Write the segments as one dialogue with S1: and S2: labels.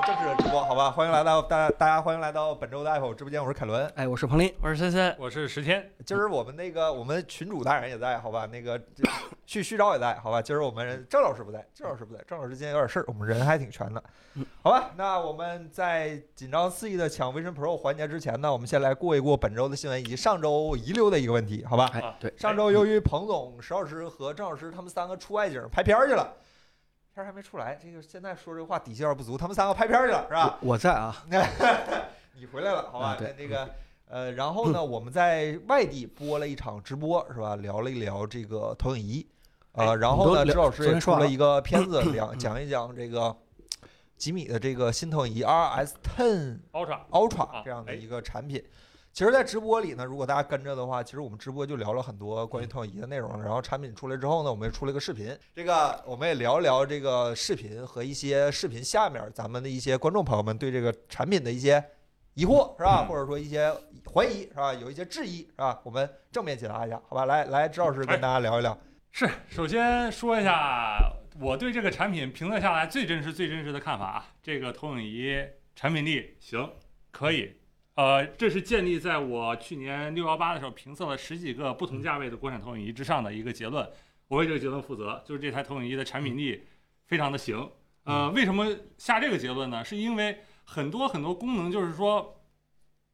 S1: 啊，欢迎来到大大家欢迎来到本周的 Apple 直播间，我是凯伦。
S2: 哎，我是彭林，
S3: 我是森森，
S4: 我是石天，
S1: 今儿我们那个我们群主大人也在，好吧？那个这旭旭钊也在，好吧？今儿我们郑老师不在，郑老师不在，郑老师今天有点事儿，我们人还挺全的
S2: 嗯，
S1: 好吧？那我们在紧张刺激的抢 Vision Pro 环节之前呢，我们先来过一过本周的新闻以及上周遗留的一个问题，好吧？
S2: 哎
S4: 啊，
S2: 对，
S1: 上周由于彭总、石老师和郑老师他们三个出外景拍片儿去了，片儿还没出来，这个现在说这话底气有点不足，他们三个拍片儿去了是吧？
S2: 我我在啊，
S4: 嗯
S1: 你回来了，好吧
S2: 啊？
S1: 那
S2: 对
S1: 这个呃，然后呢，我们在外地播了一场直播，是吧？聊了一聊这个投影仪，呃，然后
S2: 我
S1: 呢，
S2: 哎们都
S1: 支
S2: 聊
S1: 老师
S2: 昨
S1: 也
S2: 天
S1: 出
S2: 说完
S1: 了
S2: 了
S1: 一个片 子，讲讲一讲这个吉米的这个新投影仪 RS Ten
S4: 包场
S1: Ultra
S4: 啊
S1: 这样的
S4: 哎
S1: 一个产品。其实，在直播里呢，如果大家跟着的话，其实我们直播就聊了很多
S4: 嗯
S1: 关于投影仪的内容。然后产品出来之后呢，我们也出了一个视频，这个我们也聊一聊这个视频和一些视频下面咱们的一些观众朋友们对这个产品的一些疑惑，是吧？
S4: 嗯
S1: 或者说一些怀疑，是吧？有一些质疑，是吧？我们正面解答一下，好吧？来来，支老师
S4: 哎
S1: 跟大家聊一聊。
S4: 是，首先说一下我对这个产品评测下来最真实、最真实的看法啊。这个投影仪产品力行，可以。呃，这是建立在我去年六幺八的时候评测了十几个不同价位的国产投影仪之上的一个结论。我为这个结论负责，就是这台投影仪的产品力非常的行。呃，为什么下这个结论呢？是因为很多很多功能，就是说，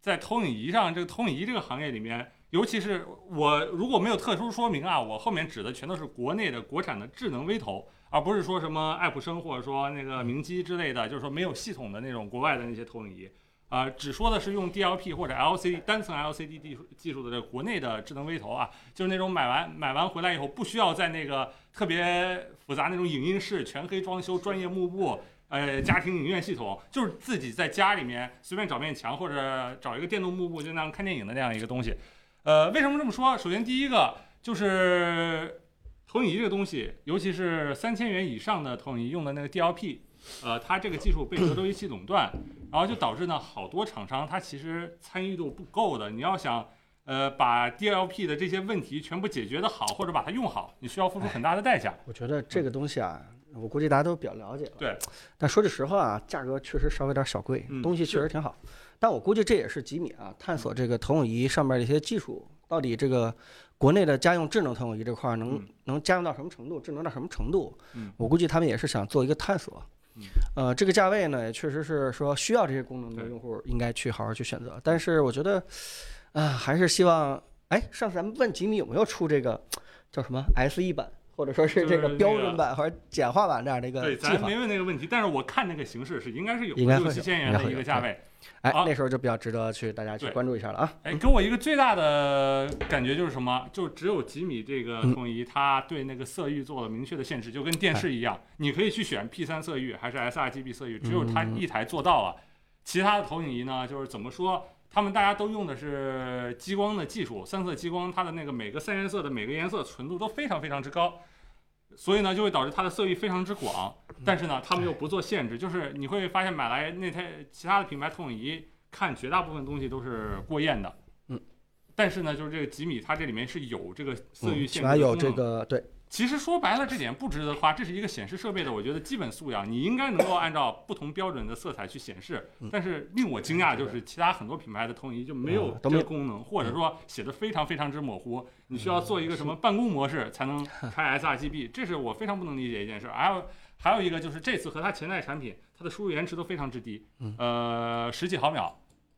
S4: 在投影仪上，这个投影仪这个行业里面，尤其是我如果没有特殊说明啊，我后面指的全都是国内的国产的智能微投，而不是说什么爱普生或者说那个明基之类的，就是说没有系统的那种国外的那些投影仪。啊、只说的是用 DLP 或者 LCD 单层 LCD 技术技术的这个国内的智能微投啊，就是那种买完买完回来以后，不需要在那个特别复杂那种影音室、全黑装修、专业幕布、呃家庭影院系统，就是自己在家里面随便找面墙或者找一个电动幕布就那样看电影的那样一个东西。呃，为什么这么说？首先第一个就是投影仪这个东西，尤其是三千元以上的投影仪用的那个 DLP，呃，它这个技术被德州仪器垄断，然后就导致呢好多厂商它其实参与度不够的。你要想呃把 DLP 的这些问题全部解决的好，或者把它用好，你需要付出很大的代价。
S2: 我觉得这个东西啊，我估计大家都比较了解了。
S4: 对，
S2: 但说句实话啊，价格确实稍微有点小贵，
S4: 嗯
S2: 东西确实挺好。但我估计这也是吉米啊探索这个投影仪上面的一些技术，到底这个国内的家用智能投影仪这块儿能、
S4: 嗯
S2: 能家用到什么程度，智能到什么程度？
S4: 嗯
S2: 我估计他们也是想做一个探索。
S4: 嗯
S2: 呃，这个价位呢，也确实是说需要这些功能的
S4: 对
S2: 用户应该去好好去选择。但是我觉得，啊、还是希望，哎，上次咱们问吉米有没有出这个叫什么 SE 版，或者说是这
S4: 就是那
S2: 个
S4: 个
S2: 标准版或者简化哎版这样的一个
S4: 对，
S2: 计
S4: 咱
S2: 划
S4: 没，问那个问题，但是我看那个形式是应该是有
S2: 应该会
S4: 六
S2: 有
S4: 七千元
S2: 应该
S4: 的
S2: 会
S4: 一个
S2: 有
S4: 价位。
S2: 哎，
S4: 啊
S2: 那时候就比较值得去大家去
S4: 对
S2: 关注一下了啊。
S4: 哎，给我一个最大的感觉就是什么？就只有吉米这个
S2: 嗯
S4: 投影仪，它对那个色域做了明确的限制，就跟电视一样，你可以去选 P 3色域还是 sRGB 色域，只有它
S2: 嗯
S4: 一台做到了。其他的投影仪呢，就是怎么说？他们大家都用的是激光的技术，三色激光，它的那个每个三原色的每个颜色纯度都非常非常之高，所以呢，就会导致它的色域非常之
S2: 嗯
S4: 广。但是呢，他们又不做限制，就是你会发现买来那台其他的品牌投影仪，看绝大部分东西都是过艳的。
S2: 嗯，
S4: 但是呢，就是这个吉米它这里面是有这个色域
S2: 嗯起
S4: 限制
S2: 码
S4: 的
S2: 有
S4: 功
S2: 这
S4: 能。
S2: 个对，
S4: 其实说白了，这点不值得夸，这是一个显示设备的，我觉得基本素养，你应该能够按照不同标准的色彩去显示
S2: 嗯。
S4: 但是令我惊讶的就是，其他很多品牌的投影仪就没有
S2: 嗯嗯
S4: 这
S2: 都没
S4: 个
S2: 有
S4: 功能，或者说写的非常非常之模糊，你需要做一个什么办公模式才能 开 sRGB，这是我非常不能理解一件事。还有还有一个就是这次和它前代产品，它的输入延迟都非常之低
S2: 嗯，
S4: 呃，十几毫秒，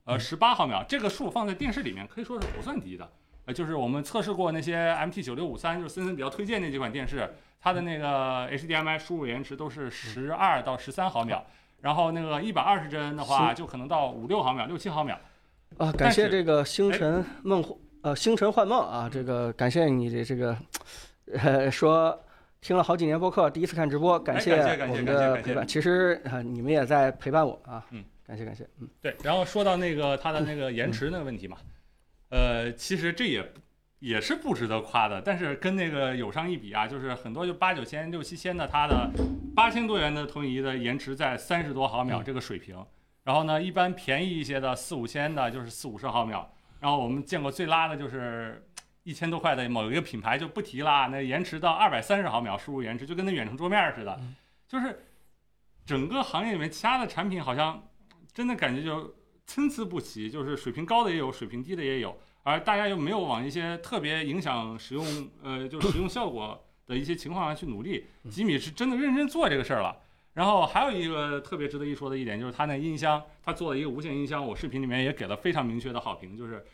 S4: 呃，十八毫秒，这个数放在电视里面可以说是不算低的。呃，就是我们测试过那些 MT 九六五三，就是森森比较推荐那几款电视，它的那个 HDMI 输入延迟都是十二到十三毫秒，然后那个一百二十帧的话，
S2: 行
S4: 就可能到五六毫秒、六七毫秒。
S2: 啊，感谢
S4: 但是哎
S2: 这个星辰梦幻呃星辰幻梦啊，这个感谢你的这个呃说听了好几年播客，第一次看直播，感谢
S4: 哎感谢感谢
S2: 我们
S4: 感谢
S2: 的
S4: 感谢
S2: 陪伴。其实啊、你们也在陪伴我啊，
S4: 嗯，
S2: 感谢感谢，嗯，
S4: 对，然后说到那个它的那个延迟那个问题嘛，呃，其实这也不也是不值得夸的，但是跟那个友商一比啊，就是很多就八九千、六七千的，它的八千多元的投影仪的延迟在三十多毫秒这个水平，然后呢，一般便宜一些的四五千的，就是四五十毫秒，然后我们见过最拉的就是。一千多块的某一个品牌就不提啦，那延迟到二百三十毫秒输入延迟，就跟那远程桌面似的，就是整个行业里面其他的产品好像真的感觉就参差不齐，就是水平高的也有，水平低的也有，而大家又没有往一些特别影响使用，呃，就是使用效果的一些情况下去努力。吉米是真的认真做这个事儿了。然后还有一个特别值得一说的一点就是他那音箱，他做了一个无线音箱，我视频里面也给了非常明确的好评，就是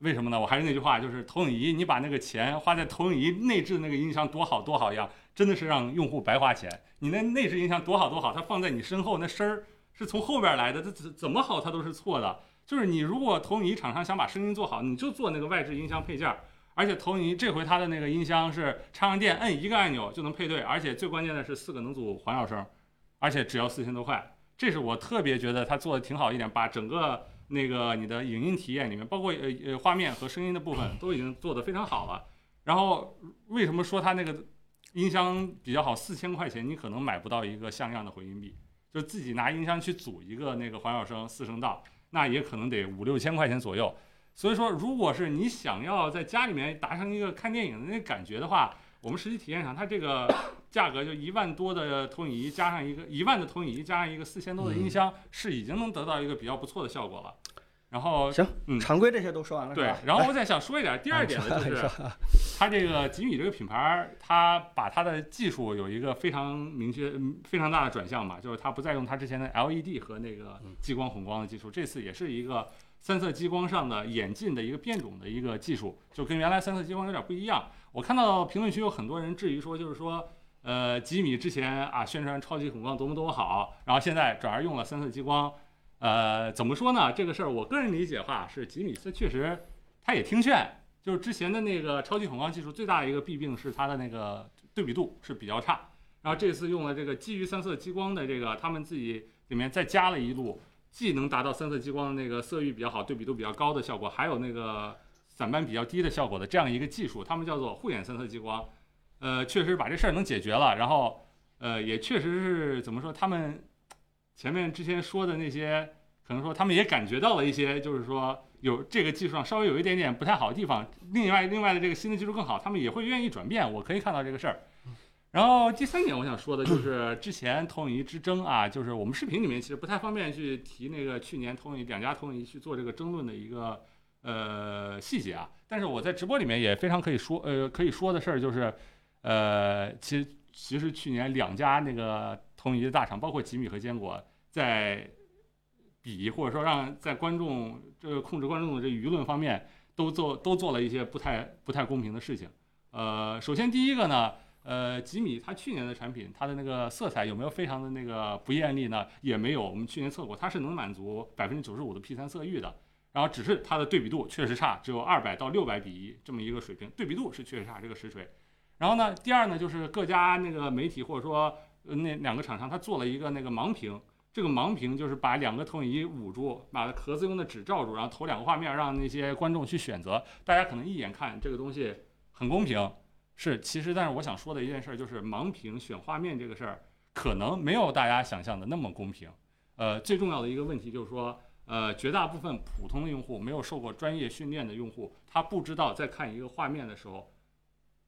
S4: 为什么呢？我还是那句话，就是投影仪，你把那个钱花在投影仪内置的那个音箱多好多好一样，真的是让用户白花钱。你那内置音箱多好多好，它放在你身后那声儿是从后边来的，它怎怎么好它都是错的。就是你如果投影仪厂商想把声音做好，你就做那个外置音箱配件儿。而且投影仪这回它的那个音箱是插上电，摁一个按钮就能配对，而且最关键的是四个能组环绕声，而且只要四千多块。这是我特别觉得它做的挺好一点，把整个那个你的影音体验里面，包括呃呃画面和声音的部分都已经做得非常好了。然后为什么说它那个音箱比较好？四千块钱你可能买不到一个像样的回音壁，就自己拿音箱去组一个那个环绕声四声道，那也可能得五六千块钱左右。所以说，如果是你想要在家里面达成一个看电影的那感觉的话，我们实际体验上，它这个价格就一万多的投影仪加上一个一万的投影仪加上一个四千多的音箱，是已经能得到一个比较不错的效果了。然后
S2: 行，
S4: 嗯
S2: 常规这些都说完了，是
S4: 对
S2: 吧，啊
S4: 然后我再想说一点，第二点呢， 就是它这个吉米这个品牌儿，它把它的技术有一个非常明确、嗯非常大的转向嘛，就是它不再用它之前的 LED 和那个激光混光的技术，这次也是一个三色激光上的演进的一个变种的一个技术，就跟原来三色激光有点不一样。我看到评论区有很多人质疑说，就是说。呃，吉米之前啊宣传超级混光多么多么好，然后现在转而用了三色激光，呃，怎么说呢？这个事儿我个人理解话是吉米它确实它也听劝，就是之前的那个超级混光技术最大的一个弊病是它的那个对比度是比较差，然后这次用了这个基于三色激光的这个，他们自己里面再加了一路，既能达到三色激光的那个色域比较好、对比度比较高的效果，还有那个散斑比较低的效果的这样一个技术，他们叫做护眼三色激光，呃，确实把这事儿能解决了，然后呃也确实是怎么说，他们前面之前说的那些，可能说他们也感觉到了一些，就是说有这个技术上稍微有一点点不太好的地方。另外，另外的这个新的技术更好，他们也会愿意转变。我可以看到这个事儿。然后第三点，我想说的就是之前投影仪之争啊，就是我们视频里面其实不太方便去提那个去年投影仪两家投影仪去做这个争论的一个呃细节啊。但是我在直播里面也非常可以说呃可以说的事儿就是，呃，其实其实去年两家那个投影仪的大厂，包括吉米和坚果，在比或者说让在观众这个控制观众的这舆论方面，都做都做了一些不太不太公平的事情。呃，首先第一个呢，呃，吉米它去年的产品，它的那个色彩有没有非常的那个不艳丽呢？也没有，我们去年测过，它是能满足百分之九十五的 P 三色域的。然后只是它的对比度确实差，只有二百到六百比一这么一个水平，对比度是确实差，这个实锤。然后呢，第二呢，就是各家那个媒体或者说呃那两个厂商，它做了一个那个盲屏，这个盲屏就是把两个投影仪捂住，把壳子用的纸罩住，然后投两个画面，让那些观众去选择。大家可能一眼看这个东西很公平，是其实，但是我想说的一件事儿就是盲屏选画面这个事儿，可能没有大家想象的那么公平。呃，最重要的一个问题就是说，呃，绝大部分普通的用户，没有受过专业训练的用户，他不知道在看一个画面的时候，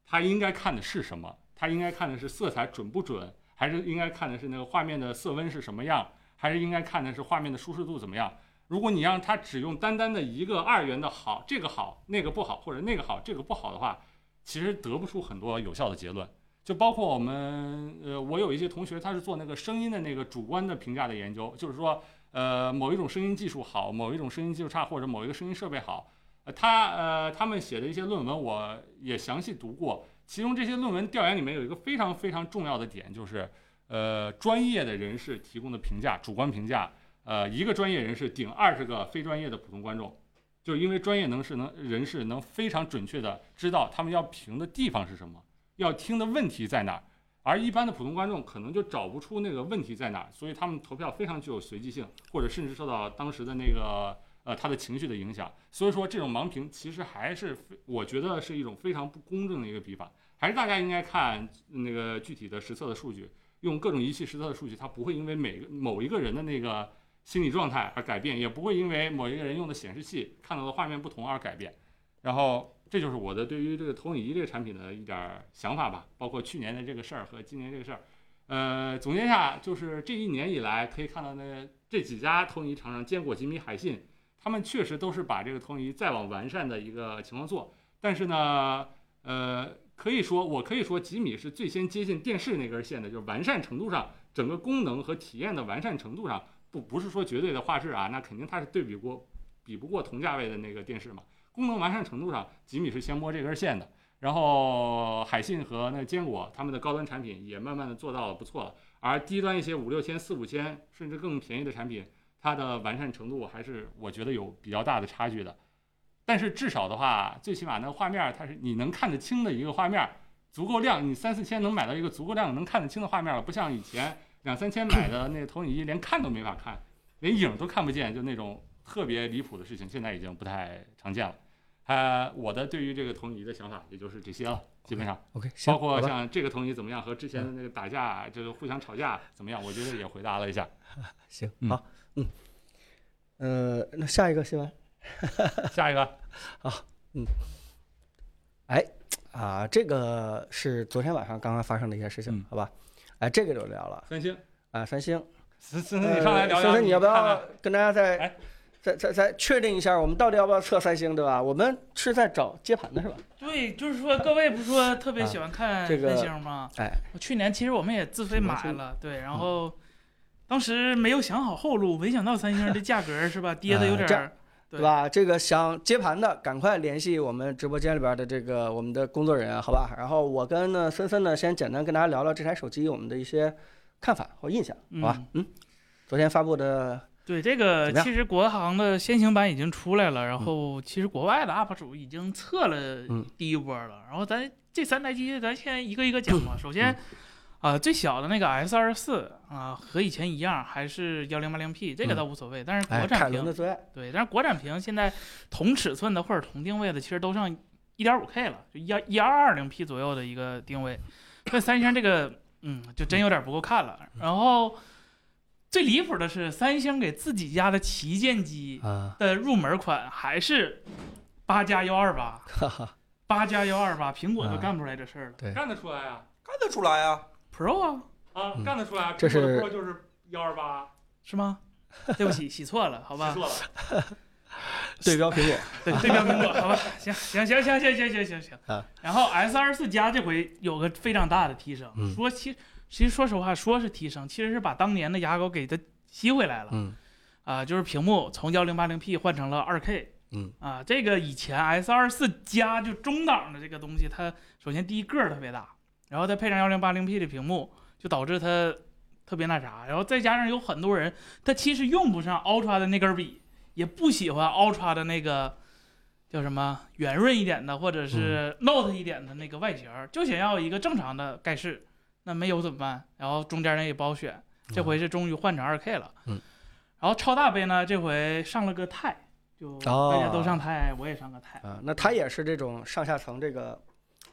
S4: 他应该看的是什么？他应该看的是色彩准不准，还是应该看的是那个画面的色温是什么样，还是应该看的是画面的舒适度怎么样？如果你让他只用单单的一个二元的好，这个好，那个不好，或者那个好，这个不好的话，其实得不出很多有效的结论。就包括我们，呃，我有一些同学他是做那个声音的那个主观的评价的研究，就是说，呃，某一种声音技术好，某一种声音技术差，或者某一个声音设备好，呃，他呃他们写的一些论文我也详细读过，其中这些论文调研里面有一个非常非常重要的点，就是呃专业的人士提供的评价，主观评价，呃一个专业人士顶二十个非专业的普通观众，就因为专业能士能人士能非常准确的知道他们要评的地方是什么，要听的问题在哪儿。而一般的普通观众可能就找不出那个问题在哪儿，所以他们投票非常具有随机性，或者甚至受到当时的那个呃他的情绪的影响。所以说这种盲评其实还是非我觉得是一种非常不公正的一个比法，还是大家应该看那个具体的实测的数据，用各种仪器实测的数据，它不会因为每个某一个人的那个心理状态而改变，也不会因为某一个人用的显示器看到的画面不同而改变。然后这就是我的对于这个投影仪这个产品的一点儿想法吧，包括去年的这个事儿和今年这个事儿。呃，总结一下，就是这一年以来可以看到，那这几家投影仪厂商，坚果、吉米、海信，他们确实都是把这个投影仪再往完善的一个情况做。但是呢，呃，可以说，我可以说，吉米是最先接近电视那根线的，就是完善程度上，整个功能和体验的完善程度上，不不是说绝对的画质啊，那肯定它是对比过，比不过同价位的那个电视嘛。功能完善程度上，吉米是先摸这根线的。然后海信和那坚果他们的高端产品也慢慢的做到了不错了，而低端一些五六千、四五千甚至更便宜的产品，它的完善程度还是我觉得有比较大的差距的。但是至少的话，最起码那画面它是你能看得清的一个画面，足够亮，你三四千能买到一个足够亮能看得清的画面了，不像以前两三千买的那投影仪连看都没法看，连影都看不见，就那种特别离谱的事情，现在已经不太常见了。呃，我的对于这个投影仪的想法也就是这些了，基本上。
S2: OK，行，
S4: 包括
S2: 好吧
S4: 像这个投影仪怎么样和之前的那个打架，就是互相吵架怎么样，我觉得也回答了一下。
S2: 行，
S4: 嗯
S2: 好，嗯，呃，那下一个新闻
S4: 下一个，
S2: 啊，这个是昨天晚上刚刚发生的一件事情，
S4: 嗯
S2: 好吧？哎，这个就聊了
S4: 三星，
S2: 啊，三星，
S4: 森森嗯森，你上来聊
S2: 呃
S4: 聊，
S2: 森森，你要不
S4: 看看
S2: 要跟大家再
S4: 哎
S2: 再再再确定一下，我们到底要不要测三星，对吧？我们是在找接盘的是吧？
S3: 对，就是说各位不是说特别喜欢看
S2: 啊这个
S3: 三星吗？
S2: 哎，
S3: 我去年其实我们也自费买了，对，
S2: 嗯
S3: 然后当时没有想好后路，没想到三星的价格是吧，跌的有点
S2: 啊这样
S3: 儿。
S2: 对
S3: 对
S2: 吧？这个想接盘的，赶快联系我们直播间里边的这个我们的工作人员，好吧？然后我跟呢森森呢，先简单跟大家聊聊这台手机我们的一些看法和印象，好吧？嗯，昨天发布的，
S3: 对这
S2: 怎
S3: 个，
S2: 么样
S3: 其实国行的先行版已经出来了，然后其实国外的 UP 主已经测了
S2: 嗯
S3: 第一波了。然后咱这三台机，咱先一个一个讲吧。
S2: 嗯
S3: 首先，啊、最小的那个 S 二四啊，和以前一样，还是幺零八零 P，这个
S2: 嗯
S3: 倒无所谓。但是
S2: 哎，
S3: 国
S2: 凯
S3: 产
S2: 伦
S3: 屏
S2: 的最爱，
S3: 对，但是国产屏现在同尺寸的或者同定位的，其实都上一点五 K 了，就幺一二二零 P 左右的一个定位。所以三星这个，嗯，就真有点不够看了。然后最离谱的是，三星给自己家的旗舰机
S2: 啊，
S3: 的入门款还是八加幺二八，
S2: 哈哈，
S3: 八加幺二八，苹果
S2: 啊
S3: 都干不出来这事儿了。
S2: 对
S4: 干得出来啊
S1: 看得出来啊，
S3: Pro 啊，
S4: 啊
S2: 嗯，
S4: 干得出来啊。
S2: 这是
S4: 苹果的 Pro 就是幺二八，
S3: 是吗？对不起，洗错了，好吧
S4: 记？错了。
S2: 对标苹果，
S3: 对，对标苹果，好吧，行行行行行行行行行。
S2: 啊
S3: 然后 S 二四加这回有个非常大的提升，
S2: 嗯
S3: 说其其实说实话，说是提升，其实是把当年的牙膏给它吸回来了。
S2: 嗯
S3: 啊、就是屏幕从幺零八零 P 换成了二 K。
S2: 嗯
S3: 啊、这个以前 S 二四加就中档的这个东西，它首先第一个儿特别大，然后再配上幺零八零 P 的屏幕，就导致它特别那啥。然后再加上有很多人，他其实用不上 Ultra 的那根笔，也不喜欢 Ultra 的那个叫什么圆润一点的，或者是 Note 一点的那个外形儿，就想要一个正常的盖世。那没有怎么办？然后中间人也不好选，这回是终于换成二 K 了。
S2: 嗯。
S3: 然后超大杯呢，这回上了个钛，就
S2: 哦
S3: 大家都上钛，我也上个钛。
S2: 啊，那它也是这种上下层这个，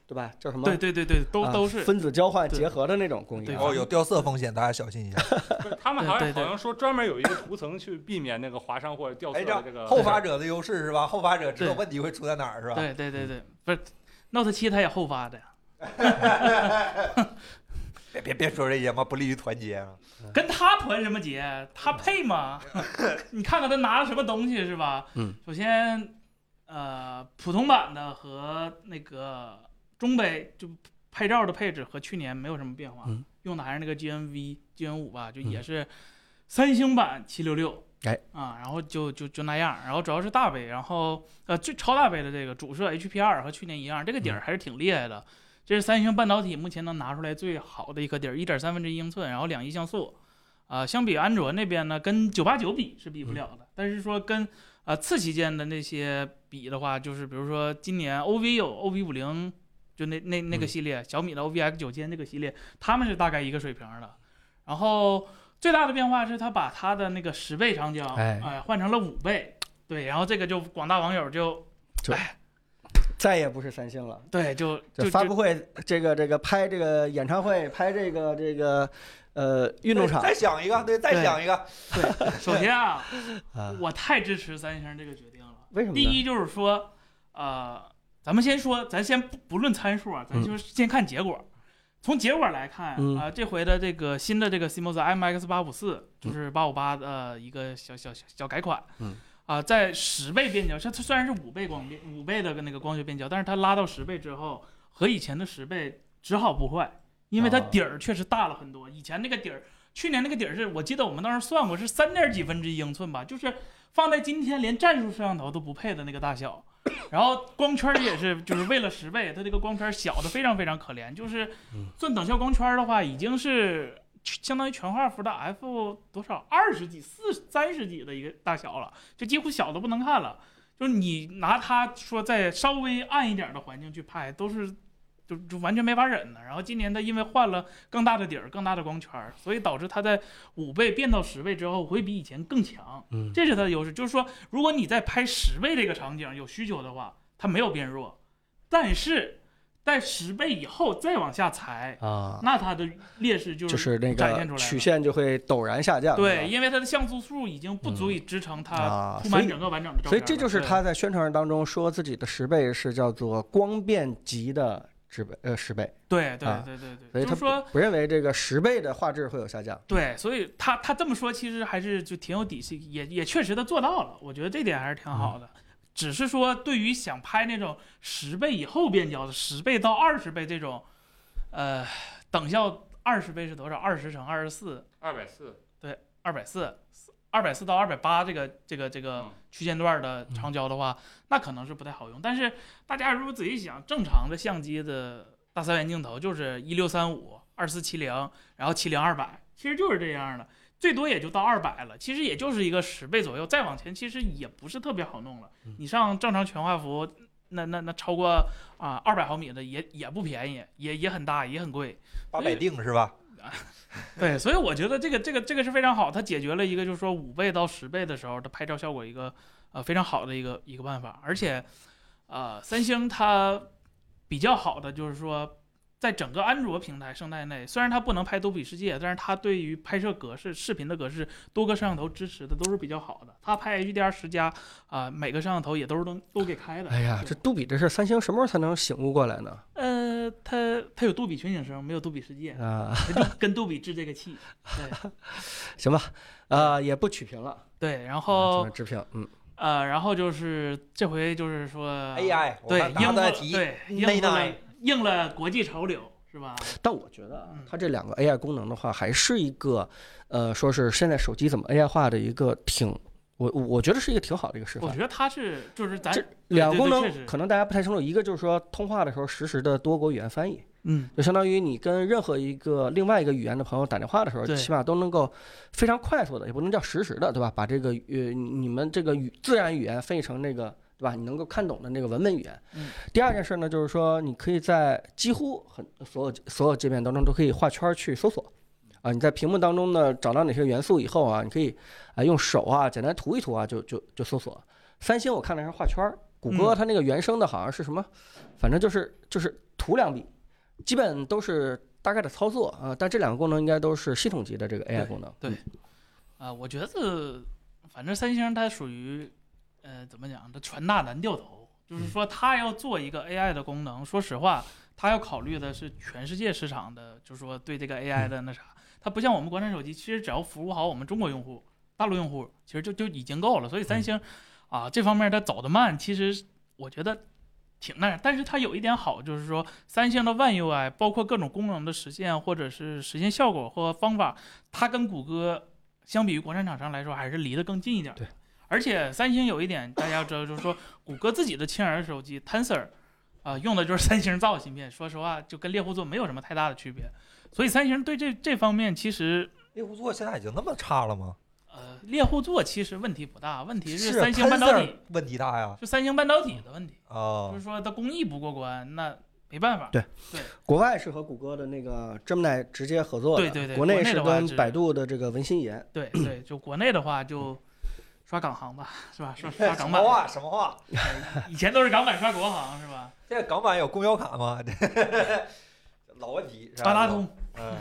S2: 对吧？叫什么？
S3: 对对对对，都
S2: 啊
S3: 都是。
S2: 分子交换
S3: 对
S2: 结合的那种工艺
S3: 对
S2: 啊
S1: 哦，有掉色风险，大家小心一下。
S4: 不是他们 好
S3: 对
S4: 像
S3: 对
S4: 好像说专门有一个涂层去避免那个划伤或者掉色
S1: 哎，这
S4: 的
S1: 样
S4: 这个
S1: 后发者的优势是吧？后发者知道
S3: 对
S1: 问题会出在哪儿是吧？
S3: 对对对对，不是 Note 七它也后发的呀，
S1: 别别别说这些嘛，不利于团结啊。
S3: 跟他团什么结？他
S2: 嗯
S3: 配吗？ 你看看他拿了什么东西是吧？
S2: 嗯，
S3: 首先，呃，普通版的和那个中杯就拍照的配置和去年没有什么变化，
S2: 嗯
S3: 用的还是那个 GNV GN 五吧，就
S2: 嗯
S3: 也是三星版七六六。
S2: 哎
S3: 啊，然后就就就那样，然后主要是大杯，然后呃最超大杯的这个主摄 HP 二和去年一样，这个
S2: 嗯
S3: 底儿还是挺厉害的，这是三星半导体目前能拿出来最好的一颗底儿，一点三分之一英寸，然后两亿像素，啊、相比安卓那边呢，跟九八九比是比不了的，但是说跟啊、呃次旗舰的那些比的话，就是比如说今年 OV 有 OV 五零，就那那那
S2: 嗯
S3: 个系列，小米的 OVX 九千那个系列，他们是大概一个水平的。然后最大的变化是它把它的那个十倍长焦，
S2: 哎
S3: 哎、换成了五倍，对，然后这个就广大网友就
S2: 再也不是三星了。
S3: 对就
S2: 这
S3: 就
S2: 发
S3: 就
S2: 布会，这个这个拍这个演唱会，拍这个这个呃运动场
S3: 哎
S1: 再想一个，对，再
S3: 对
S1: 想一个。
S3: 首先啊，
S2: 啊，
S3: 我太支持三星这个决定了。
S2: 为什么呢？
S3: 第一就是说，呃，咱们先说，咱先不不论参数啊，咱
S2: 嗯
S3: 就是先看结果。从结果来看啊、
S2: 嗯
S3: 这回的这个新的这个 CMOS MX 八五四就是八五八呃一个小小小小改款，
S2: 嗯
S3: 啊、在十倍变焦，它它虽然是五倍光变五倍的那个光学变焦，但是它拉到十倍之后，和以前的十倍只好不坏，因为它
S1: 啊
S3: 底儿确实大了很多。以前那个底儿，去年那个底儿是我记得我们当时算过是三点几分之一英寸吧，就是放在今天连战术摄像头都不配的那个大小。然后光圈儿也是，就是为了十倍，它这个光圈儿小的非常非常可怜，就是算等效光圈儿的话，已经是相当于全画幅的 f 多少二十几、四三十几的一个大小了，就几乎小的不能看了。就是你拿它说在稍微暗一点的环境去拍，都是就就完全没法忍的。然后今年它因为换了更大的底儿、更大的光圈儿，所以导致它在五倍变到十倍之后会比以前更强。
S2: 嗯
S3: 这是它的优势。就是说，如果你在拍十倍这个场景有需求的话，它没有变弱，但是在十倍以后再往下裁，
S2: 啊，
S3: 那它的劣势就
S2: 就是是那
S3: 展现出
S2: 个
S3: 来
S2: 曲
S3: 了
S2: 线就会陡然下降。
S3: 对，
S2: 是吧，
S3: 因为它的像素数已经不足以支撑它
S2: 啊，
S3: 铺
S2: 所
S3: 满
S2: 以
S3: 整个完整的照片了。
S2: 所以这就是
S3: 对
S2: 他在宣传当中说自己的十倍是叫做光变级的十倍，呃，十倍，
S3: 对对
S2: 啊
S3: 对对对，
S2: 所以
S3: 就
S2: 他
S3: 是说
S2: 不不认为这个十倍的画质会有下降。
S3: 对，所以他他这么说，其实还是就挺有底气，也也确实的做到了。我觉得这点还是挺好的。只是说，对于想拍那种十倍以后变焦的，十倍到二十倍这种，呃，等效二十倍是多少？二十乘二十四，
S4: 二百四，
S3: 二百四，二百四到二百八这个这个这个
S4: 嗯
S3: 区间段的长焦的话，那可能是不太好用。但是大家如果仔细想，正常的相机的大三元镜头就是一六三五、二四七零，然后七零二百，其实就是这样的，最多也就到二百了，其实也就是一个十倍左右。再往前其实也不是特别好弄了。你上正常全画幅，那那那超过啊二百毫米的也也不便宜，也也很大，也很贵。
S1: 八百定是吧？
S3: 对，所以我觉得这个这个这个是非常好，它解决了一个就是说五倍到十倍的时候，它拍照效果一个呃非常好的一个一个办法。而且，呃，三星它比较好的就是说，在整个安卓平台生态内，虽然它不能拍多比世界，但是它对于拍摄格式、视频的格式、多个摄像头支持的都是比较好的。它拍 HDR 十加啊，每个摄像头也都是能都给开的。
S2: 哎呀，这杜比这事儿，三星什么时候才能醒悟过来呢？
S3: 呃，它它有杜比全景声，没有杜比世 界，
S2: 啊，
S3: 它就跟杜比置这个气。
S2: 行吧，呃，也不取屏了，
S3: 对，然
S2: 啊
S3: 后
S2: 基本。持平，嗯，
S3: 呃，然后就是这回就是说
S1: AI，我
S3: 啊
S1: 哎
S3: 对，
S1: 看答
S3: 应
S1: 的
S3: 了
S1: 题哎
S3: 对，
S1: 内
S3: 应了
S1: 内
S3: 应了国际潮流是吧？
S2: 但我觉得啊
S3: 嗯，
S2: 它这两个 AI 功能的话，还是一个，呃，说是现在手机怎么 AI 化的一个挺，我我我觉得是一个挺好的一个示
S3: 我
S2: 范
S3: 觉。得它是就是咱
S2: 这两个功
S3: 对对对确实
S2: 能可能大家不太清楚，一个就是说通话的时候实时的多国语言翻译，
S3: 嗯
S2: 就相当于你跟任何一个另外一个语言的朋友打电话的时候，
S3: 对
S2: 起码都能够非常快速的，也不能叫实时的，对吧？把这个呃你们这个语自然语言翻译成那个。对吧？你能够看懂的那个文本语言。
S3: 嗯
S2: 第二件事呢，就是说你可以在几乎很所有所有界面当中都可以画圈儿去搜索，啊，你在屏幕当中呢找到哪些元素以后啊，你可以啊用手啊简单涂一涂啊就就就搜索。三星我看了是画圈儿，谷歌
S3: 嗯
S2: 它那个原生的好像是什么，反正就是就是涂两笔，基本都是大概的操作啊，但这两个功能应该都是系统级的这个 AI 功能。
S3: 对啊、我觉得反正三星它属于呃怎么讲，这船大难掉头，就是说它要做一个 AI 的功能，说实话，它要考虑的是全世界市场的，就是说对这个 AI 的那啥，它不像我们国产手机，其实只要服务好我们中国用户、大陆用户，其实就就已经够了。所以三星啊这方面它走得慢，其实我觉得挺那啥，但是它有一点好，就是说三星的 One UI 包括各种功能的实现，或者是实现效果或方法，它跟谷歌相比于国产厂商来说，还是离得更近一点。
S2: 对。
S3: 而且三星有一点大家要知道，就是说谷歌自己的亲儿手机 Tensor，啊、用的就是三星造的芯片。说实话，就跟猎户座没有什么太大的区别。所以三星对这这方面其实，
S1: 猎户座现在已经那么差了吗？
S3: 呃，猎户座其实问题不大，问题
S1: 是啊
S3: 是三星半导
S1: Panzer
S3: 体，
S1: 问题大呀。
S3: 是三星半导体的问题，
S1: 啊
S3: 就是说它工艺不过关，那没办法。
S2: 国外是和谷歌的那个 Gemini 直接合作的，
S3: 对对对
S2: 国内
S3: 国内
S2: 是
S3: 的话
S2: 跟
S3: 是
S2: 百度的这个文心一言。
S3: 对对，就国内的话就刷港行吧，是吧？ 刷刷
S1: 嗯什
S3: 港
S1: 么
S3: 版，
S1: 话？什么话？
S3: 以前都是港版刷国行是吧？
S1: 这港版有公交卡吗？老问题。是吧
S3: 八达，通，
S1: 嗯，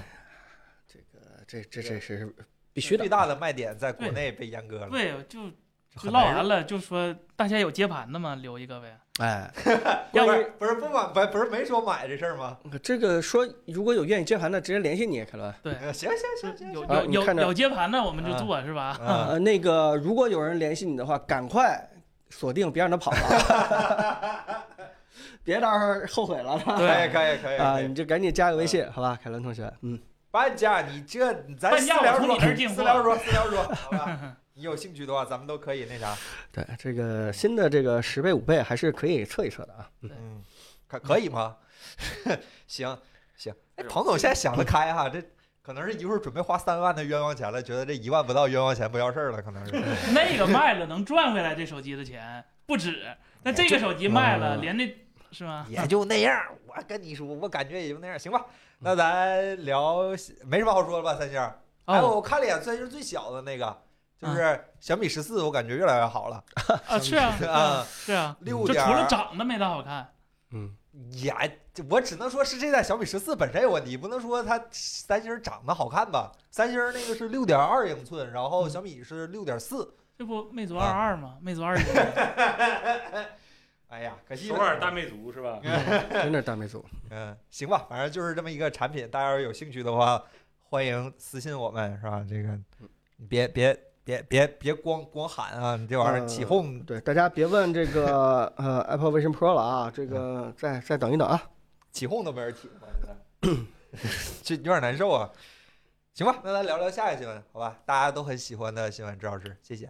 S2: 这个这
S1: 这
S2: 这这
S1: 个
S2: 是必须的
S1: 最。大的卖点在国内被阉割了。
S3: 对，就就
S1: 很
S3: 唠
S1: 难
S3: 完了，就说大家有接盘的吗？留一个呗。
S2: 哎，
S1: 不
S2: 关于
S1: 是不是不买不不是没说买这事儿吗？
S2: 这个说，如果有愿意接盘的，直接联系你，凯伦。
S3: 对
S1: 呃 行行行行
S3: 有
S1: 行，
S2: 啊
S3: 有
S2: 你
S3: 有
S2: 看着
S3: 有接盘的，我们
S2: 嗯
S3: 就做是吧？
S1: 啊
S2: 呃，那个，如果有人联系你的话，赶快锁定，别让他跑了， 别到时候后悔了。
S3: 嗯
S1: 可以可以可以
S2: 啊，
S1: 可以
S2: 你。就赶紧加个微信，好吧，凯伦同学。嗯，
S1: 半价，你这咱
S3: 半
S1: 私
S3: 价
S1: 聊
S3: 我从
S1: 说
S3: 你这儿进，货
S1: 私聊说，私聊说，好 吧？你有兴趣的话，咱们都可以那啥，
S2: 对，这个新的这个十倍五倍还是可以测一测的 啊。
S1: 嗯，可可以吗？ 行行，哎，彭总现在想得开哈，这可能是一会儿准备花三万的冤枉钱了，觉得这一万不到冤枉钱不要事儿了，可能 是。
S2: 嗯
S3: 那个卖了能赚回来这手机的钱不止，那这个手机卖了
S2: 嗯
S3: 连那是吗？
S1: 也就那样，我跟你说，我感觉也就那样，行吧？那咱聊没什么好说了吧，三星儿？哎，
S3: 哦嗯
S1: 我看了一眼，三星儿最小的那个。就是小米十四，我感觉越来越好了
S3: 啊是啊
S1: 啊，
S3: 是啊，
S1: 六
S3: 就
S1: 点
S3: 除了长得没他好看，
S2: 嗯，
S1: 也，我只能说是这代小米十四本身有问题，不能说它三星儿长得好看吧。三星儿那个是六点二英寸，然后小米是六点四。
S3: 这不魅族二
S1: 啊
S3: 二吗？ 魅族二一，
S1: 哎呀，可惜
S4: 首尔大魅族是吧？
S2: 真的是大魅族。
S1: 嗯，行吧，反正就是这么一个产品，大家要是有兴趣的话，欢迎私信我们，是吧？这个你别别别别别光光喊啊，你这玩意儿
S2: 呃
S1: 起哄
S2: 对，大家别问这 个呃 Apple Vision Pro 了啊，这个再再等一等啊。
S1: 起哄都没人起了吗？现在 这有点难受啊。行吧，那咱聊聊下一个新闻，好吧？大家都很喜欢的新闻，周老师，谢谢。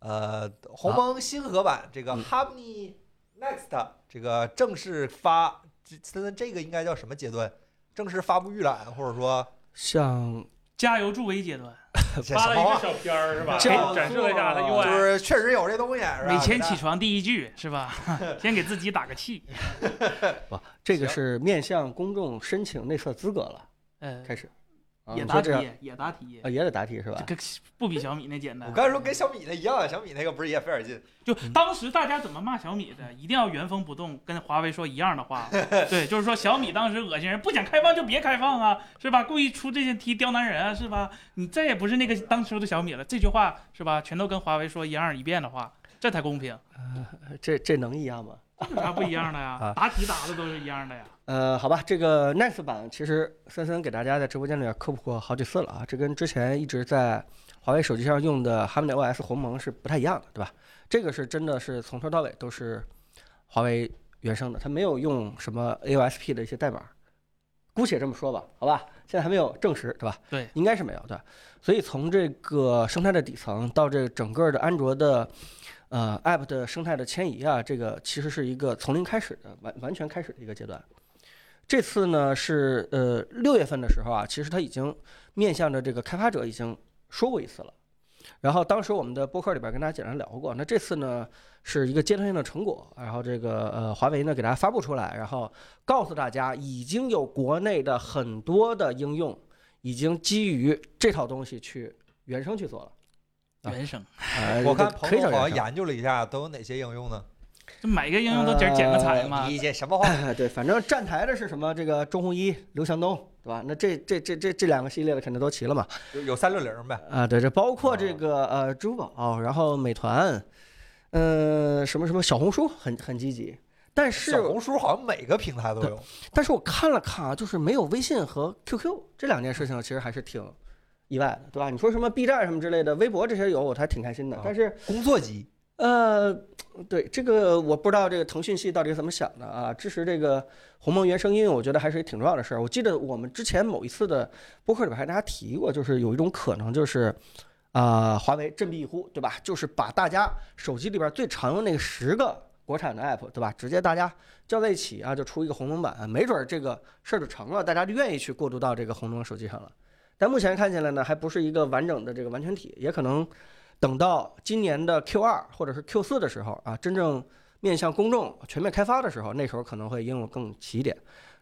S1: 呃，鸿蒙星河版这个
S2: 嗯
S1: Harmony Next 这个正式发，这这这个应该叫什么阶段？正式发布预览，或者说
S2: 像
S3: 加油助威阶段，
S4: 发
S1: 什么
S4: 了一个
S1: 玩意
S4: 小片儿是吧？哎
S2: 叫
S4: 展示了一下它
S1: 儿
S4: UI，
S1: 就是确实有这东西，是啊吧
S3: 每天起床第一句是吧？ 先给自己打个气，
S2: 这个
S1: 行
S2: 是面向公众申请内测资格了，
S3: 呃，
S2: 开始。啊
S3: 也
S2: 你
S3: 答
S2: 说这样
S3: 题，也答题
S2: 啊，，也得答题是吧
S3: 这？个不比小米那简单。
S1: 我刚才说跟小米那一样，小米那个不是也费点劲？
S3: 就
S2: 嗯
S3: 当时大家怎么骂小米的，一定要原封不动跟华为说一样的话。 对，就是说小米当时恶心人，不想开放就别开放啊，是吧？故意出这些题刁难人啊，是吧？你再也不是那个当初的小米了，这句话是吧？全都跟华为说一样一遍的话，这才公平。
S2: 这这能一样吗？
S3: 这有啥不一样的
S2: 啊
S3: 呀？答题答的都是一样的呀。
S2: 呃，好吧，这个 Next 版其实森森给大家在直播间里边科普过好几次了啊，这跟之前一直在华为手机上用的 Harmony OS 鸿蒙是不太一样的，对吧？这个是真的是从头到尾都是华为原生的，它没有用什么 AOSP 的一些代码，姑且这么说吧，好吧，现在还没有证实，对吧？
S3: 对，
S2: 应该是没有对。所以从这个生态的底层到这整个的安卓的呃 App 的生态的迁移啊，这个其实是一个从零开始的完完全开始的一个阶段。这次呢是呃六月份的时候啊，其实它已经面向着这个开发者已经说过一次了。然后当时我们的播客里边跟大家简单聊过，那这次呢是一个阶段性的成果，然后这个呃华为呢给大家发布出来，然后告诉大家已经有国内的很多的应用已经基于这套东西去原生去做了。啊
S3: 原生，
S2: 呃、
S1: 我看
S2: 这
S1: 彭
S2: 可以
S1: 总
S2: 叫
S1: 好像
S2: 原生。啊
S1: 研究了一下，都有哪些应用呢？
S3: 就每个应用都捡捡个彩嘛。
S1: 你这什么话？
S2: 哎，对，反正站台的是什么？这个钟红一、刘强东，对吧？那这这这这这两个系列的肯定都齐了嘛。
S1: 有有三六零呗？
S2: 啊，对，这包括这
S1: 哦
S2: 个呃支付宝、然后美团，嗯、什么什么小红书很很积极，但是
S1: 小红书好像每个平台都有，
S2: 但是我看了看啊，就是没有微信和 QQ 这两件事情，其实还是挺意外的，对吧？你说什么 B 站什么之类的，微博这些有，我还挺开心的
S1: 啊，
S2: 但是
S1: 工作机
S2: 呃，对这个我不知道这个腾讯系到底怎么想的啊。支持这个鸿蒙原声音，我觉得还是挺重要的事儿。我记得我们之前某一次的播客里边还跟大家提过，就是有一种可能就是，啊、华为振臂一呼，对吧？就是把大家手机里边最常用那十个国产的 app，对吧？直接大家叫在一起啊，就出一个鸿蒙版，没准儿这个事儿就成了，大家就愿意去过渡到这个鸿蒙手机上了。但目前看起来呢，还不是一个完整的这个完全体，也可能等到今年的 Q 二或者是 Q 四的时候啊，真正面向公众全面开发的时候，那时候可能会应用更齐一点。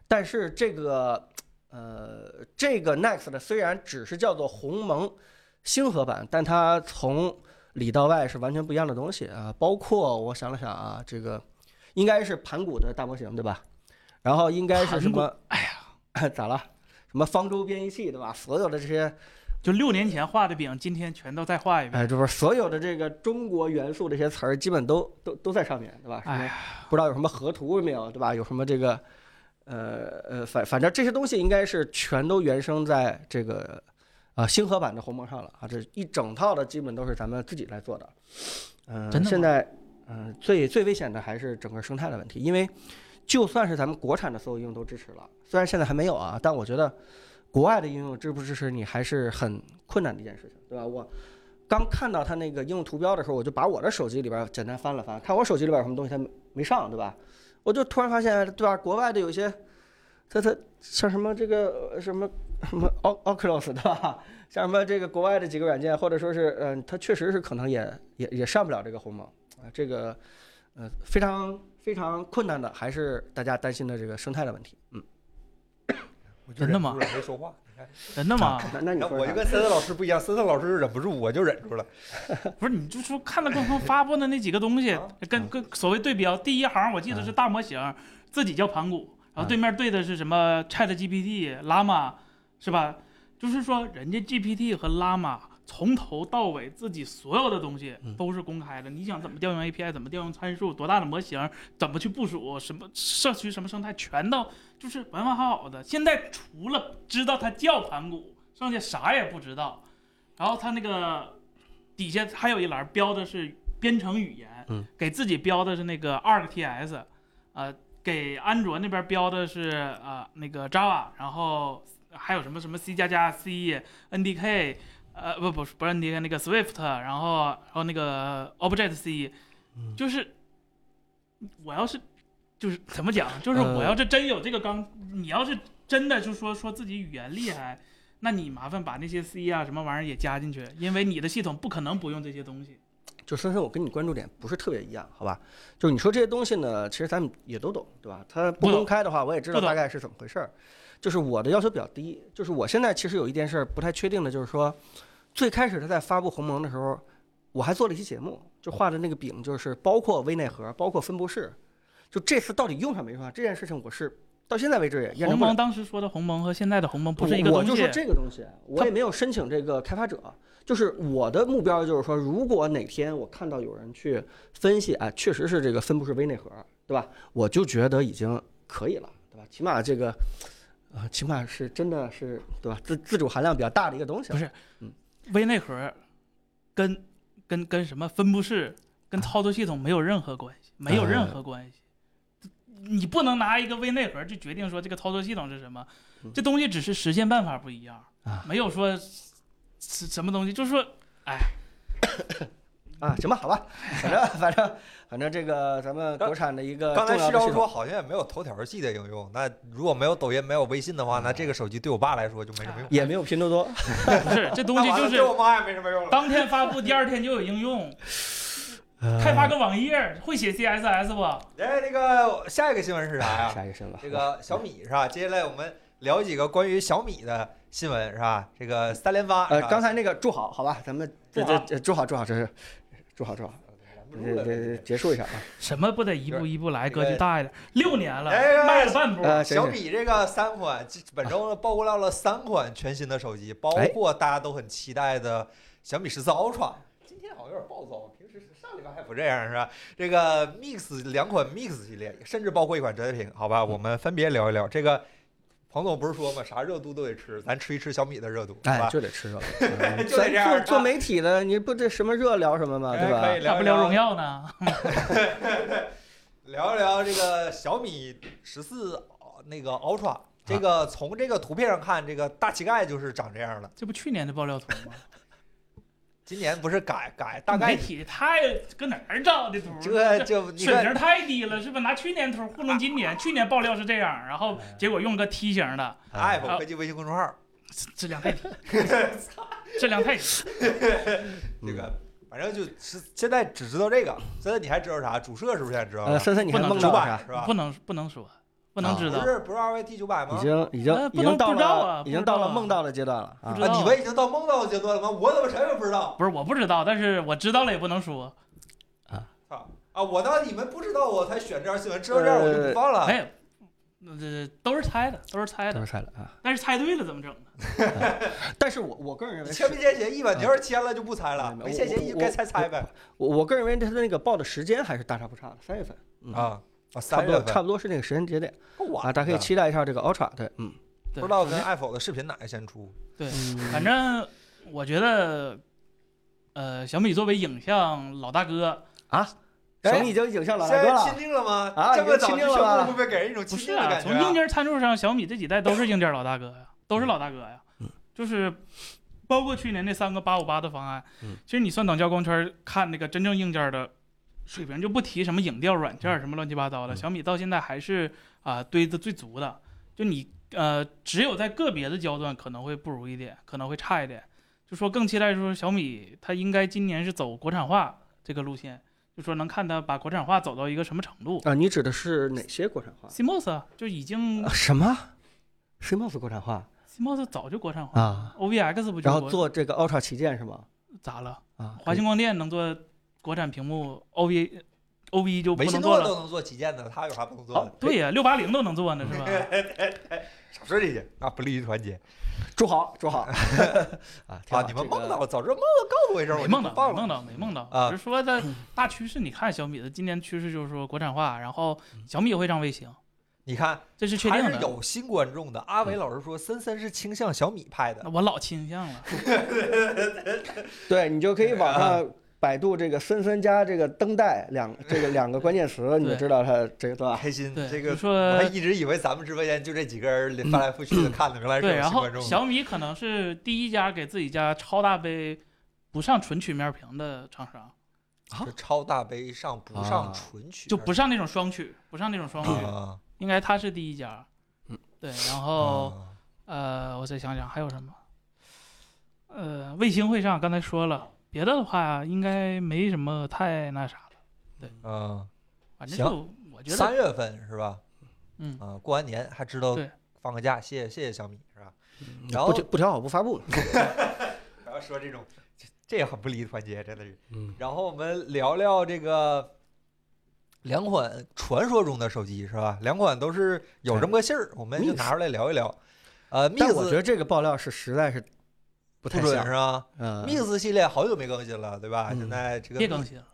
S2: 但是这个呃，这个 Next 的虽然只是叫做鸿蒙星河版，但它从里到外是完全不一样的东西啊。包括我想了想啊，这个应该是盘古的大模型对吧？然 后应该是什么？哎呀，咋了？什么方舟编译器对吧？所有的这些
S3: 就六年前画的饼，今天全都再画一遍。
S2: 哎，这不是所有的这个中国元素这些词儿，基本都都都在上面，对吧？什么
S3: 哎呀
S2: 不知道有什么河图没有，对吧？有什么这个，呃呃，反反正这些东西应该是全都原生在这个呃星河版的鸿蒙上了啊，这一整套的基本都是咱们自己来做的。嗯、
S3: 真的吗
S2: 现在嗯、最最危险的还是整个生态的问题，因为就算是咱们国产的所有应用都支持了，虽然现在还没有啊，但我觉得国外的应用支不支持你还是很困难的一件事情，对吧？我。刚看到它那个应用图标的时候，我就把我的手机里边简单翻了翻，看我手机里边有什么东西它没没上，对吧？我就突然发现，对吧？国外的有些，它它像什么这个呃什么什么 O Oculus 对吧？像什么这个国外的几个软件，或者说是嗯、它确实是可能也也也上不了这个鸿蒙啊，这个呃非常非常困难的，还是大家担心的这个生态的问题。嗯，
S1: 我就
S3: 真的
S1: 忍
S3: 吗
S1: 不住了没说话，你看，
S3: 真的吗？
S2: 那那
S1: 你
S2: 你
S1: 看
S2: 说
S1: 我就
S2: 啥？
S1: 跟森森老师不一样，森森老师就忍不住，我就忍住了。
S3: 不是，你就说看了官方发布的那几个东西
S1: 啊，
S3: 跟跟所谓对标，第一行我记得是大模型，自己叫盘古，然
S2: 啊
S3: 后对面对的是什么 Chat GPT、拉玛，是吧？就是说人家 GPT 和拉玛从头到尾自己所有的东西
S2: 嗯
S3: 都是公开的，你想怎么调用 API，怎么调用参数，多大的模型，怎么去部署，什么社区什么生态，全都就是完完好好的。现在除了知道它叫盘古，剩下啥也不知道。然后它那个底下还有一栏标的是编程语言，
S2: 嗯
S3: 给自己标的是那个 ArcTS，呃，给安卓那边标的是呃那个 Java，然后还有什么什么 C 加加、C、NDK，呃不不是不是 NDK 那个 Swift，然后然后那个 Object C，、就是我要是就是怎么讲，就是
S2: 呃
S3: 我要是真有这个刚，你要是真的就说说自己语言厉害。那你麻烦把那些 C 啊什么玩意儿也加进去，因为你的系统不可能不用这些东西。
S2: 就深深，我跟你关注点不是特别一样，好吧？就是你说这些东西呢，其实咱们也都懂，对吧？它不
S3: 不懂
S2: 公开的话，我也知道
S3: 不懂
S2: 大概是怎么回事儿。就是我的要求比较低，就是我现在其实有一件事儿不太确定的，就是说，最开始他在发布鸿蒙的时候，我还做了一期节目，就画的那个饼，就是包括微内核，包括分布式，就这次到底用上没用上这件事情，我是到现在为止也验证
S3: 鸿
S2: 不了
S3: 蒙当时说的鸿蒙和现在的鸿蒙不是一个
S2: 我
S3: 东
S2: 就说
S3: 西。
S2: 这个东西，我也没有申请这个开发者。就是我的目标就是说，如果哪天我看到有人去分析，啊，确实是这个分布式微内核，对吧？我就觉得已经可以了，对吧？起码这个，呃，起码是真的是对吧？自自主含量比较大的一个东西了。
S3: 不是微内核跟跟跟什么分布式、跟操作系统没有任何关系，没有任何关系。你不能拿一个微内核去决定说这个操作系统是什么，这东西只是实现办法不一样
S2: 啊，
S3: 没有说什什么东西，就是说
S2: 啊，行吧，好吧，反正反正反正这个咱们国产的一个
S1: 刚才
S2: 呃重要
S1: 世
S2: 的
S1: 超
S2: 系统
S1: 说好像也没有头条系的应用，那如果没有抖音、没有微信的话，那这个手机对我爸来说就没什么用。
S2: 也没有拼多多，
S3: 不是这哎东 西
S1: 那完
S3: 就
S1: 了对
S3: 是
S1: 我妈也没什么用了。
S3: 当天发布，第二天就有应用。开发个网页会写 CSS 不？
S1: 哎，那个下一个新闻是啥呀？
S2: 下一个新闻
S1: 这个小米是吧？接下来我们聊几个关于小米的新闻是吧？这个三连发，
S2: 呃
S1: 是，吧
S2: 刚才那个祝好，好吧，咱们这
S1: 祝好
S2: 这这祝好祝好，这是祝好祝好，
S1: 忍不住
S2: 这
S1: 了
S2: 这结束一下啊。
S3: 什么不得一步一步来，
S1: 这个
S3: 格局大一点。六年了，
S1: 哎哎
S3: 迈了半步。
S2: 呃，行啊
S1: 小
S2: 行，
S1: 米这个三款，这本周呢爆料了三款全新的手机，包
S2: 哎
S1: 括大家都很期待的小米十四 Ultra。今天好像有点暴躁，平时上礼拜还不这样是吧？这个 Mix 两款 Mix 系列，甚至包括一款折叠屏，好
S2: 嗯
S1: 吧，我们分别聊一聊这个。彭总不是说嘛，啥热度都得吃，咱吃一吃小米的热度，是
S2: 哎，
S1: 吧？
S2: 就得吃热
S1: 就
S2: 的。
S1: 得这样
S2: 咱
S1: 儿
S2: 做做媒体的，你不得什么热聊什么嘛，啊对
S1: 哎可以
S2: 吧？
S1: 聊
S3: 咋
S1: 一
S3: 不聊荣耀呢？
S1: 聊一聊这个小米十四呃那个 Ultra，这
S2: 啊
S1: 个从这个图片上看，这个大膝盖就是长这样了。
S3: 这不去年的爆料图吗？
S1: 今年不是改改 大概
S3: 媒体太搁哪儿找的图？
S1: 这就你
S3: 水
S1: 看
S3: 平太低了，是吧？拿去年图糊弄今年，去年爆料是这样，然
S1: 哎
S3: 后结果用个梯形的，
S1: app
S3: 啊
S1: 科技哎微信公众号，
S3: 质质量太低， 质量太低。
S2: 嗯
S1: 这个反正就是现在只知道这个。现在你还知道啥？主摄是不是现在知道
S2: 呃，
S1: 了？
S2: 森森，你还
S3: 不能
S2: 梦
S1: 主
S2: 到了
S1: 板
S2: 啥？
S1: 是吧啊
S3: 不？能不能说，不能知
S1: 不
S3: 道。
S1: 是不是 RYT 九百
S2: 已
S1: 吗？
S2: 经已
S3: 呃
S2: 经
S3: 不
S2: 已
S3: 能
S2: 经到
S3: 不知道
S2: 了
S3: 啊
S2: 已经到
S3: 不知
S2: 了
S3: 道啊
S2: 梦到的阶段了啊
S3: 不！知道
S1: 啊，你们已经到梦到的阶段了吗？我怎么什么也不知道
S3: 不是我不知道，但是我知道了也不能说。
S2: 呃
S1: 啊？我当你们不知道，我才选这条新闻，知道这样我就不放了。
S3: 哎，那这都是猜的，都是猜
S2: 都
S3: 的，
S2: 是猜的 啊。
S3: 但是猜对了怎么整呢？
S2: 但是我我个人认为是
S1: 签没签协议吧？你要是签了就不猜了，
S2: 嗯
S1: 没签协议就该猜猜呗。
S2: 我我个人认为他那个报的时间还是大差不差的，三月份，嗯，
S1: 啊啊，
S2: 差
S1: 三
S2: 不
S1: 月
S2: 多
S1: 份
S2: 差不多是那个时间节点
S1: 不晚
S2: 啊，大家可以
S1: 了
S2: 期待一下这个 Ultra，对，嗯，
S1: 不
S3: 对
S1: 知道
S3: 首
S1: 跟
S3: 先
S1: Apple 的视频哪个先出。
S3: 反正我觉得，呃，小米作为影像老大哥，
S2: 小米已经影像老
S1: 现
S2: 大哥
S1: 在
S2: 了
S1: 钦，定了吗？
S2: 啊
S1: 这么早就宣
S2: 已经钦定了吧
S1: 布，会不会给人一种
S3: 不
S1: 钦
S3: 是
S1: 定的
S3: 啊？
S1: 感觉
S3: 从硬件参数上，小米这几代都是硬件老大哥呀，都
S2: 嗯
S3: 是老大哥呀，就是包括去年那三个八五八的方案
S2: 嗯，
S3: 其实你算等焦光圈看那个真正硬件的水平，就不提什么影调、软件什么乱七八糟的，
S2: 嗯
S3: 小米到现在还是啊、堆的最足的，就你呃只有在个别的焦段可能会不如一点，可能会差一点。就说更期待说小米它应该今年是走国产化这个路线，就说能看它把国产化走到一个什么程度。
S2: 啊，你指的是哪些国产化？
S3: CMOS 啊就已经
S2: 啊什么？谁冒死国产化
S3: CMOS 早就国产化
S2: 啊？
S3: ，OVX 不就
S2: 然
S3: 国
S2: 后做这个 Ultra 旗舰是吗？
S3: 咋了？
S2: 啊，
S3: 华星光电能做国产屏幕，OV OV 就不
S1: 维信
S3: 能做
S1: 诺
S3: 了。
S1: 都能做旗舰的，他有啥不能做
S2: 好
S1: 的？，
S3: 对呀，六八零都能做呢，是
S1: 嗯
S3: 吧？
S1: 少说这些啊，不利于团结
S2: 祝好 祝好啊挺好
S1: 啊！你们
S2: 这个
S1: 梦到了，早知道梦到告诉我一声，我
S3: 没
S1: 就
S3: 梦
S1: 不
S3: 到，
S1: 放
S3: 没
S1: 了
S3: 梦到，没梦到。
S1: 啊
S3: 只是说的大趋势，你看小米的今年趋势就是说国产化，然后小米也会上卫星，
S1: 你看，
S3: 这是确
S1: 嗯还
S3: 定嗯
S1: 是
S3: 的。
S1: 有新观众的。阿伟老师说，森森是倾向小米派的
S3: 那，我老倾向了，
S1: 嗯
S2: 对你就 可以网上百度这个森森加这个灯带两这个两个关键词，你就知道它这个对吧？
S1: 开心。
S3: 嗯对，
S1: 这
S3: 就
S1: 个我
S3: 说呃嗯
S1: 还一直以为咱们直播间就这几个人翻来覆去的看的，原来是
S3: 对，
S1: 有
S3: 然
S1: 新
S3: 后
S1: 观众的。
S3: 小米可能是第一家给自己家超大杯不上纯曲面屏的厂商，
S1: 就超大杯上不上
S2: 啊
S1: 纯曲，
S3: 就不上那种双曲，不上那种双曲，
S1: 啊
S3: 应该它是第一家。
S2: 嗯，
S3: 对，然后。
S1: 嗯
S3: 呃，我再想想还有什么。呃，卫星会上刚才说了，别的的话应该没什么太那啥了。
S1: 啊，
S3: 反正
S1: 行
S3: 就我觉
S1: 三
S3: 得，
S1: 月份是吧？
S3: 嗯，
S1: 啊，过完年还知道
S3: 对
S1: 放个假，谢谢谢谢小米是吧？然
S2: 不
S1: 后
S2: 调不调好不发布了。
S1: 不要说这种，这这也很不利于团结，真的是。
S2: 嗯
S1: 然后我们聊聊这个两款传说中的手机是吧？两款都是有这么个信儿，我们就
S2: Mix
S1: 拿出来聊一聊。呃
S2: 但我觉
S1: ，Mix
S2: 得这个爆料是实在是不
S1: 不
S2: 太
S1: 准
S2: 像
S1: 是，吧
S2: 嗯，
S1: ？Mix 系列好久没更新了，对吧？
S2: 嗯
S1: 现在这个
S3: 别更新了。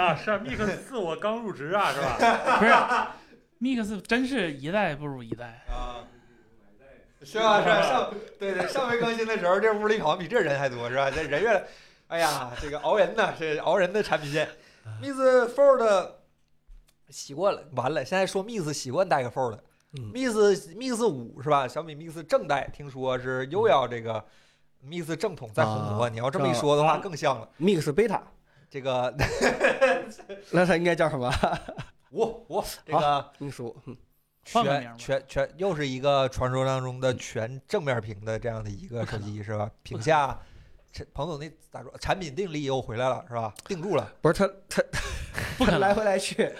S4: 啊，是啊 Mix 四我刚入职啊，是吧？
S3: 不是，Mix 真是一代不如一代。
S1: 啊。是吧？是吧？啊上对对，上回更新的时候，这屋里好像比这人还多，是吧？这人越来，哎呀，这个熬人呐，这熬人的产品线，Mix Fold 习惯了，完了，现在说 Mix 习惯带个 Fold，
S2: 嗯
S1: Mix Mix 五是吧？小米 Mix 正代听说是又要这个 Mix 正统再红火，
S2: 啊
S1: 你要这么一说的话更像了。
S2: Mix Beta，
S1: 这个
S2: 那它应该叫什么
S1: 五五这
S2: 啊
S1: 个
S2: ？Mix 五，嗯
S3: 换个名
S1: 全
S3: 吧
S1: 全全又是一个传说当中的全正面屏的这样的一个手机是吧？屏下。这彭总那咋说？产品定力又回来了是吧？定住了，
S2: 不是它它
S3: 不可
S2: 来
S3: 能，
S2: 回来去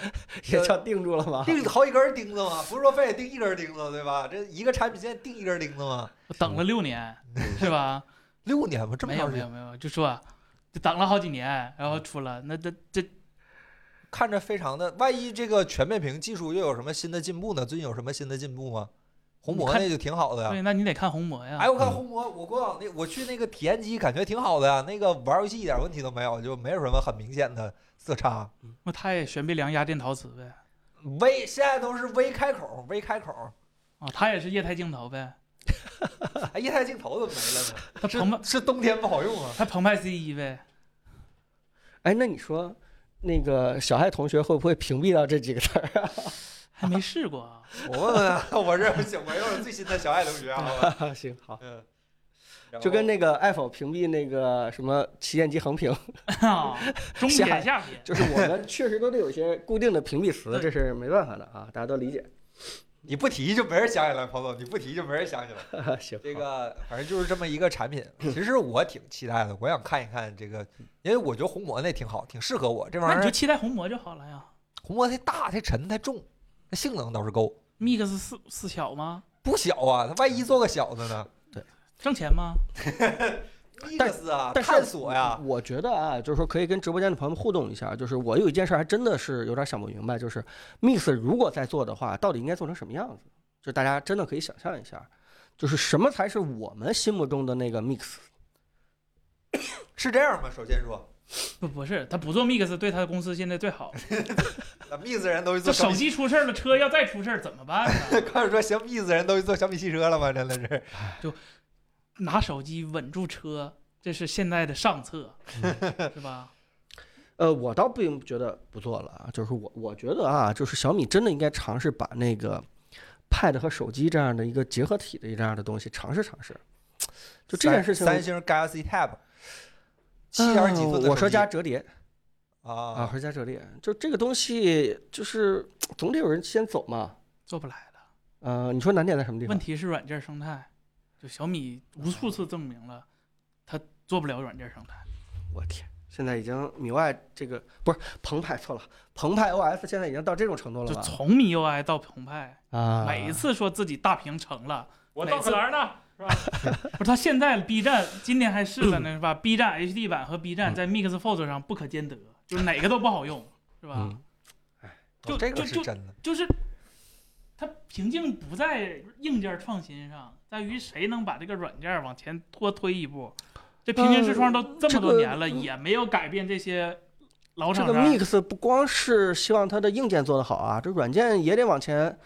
S2: 也叫定住了
S3: 啊
S2: 吗？
S1: 定好几根钉子嘛，不是说非得定一根钉子对吧？这一个产品线定一根钉子嘛，
S3: 我等了六年，是吧？
S1: 六年嗯嘛，这么
S3: 没有
S1: 长时
S3: 没
S1: 间
S3: 有，没有，就说就等了好几年，然后出了，那这这
S1: 看着非常的，万一这个全面屏技术又有什么新的进步呢？最近有什么新的进步吗？红魔那就挺好的呀。
S3: 对，那你得看红魔呀
S1: 啊哎，。我看红魔，我过往那我去那个体验机，感觉挺好的呀，那个玩游戏一点问题都没有，就没有什么很明显的色差。
S3: 那它也悬臂梁压电陶瓷呗，
S1: V 现在都是 V 开口，V 开口，
S3: 啊，它也是液态镜头呗，
S1: 哎，液态镜头怎么没
S3: 它澎
S1: 了
S3: 湃
S1: 呢？是冬天不好用啊？
S3: 它澎湃 C 一呗。
S2: 哎，那你说那个小爱同学会不会屏蔽到这几个词儿
S3: 还没试过 啊，
S1: 我问问啊，我这我又是最新的小爱同学，好吧？
S2: 啊？ 行好，
S1: 嗯，然后
S2: 就跟那个爱否屏蔽那个什么旗舰机横屏，
S3: 啊中
S2: 下
S3: 撇下撇，
S2: 就是我们确实都得有一些固定的屏蔽词，
S3: 对
S2: 这是没办法的啊，大家都理解。
S1: 你不提就没人想起来，彭总，你不提就没人想起来。
S2: 行，
S1: 这
S2: 好
S1: 个反正就是这么一个产品，其实我挺期待的，我想看一看这个，因为我觉得红魔那挺好，挺适合我这玩
S3: 那
S1: 意
S3: 你就
S1: 儿。
S3: 期待红魔就好了呀。
S1: 红魔它大，它沉，它重，它性能倒是够，
S3: Mix 四四小吗？
S1: 不小啊。它万一做个小的呢？
S3: 挣钱吗？
S2: 但
S1: mix 啊，
S2: 但是
S1: 探索呀，
S2: 我觉得啊，就是说可以跟直播间的朋友们互动一下。就是我有一件事儿还真的是有点想不明白，就是 Mix 如果在做的话，到底应该做成什么样子？就大家真的可以想象一下，就是什么才是我们心目中的那个 Mix？
S1: 是这样吗？首先说，
S3: 不不是，他不做 mix 对他公司现在最 好。
S1: 那 mix 人都去做
S3: 这
S1: 小
S3: 手
S1: 米，
S3: 机出事儿了，车要再出事儿怎么办呢？
S1: 开始说行，mix 人都去做小米汽车了吗？真的是，
S3: 拿手机稳住车，这是现在的上 策，是吧？
S2: 呃，我倒并不觉得不做了啊，就是我我觉得啊，就是小米真的应该尝试把那个 Pad 和手机这样的一个结合体的这样的东西尝试尝试。就这件事情，
S1: 三三星 Galaxy Tab 七点几寸的手
S2: 嗯
S1: 机，
S2: 我说加折叠，啊，
S1: 啊，
S2: 回家折叠，就这个东西，就是总得有人先走嘛。
S3: 做不来了。
S2: 呃，你说难点在什么地
S3: 问
S2: 方？
S3: 题是软件生态，就小米无数次证明了，它做不了软件生态。
S2: 我天，现在已经米外这个不是澎湃错了，澎湃 OS 现在已经到这种程度了
S3: 就
S2: 吧？
S3: 从 MIUI 到澎湃，
S2: 啊，
S3: 每一次说自己大屏成了，
S4: 我
S3: 每
S4: 到
S3: 次
S4: 可栏呢，是吧？
S3: 不是他现在 B 站今天还试了 呢，是吧？B 站 HD 版和 B
S1: 嗯
S3: 站在 Mix Fold 上不可兼得，就是哪个都不好用，是吧？
S2: 嗯
S1: 哦
S3: 就
S1: 这个
S3: 就是就
S1: 真的，
S3: 就是它瓶颈不在硬件创新上，在于谁能把这个软件往前多推一步。这平行视窗都这么多年了，
S2: 呃这个嗯
S3: 也没有改变这些老
S2: 这
S3: 厂
S2: 个
S3: 商。
S2: Mix 不光是希望它的硬件做得好啊，这软件也得往前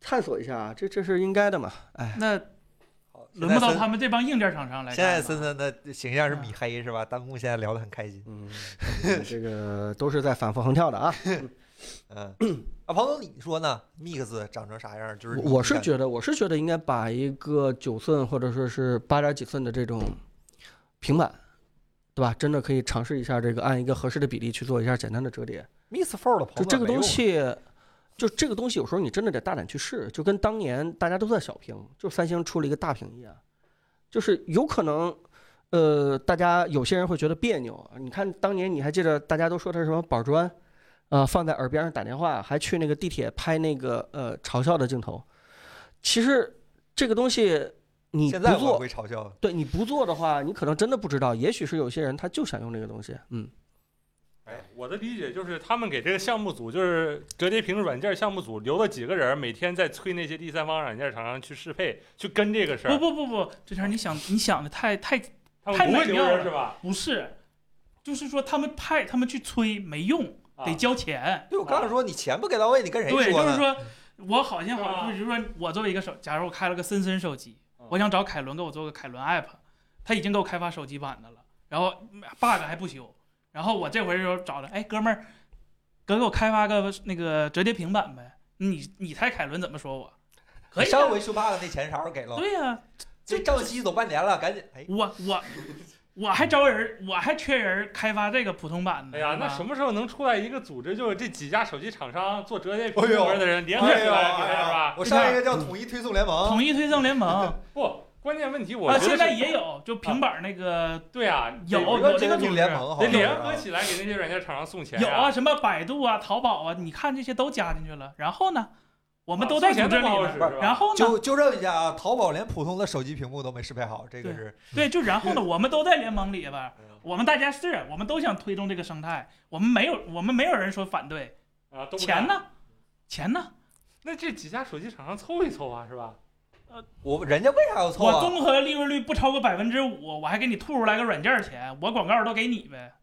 S2: 探索一下，啊这这是应该的嘛？哎，
S3: 那
S1: 好
S3: 轮
S1: 现
S3: 不到。
S1: 在森
S3: 他们这帮硬件厂商来
S1: 现在
S3: 干吧嗯
S1: 森森的形象是米黑是吧？弹幕现在聊得很开心，
S2: 嗯，这个都是在反复横跳的啊。
S1: 嗯，啊，彭总你说呢？mix 长成啥样？就是
S2: 我
S1: 你
S2: 我是
S1: 感
S2: 觉得，我是觉得应该把一个九寸或者说是八点几寸的这种平板，对吧？真的可以尝试一下这个，按一个合适的比例去做一下简单的折叠。
S1: mix fold
S2: 就
S1: 彭总
S2: 这个
S1: 没
S2: 东
S1: 用
S2: 西，就这个东西，有时候你真的得大胆去试，就跟当年大家都在小屏，就三星出了一个大屏一样，就是有可能。呃，大家有些人会觉得别扭。啊你看，当年你还记得大家都说它是什么板砖，呃，放在耳边上打电话，还去那个地铁拍那个呃嘲笑的镜头。其实这个东西你不
S1: 现在我
S2: 做，
S1: 会嘲笑的。
S2: 对你不做的话，你可能真的不知道。也许是有些人他就想用这个东西，嗯，
S4: 哎，我的理解就是，他们给这个项目组，就是折叠屏软件项目组留了几个人，每天在催那些第三方软件厂商去适配，去跟这个事
S3: 不
S4: 儿。
S3: 不不不，这事儿你想你想的太太
S4: 他们
S3: 太
S4: 不会
S3: 美
S4: 留
S3: 妙
S4: 人
S3: 了
S4: 是吧？
S3: 不是，就是说他们派他们去催没用，
S4: 啊
S3: 得交钱。
S1: 对，我刚才说你钱不给到位，你跟谁
S3: 对，
S1: 说
S3: 就
S1: 呢？
S3: 是说我好心
S4: 是吧
S3: 好，就是说我作为一个手，假如我开了个森森手机，
S4: 啊嗯
S3: 我想找凯伦给我做个凯伦 app，他已经给我开发手机版的了，然后嗯 bug 还不修，然后我这回就找了，哎，哥们儿，哥给我开发个那个折叠平板呗，你你猜凯伦怎么说我？可以、
S1: 上
S3: 啊，
S1: 回修 bug 那钱啥时候给了？
S3: 对呀、
S1: 这账期走半年了，赶紧哎，
S3: 我我。我还招人，我还缺人开发这个普通版的。
S4: 哎呀，
S3: 是吧
S4: 那什么时候能出来一个组织，就是这几家手机厂商做 折叠屏
S1: 哎呦
S4: 这边的人联合
S1: 哎
S4: 起
S1: 呦
S4: 来，给
S1: 哎
S4: 他
S1: 呦
S4: 是吧？
S1: 我上一个叫统一推送联盟，
S3: 统一推送联盟，
S4: 不，关键问题我
S3: 啊，
S4: 觉得
S3: 现在
S4: 是
S3: 也有，就平板那个
S4: 对啊，
S3: 有
S4: 得
S1: 我
S3: 有
S1: 这
S3: 这
S1: 个
S3: 个
S1: 就
S3: 组织
S1: 联盟好
S4: 得
S1: 像是
S4: 联
S1: 啊
S4: 合起来给那些软件厂商送钱
S3: 有啊，
S4: 啊。
S3: 什么百度啊、淘宝啊，你看这些都加进去了。然后呢，我
S4: 我
S3: 们都在组
S4: 钱
S3: 织
S4: 都
S3: 里
S4: 不好使
S3: 呢。
S4: 是
S1: 不是
S4: 吧？
S3: 然后呢，
S1: 纠纠正一下啊，淘宝连普通的手机屏幕都没适配好，这个是
S3: 对，就然 后呢，我们都在联盟里边儿，
S4: 嗯
S3: 我们大家是我们都想推动这个生态，我们没有我们没有人说反对。
S4: 啊，都不干
S3: 钱？呢？钱呢？
S4: 那这几家手机厂商凑一凑啊，是吧？
S1: 我人家为啥要凑
S3: 我
S1: 啊？
S3: 综合利润率不超过百分之五，我还给你吐出来个软件儿钱，我广告都给你呗。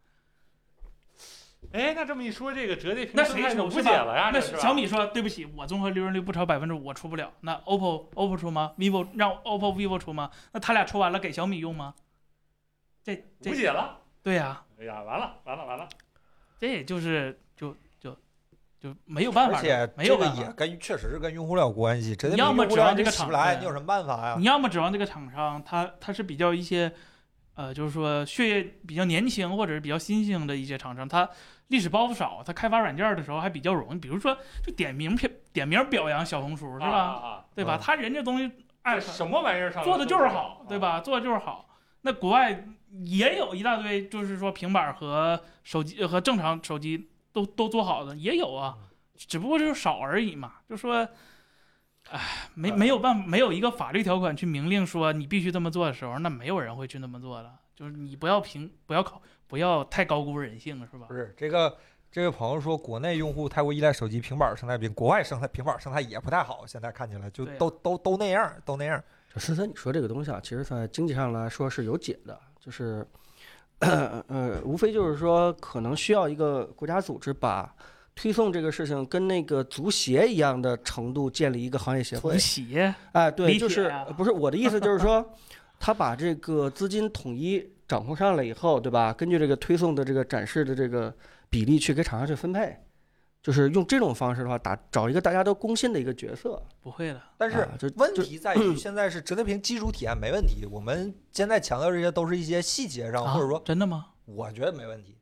S4: 哎，那这么一说，这个折叠屏
S3: 那
S4: 生
S3: 谁
S4: 态就
S3: 出
S4: 无解了呀？
S3: 那
S4: 这是吧
S3: 小米说对不起，我综合利润率不超百分之五，我出不了。那 OPPO OPPO 出吗？vivo 让 OPPO vivo 出吗？那他俩出完了给小米用吗？这
S4: 无
S3: 这
S4: 解了。
S3: 对呀、
S4: 哎呀，完了完了完了！
S3: 这也就是就就就没有办
S1: 而
S3: 法
S1: 且
S3: 了，没
S1: 这
S3: 有
S1: 个
S3: 办
S1: 也
S3: 法。
S1: 跟确实是跟用户量有关系，真的
S3: 你要么指望这个
S1: 起
S3: 厂
S1: 不来，
S3: 对
S1: 你有什么办法呀
S3: 你？要么指望这个厂商，他他是比较一些，呃，就是说血液比较年轻或者是比较新兴的一些厂商，他历史包袱少，他开发软件儿的时候还比较容易。比如说，就点名片点名表扬小红书是
S4: 啊
S3: 吧？
S4: 啊啊
S3: 对吧？
S1: 嗯
S3: 他人家东西爱
S4: 这什么玩意儿上
S3: 做的就是好
S4: 啊，
S3: 对？吧？做的就是好。那国外也有一大堆，就是说平板儿和手机和正常手机都都做好的也有啊，只不过就是少而已嘛。就说，唉，没没有办没有一个法律条款去明令说你必须这么做的时候，那没有人会去那么做了。就是你不要评，不要考，不要太高估人性，是吧
S1: 不？是这个这位朋友说，国内用户太过依赖手机平板儿生态病，国外生态平板儿生态也不太好，现在看起来就
S3: 对呀啊
S1: 都、都都那样儿，都那样儿。
S2: 就森森，你说这个东西啊，其实在经济上来说是有解的，就是， 呃，无非就是说，可能需要一个国家组织把推送这个事情跟那个足协一样的程度建立一个行业协
S3: 足
S2: 会。
S3: 协
S2: 哎，对，
S3: 理
S2: 就
S3: 解
S2: 是
S3: 啊
S2: 呃不是我的意思就是说， 他把这个资金统一掌控上了以后，对吧？根据这个推送的这个展示的这个比例去给厂商去分配，就是用这种方式的话，打找一个大家都公信的一个角色。
S3: 不会的，
S1: 但是
S2: 啊就
S1: 问
S2: 就
S1: 题在于，现在是折叠屏基础体验没问题，我们现在强调这些都是一些细节上，
S3: 啊
S1: 或者说
S3: 真的吗？
S1: 我觉得没问题。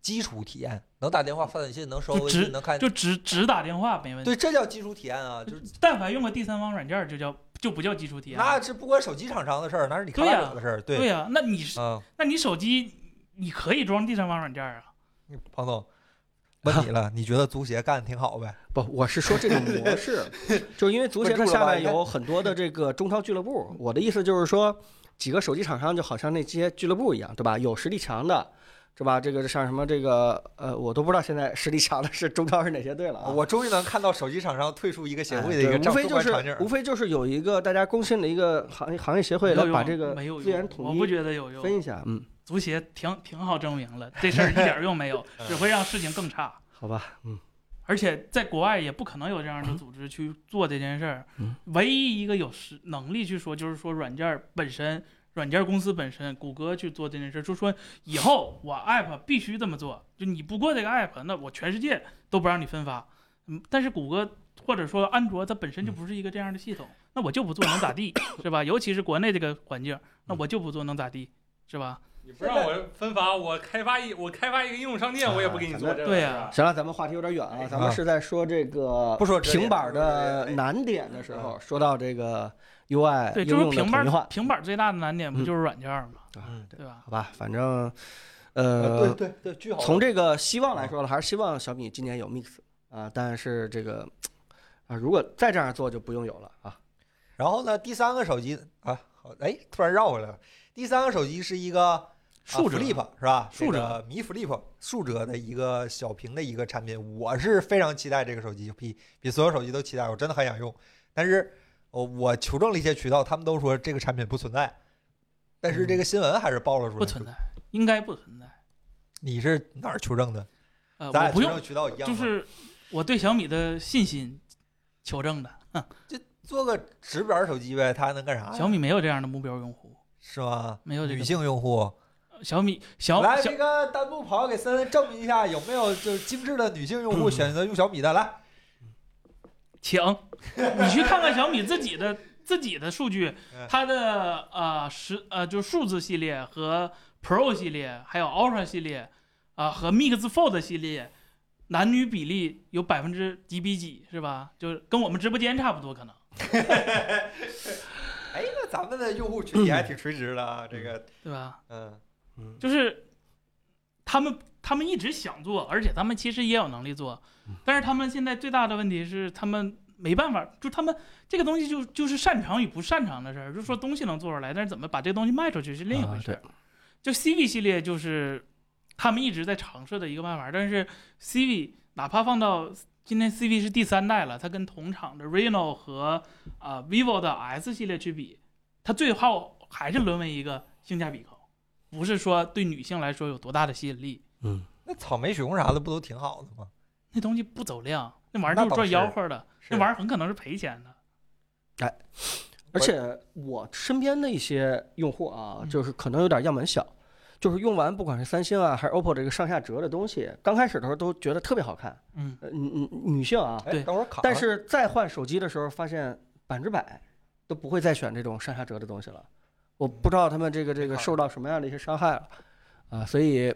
S1: 基础体验能打电话、发短信、能收
S3: 就
S1: 微
S3: 直
S1: 信、能看，
S3: 就只只打电话没问题。
S1: 哎对，这叫基础体验啊！就是
S3: 但凡用个第三方软件儿，就叫就不叫基础体验。
S1: 那是不关手机厂商的事儿，那是你开
S3: 对
S1: 发
S3: 呀
S1: 者的事儿。
S3: 对，呀、那你是
S1: 嗯，
S3: 那你手机你可以装第三方软件儿啊。
S1: 庞总，问你了，你觉得足协干的挺好呗？
S2: 不，我是说这 种模式，就是因为足协它
S1: 关注了
S2: 下
S1: 吧
S2: 面
S1: 应该
S2: 有很多的这个中超俱乐部。我的意思就是说，几个手机厂商就好像那些俱乐部一样，对吧？有实力强的，对吧？这个像什么这个呃，我都不知道现在实力强的是中超是哪些队了啊。
S1: 我终于能看到手机厂商退出一个协会的一
S2: 哎
S1: 个
S2: 对
S1: 这
S2: 无
S1: 样
S2: 非
S1: 客
S2: 就
S1: 观场景
S2: 是
S1: 儿。
S2: 无非就是有一个大家公信的一个行业行业协会
S3: 没有
S2: 来把
S3: 用
S2: 这个
S3: 没有
S2: 资源
S3: 用
S2: 统
S3: 我
S2: 一
S3: 不觉得有用。
S2: 分一下，嗯，
S3: 足协挺挺好证明了，这事儿一点儿用没有， 只会让事情更差。
S2: 好吧，嗯，
S3: 而且在国外也不可能有这样的组织去做这件事儿
S2: 嗯。
S3: 唯一一个有实能力去说，就是说软件儿本身，软件公司本身，谷歌去做这件事儿，就说以后我 app 必须这么做，就你不过这个 app，那我全世界都不让你分发。嗯，但是谷歌或者说安卓它本
S2: 嗯
S3: 身就不是一个这样的系统，那我就不做能咋地，是吧？尤其是国内这个环境，那
S2: 嗯
S3: 我就不做能咋地，是吧？
S4: 你不让我分发，我开发一我开发一个应用商店，我也不给你做这个。
S3: 对呀
S4: 是吧
S2: 行了，咱们话题有点远啊，咱们
S1: 啊
S2: 是在说这个
S1: 不说折叠
S2: 平板儿
S1: 不说折叠
S2: 的
S1: 对
S2: 难点的时候，说到这个 UI 哎
S3: 对，
S2: 应
S3: 就是
S2: 用的
S3: 平
S2: 统
S3: 板
S2: 一化
S3: 儿，平板儿最大的难点不
S2: 嗯啊
S3: 就是软件儿吗？
S1: 嗯，
S3: 对吧？
S2: 好吧，反正
S1: 对
S2: 呃，
S1: 对对，巨好。
S2: 从这个希望来说了，还是希望小米今年有 Mix 啊，但是这个啊，如果再这样做就不用有了啊。
S1: 然后呢，第三个手机啊，好，哎，突然绕回来了。第三个手机是一个
S3: 竖着
S1: 啊、Flip 是吧？
S3: 竖着
S1: 这个Mi Flip 竖折的一个小屏的一个产品，我是非常期待这个手机，比比所有手机都期待，我真的很想用。但是，呃我求证了一些渠道，他们都说这个产品不存在，但是这个新闻还是爆了出来。
S3: 嗯不存在，应该不存在。
S1: 你是哪儿求证的？
S3: 呃，
S1: 咱
S3: 我
S1: 俩
S3: 不
S1: 求
S3: 用，
S1: 证渠道一样
S3: 就
S1: 吗，
S3: 是我对小米的信心求证的。
S1: 做个直板手机呗，它还能干哎啥呀？
S3: 小米没有这样的目标用户，
S1: 是吗？
S3: 没有这
S1: 女
S3: 个
S1: 性用户，
S3: 小米小
S1: 来，
S3: 小
S1: 这个弹幕朋友给森森证明一下，有没有就是精致的女性用 户选择用小米 的？来，
S3: 请你去看看小米自己的自己的数据，
S1: 嗯
S3: 它的呃十呃就数字系列和 Pro 系列，还有 Ultra 系列，啊、和 Mix Fold 系列，男女比例有百分之几比几是吧？就是跟我们直播间差不多可能。
S1: 哎，那咱们的用户群体还挺垂直的啊，这个，
S3: 对吧？
S1: 嗯，
S2: 嗯，
S3: 就是他们他们一直想做，而且他们其实也有能力做，但是他们现在最大的问题是他们没办法，就他们这个东西就就是擅长与不擅长的事儿，就是说东西能做出来，但是怎么把这个东西卖出去是另一回事。
S2: 啊
S3: 儿。就 CV 系列就是他们一直在尝试的一个办法，但是 CV 哪怕放到今天 CV 是第三代了，它跟同厂的 Reno 和啊、vivo 的 S 系列去比，它最后还是沦为一个性价比高，不是说对女性来说有多大的吸引力。
S2: 嗯，
S1: 那草莓熊啥的不都挺好的吗？
S3: 那东西不走量，那玩意儿
S1: 那
S3: 就是
S1: 倒
S3: 赚
S1: 是
S3: 吆喝的，
S1: 是
S3: 那玩意儿很可能是赔钱的。
S2: 而且我身边的一些用户啊，
S3: 嗯
S2: 就是可能有点样本小，就是用完不管是三星啊还是 OPPO 这个上下折的东西，刚开始的时候都觉得特别好看，
S3: 嗯，
S2: 呃，女女女性啊，
S1: 哎，
S3: 对
S1: 等会儿卡了，
S2: 但是再换手机的时候，发现百分之百都不会再选这种上下折的东西了。我不知道他们这个这个
S1: 好
S2: 受到什么样的一些伤害了。啊，所以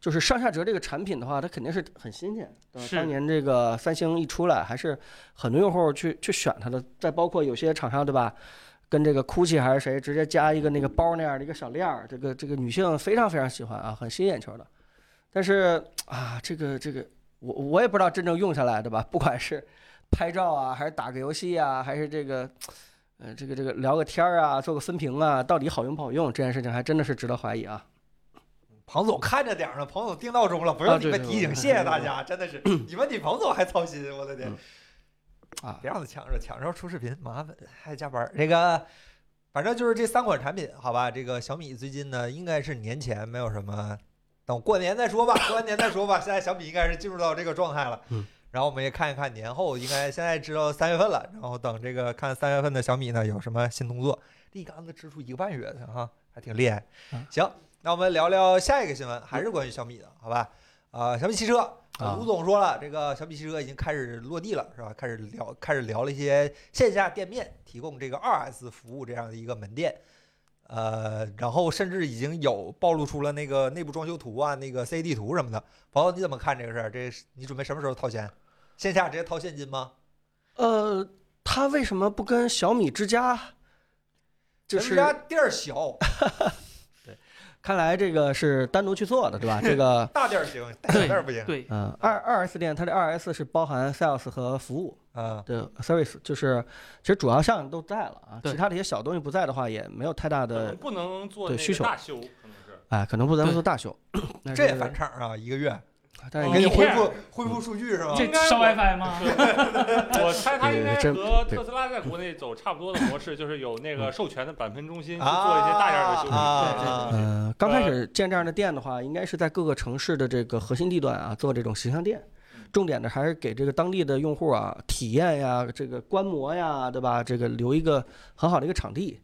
S2: 就是上下折这个产品的话，它肯定是很新鲜。对吧
S3: 是
S2: 当年这个三星一出来，还是很多用户去去选它的。再包括有些厂商，对吧？跟这个 GUCCI 还是谁直接加一个那个包那样的一个小链儿，这个这个女性非常非常喜欢啊，很吸引眼球的。但是啊，这个这个我我也不 知道真正用下来，对吧？不管是拍照啊，还是打个游戏啊，还是这个呃，这个这个聊个天儿啊，做个分评啊，到底好用不好用这件事情，还真的是值得怀疑啊。
S1: 彭总看着点儿呢，彭总定闹钟了，不用你们提醒，谢谢大家，真的是你们比彭总还操心，我的天！
S2: 嗯啊，
S1: 别让他抢着，抢着出视频麻烦，还加班儿。这个反正就是这三款产品，好吧？这个小米最近呢，应该是年前没有什么，等过年再说吧，过完年再说吧。现在小米应该是进入到这个状态了。
S2: 嗯。
S1: 然后我们也看一看年后，应该现在知道三月份了，然后等这个看三月份的小米呢有什么新动作。这一竿子支出一个半月的哈，还挺厉害
S2: 嗯。
S1: 行，那我们聊聊下一个新闻，还是关于小米的，好吧？啊、小米汽车，
S2: 啊
S1: 呃卢总说了，这个小米汽车已经开始落地了，是吧？开始聊，开始聊了一些线下店面提供这个 2S 服务这样的一个门店，呃，然后甚至已经有暴露出了那个内部装修图啊，那个 CAD 图什么的。朋友，你怎么看这个事儿？这是你准备什么时候掏钱？线下直接掏现金吗？
S2: 呃，它为什么不跟小米之家？就
S1: 咱们
S2: 是
S1: 家地儿小，
S2: 看来这个是单独去做的，对吧？这个，
S1: 大店儿行，大小店儿不行。
S3: 对，
S2: 嗯，二二 S 店它的二 S 是包含 sales 和服务
S1: 啊，
S2: 的 service，就是其实主要项目都在了啊，
S3: 对
S2: 其他的一些小东西不在的话，也没有太大的，
S4: 不能做
S2: 对
S4: 那
S2: 需
S4: 个
S2: 求
S4: 大修，可能是。
S2: 哎，可能不咱们做大秀，但
S1: 这也
S2: 是
S1: 返场啊，一个月。
S2: 但
S1: 给你
S2: 是也
S1: 恢复恢复数据是吧？
S3: 这
S4: 应该
S3: 烧
S4: 我
S3: WiFi 吗？
S4: 我猜它应该
S2: 对真
S4: 和特斯拉在国内走差不多的模式，就是有那个授权的版权中心去
S1: 啊
S4: 做一些大件儿的修
S1: 啊
S4: 理。对
S1: 啊
S4: 对对
S2: 呃，刚开始建这样的店的话，应该是在各个城市的这个核心地段啊，做这种形象店。重点的还是给这个当地的用户啊体验呀，这个观摩呀，对吧？这个留一个很好的一个场地。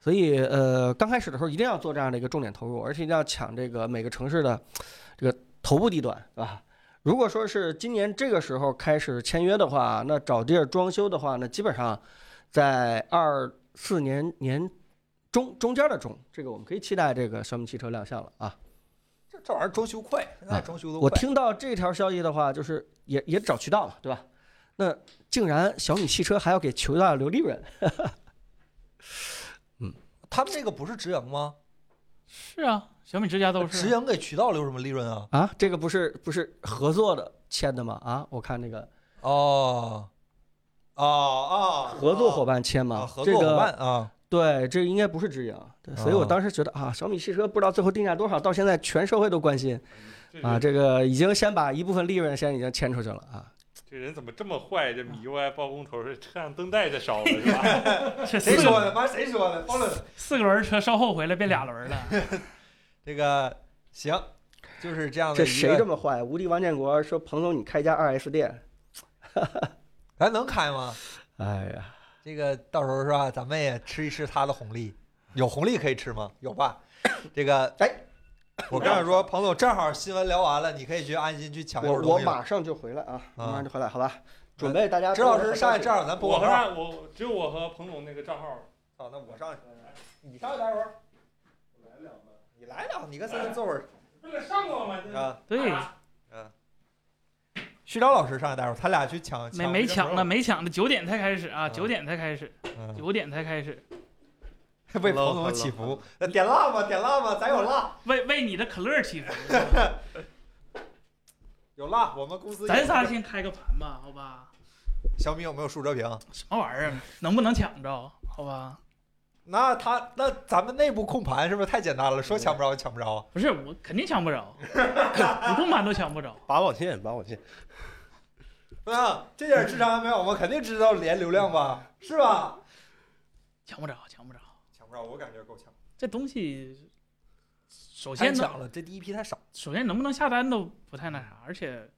S2: 所以呃，刚开始的时候一定要做这样的一个重点投入，而且一定要抢这个每个城市的这个头部地段，对吧？如果说是今年这个时候开始签约的话，那找地儿装修的话，那基本上在二四年年中中间的中，这个我们可以期待这个小米汽车亮相了啊。
S1: 这这玩意儿装修快，现在装修都
S2: 我
S1: 快。
S2: 听到这条消息的话，就是也也找渠道了，对吧？那竟然小米汽车还要给渠道留利润，
S1: 他们这个不是直营吗？
S3: 是啊，小米之家都是
S1: 直营给渠道留什么利润啊？
S2: 啊，这个不是不是合作的签的吗？啊，我看那个
S1: 哦，哦哦，
S2: 合作伙
S1: 伴
S2: 伴签嘛，
S1: 啊，合
S2: 这
S1: 作伙
S2: 个
S1: 伴啊，
S2: 对，这应该不是直营，对，所以我
S1: 啊
S2: 当时觉得啊，小米汽车不知道最后定价多少，到现在全社会都关心
S4: 这
S2: 啊，
S4: 人
S2: 这个已经先把一部分利润先已经签出去了啊，
S4: 这人怎么这么坏？这米 UI 包工头是看灯带在烧了是吧？
S3: 这四
S1: 谁说
S3: 个
S1: 的？妈谁说的？包了
S3: 四个轮车烧后回来变俩轮了，
S1: 这个行，就是这样的
S2: 这
S1: 一
S2: 谁这
S1: 个。
S2: 么坏？无敌王建国说彭总你开一家二 S 店，
S1: 咱能开吗？
S2: 哎呀。
S1: 这个到时候是吧？咱们也吃一吃他的红利，有红利可以吃吗？有吧？这个哎，我刚想说，彭总正好新闻聊完了，你可以去安心去抢一会
S2: 我
S1: 儿
S2: 我
S1: 东西了。
S2: 马上就回来啊，我马
S1: 啊
S2: 上就回来，好吧？准备大家
S1: 支
S2: 都
S1: 老师上去，
S2: 都
S1: 正好咱播
S4: 我
S1: 广
S4: 和
S1: 告。
S4: 他我只有我和彭总那个账号，
S1: 好，啊那我上去，你上去待会儿。我来两你来两，你跟森森坐会 儿
S4: 不是上过吗？
S1: 啊。
S3: 对，
S1: 旭章老师上去待会儿，他俩去啊抢
S3: 没没抢呢，
S1: 了，
S3: 没抢呢，九点才开始啊，
S1: 啊
S3: 九点才开始，
S1: 嗯
S3: 九点才开始，
S1: 为彭总祈福。那点蜡吧，点蜡吧，咱有蜡，
S3: 为为你的可乐祈福。
S1: 有蜡。我们公司有
S3: 咱仨先开个盘吧，好吧？
S1: 小米有没有竖折屏？
S3: 什么玩意
S1: 嗯
S3: 儿？啊能不能抢着？好吧？
S1: 那他那咱们内部控盘是不是太简单了？说抢不着就抢不着。
S3: 不是，我肯定抢 不着，普通盘都抢不着。
S5: 拔网线，拔网线，
S1: 啊，这点智商没有，我们肯定知道连流量吧，是吧？
S3: 抢不着，抢不着。
S1: 抢不着，我感觉够呛。
S3: 这东西，首
S1: 我
S3: 先能，
S1: 抢了，这第一批太少。
S3: 首先能不能下单都不太那啥，而且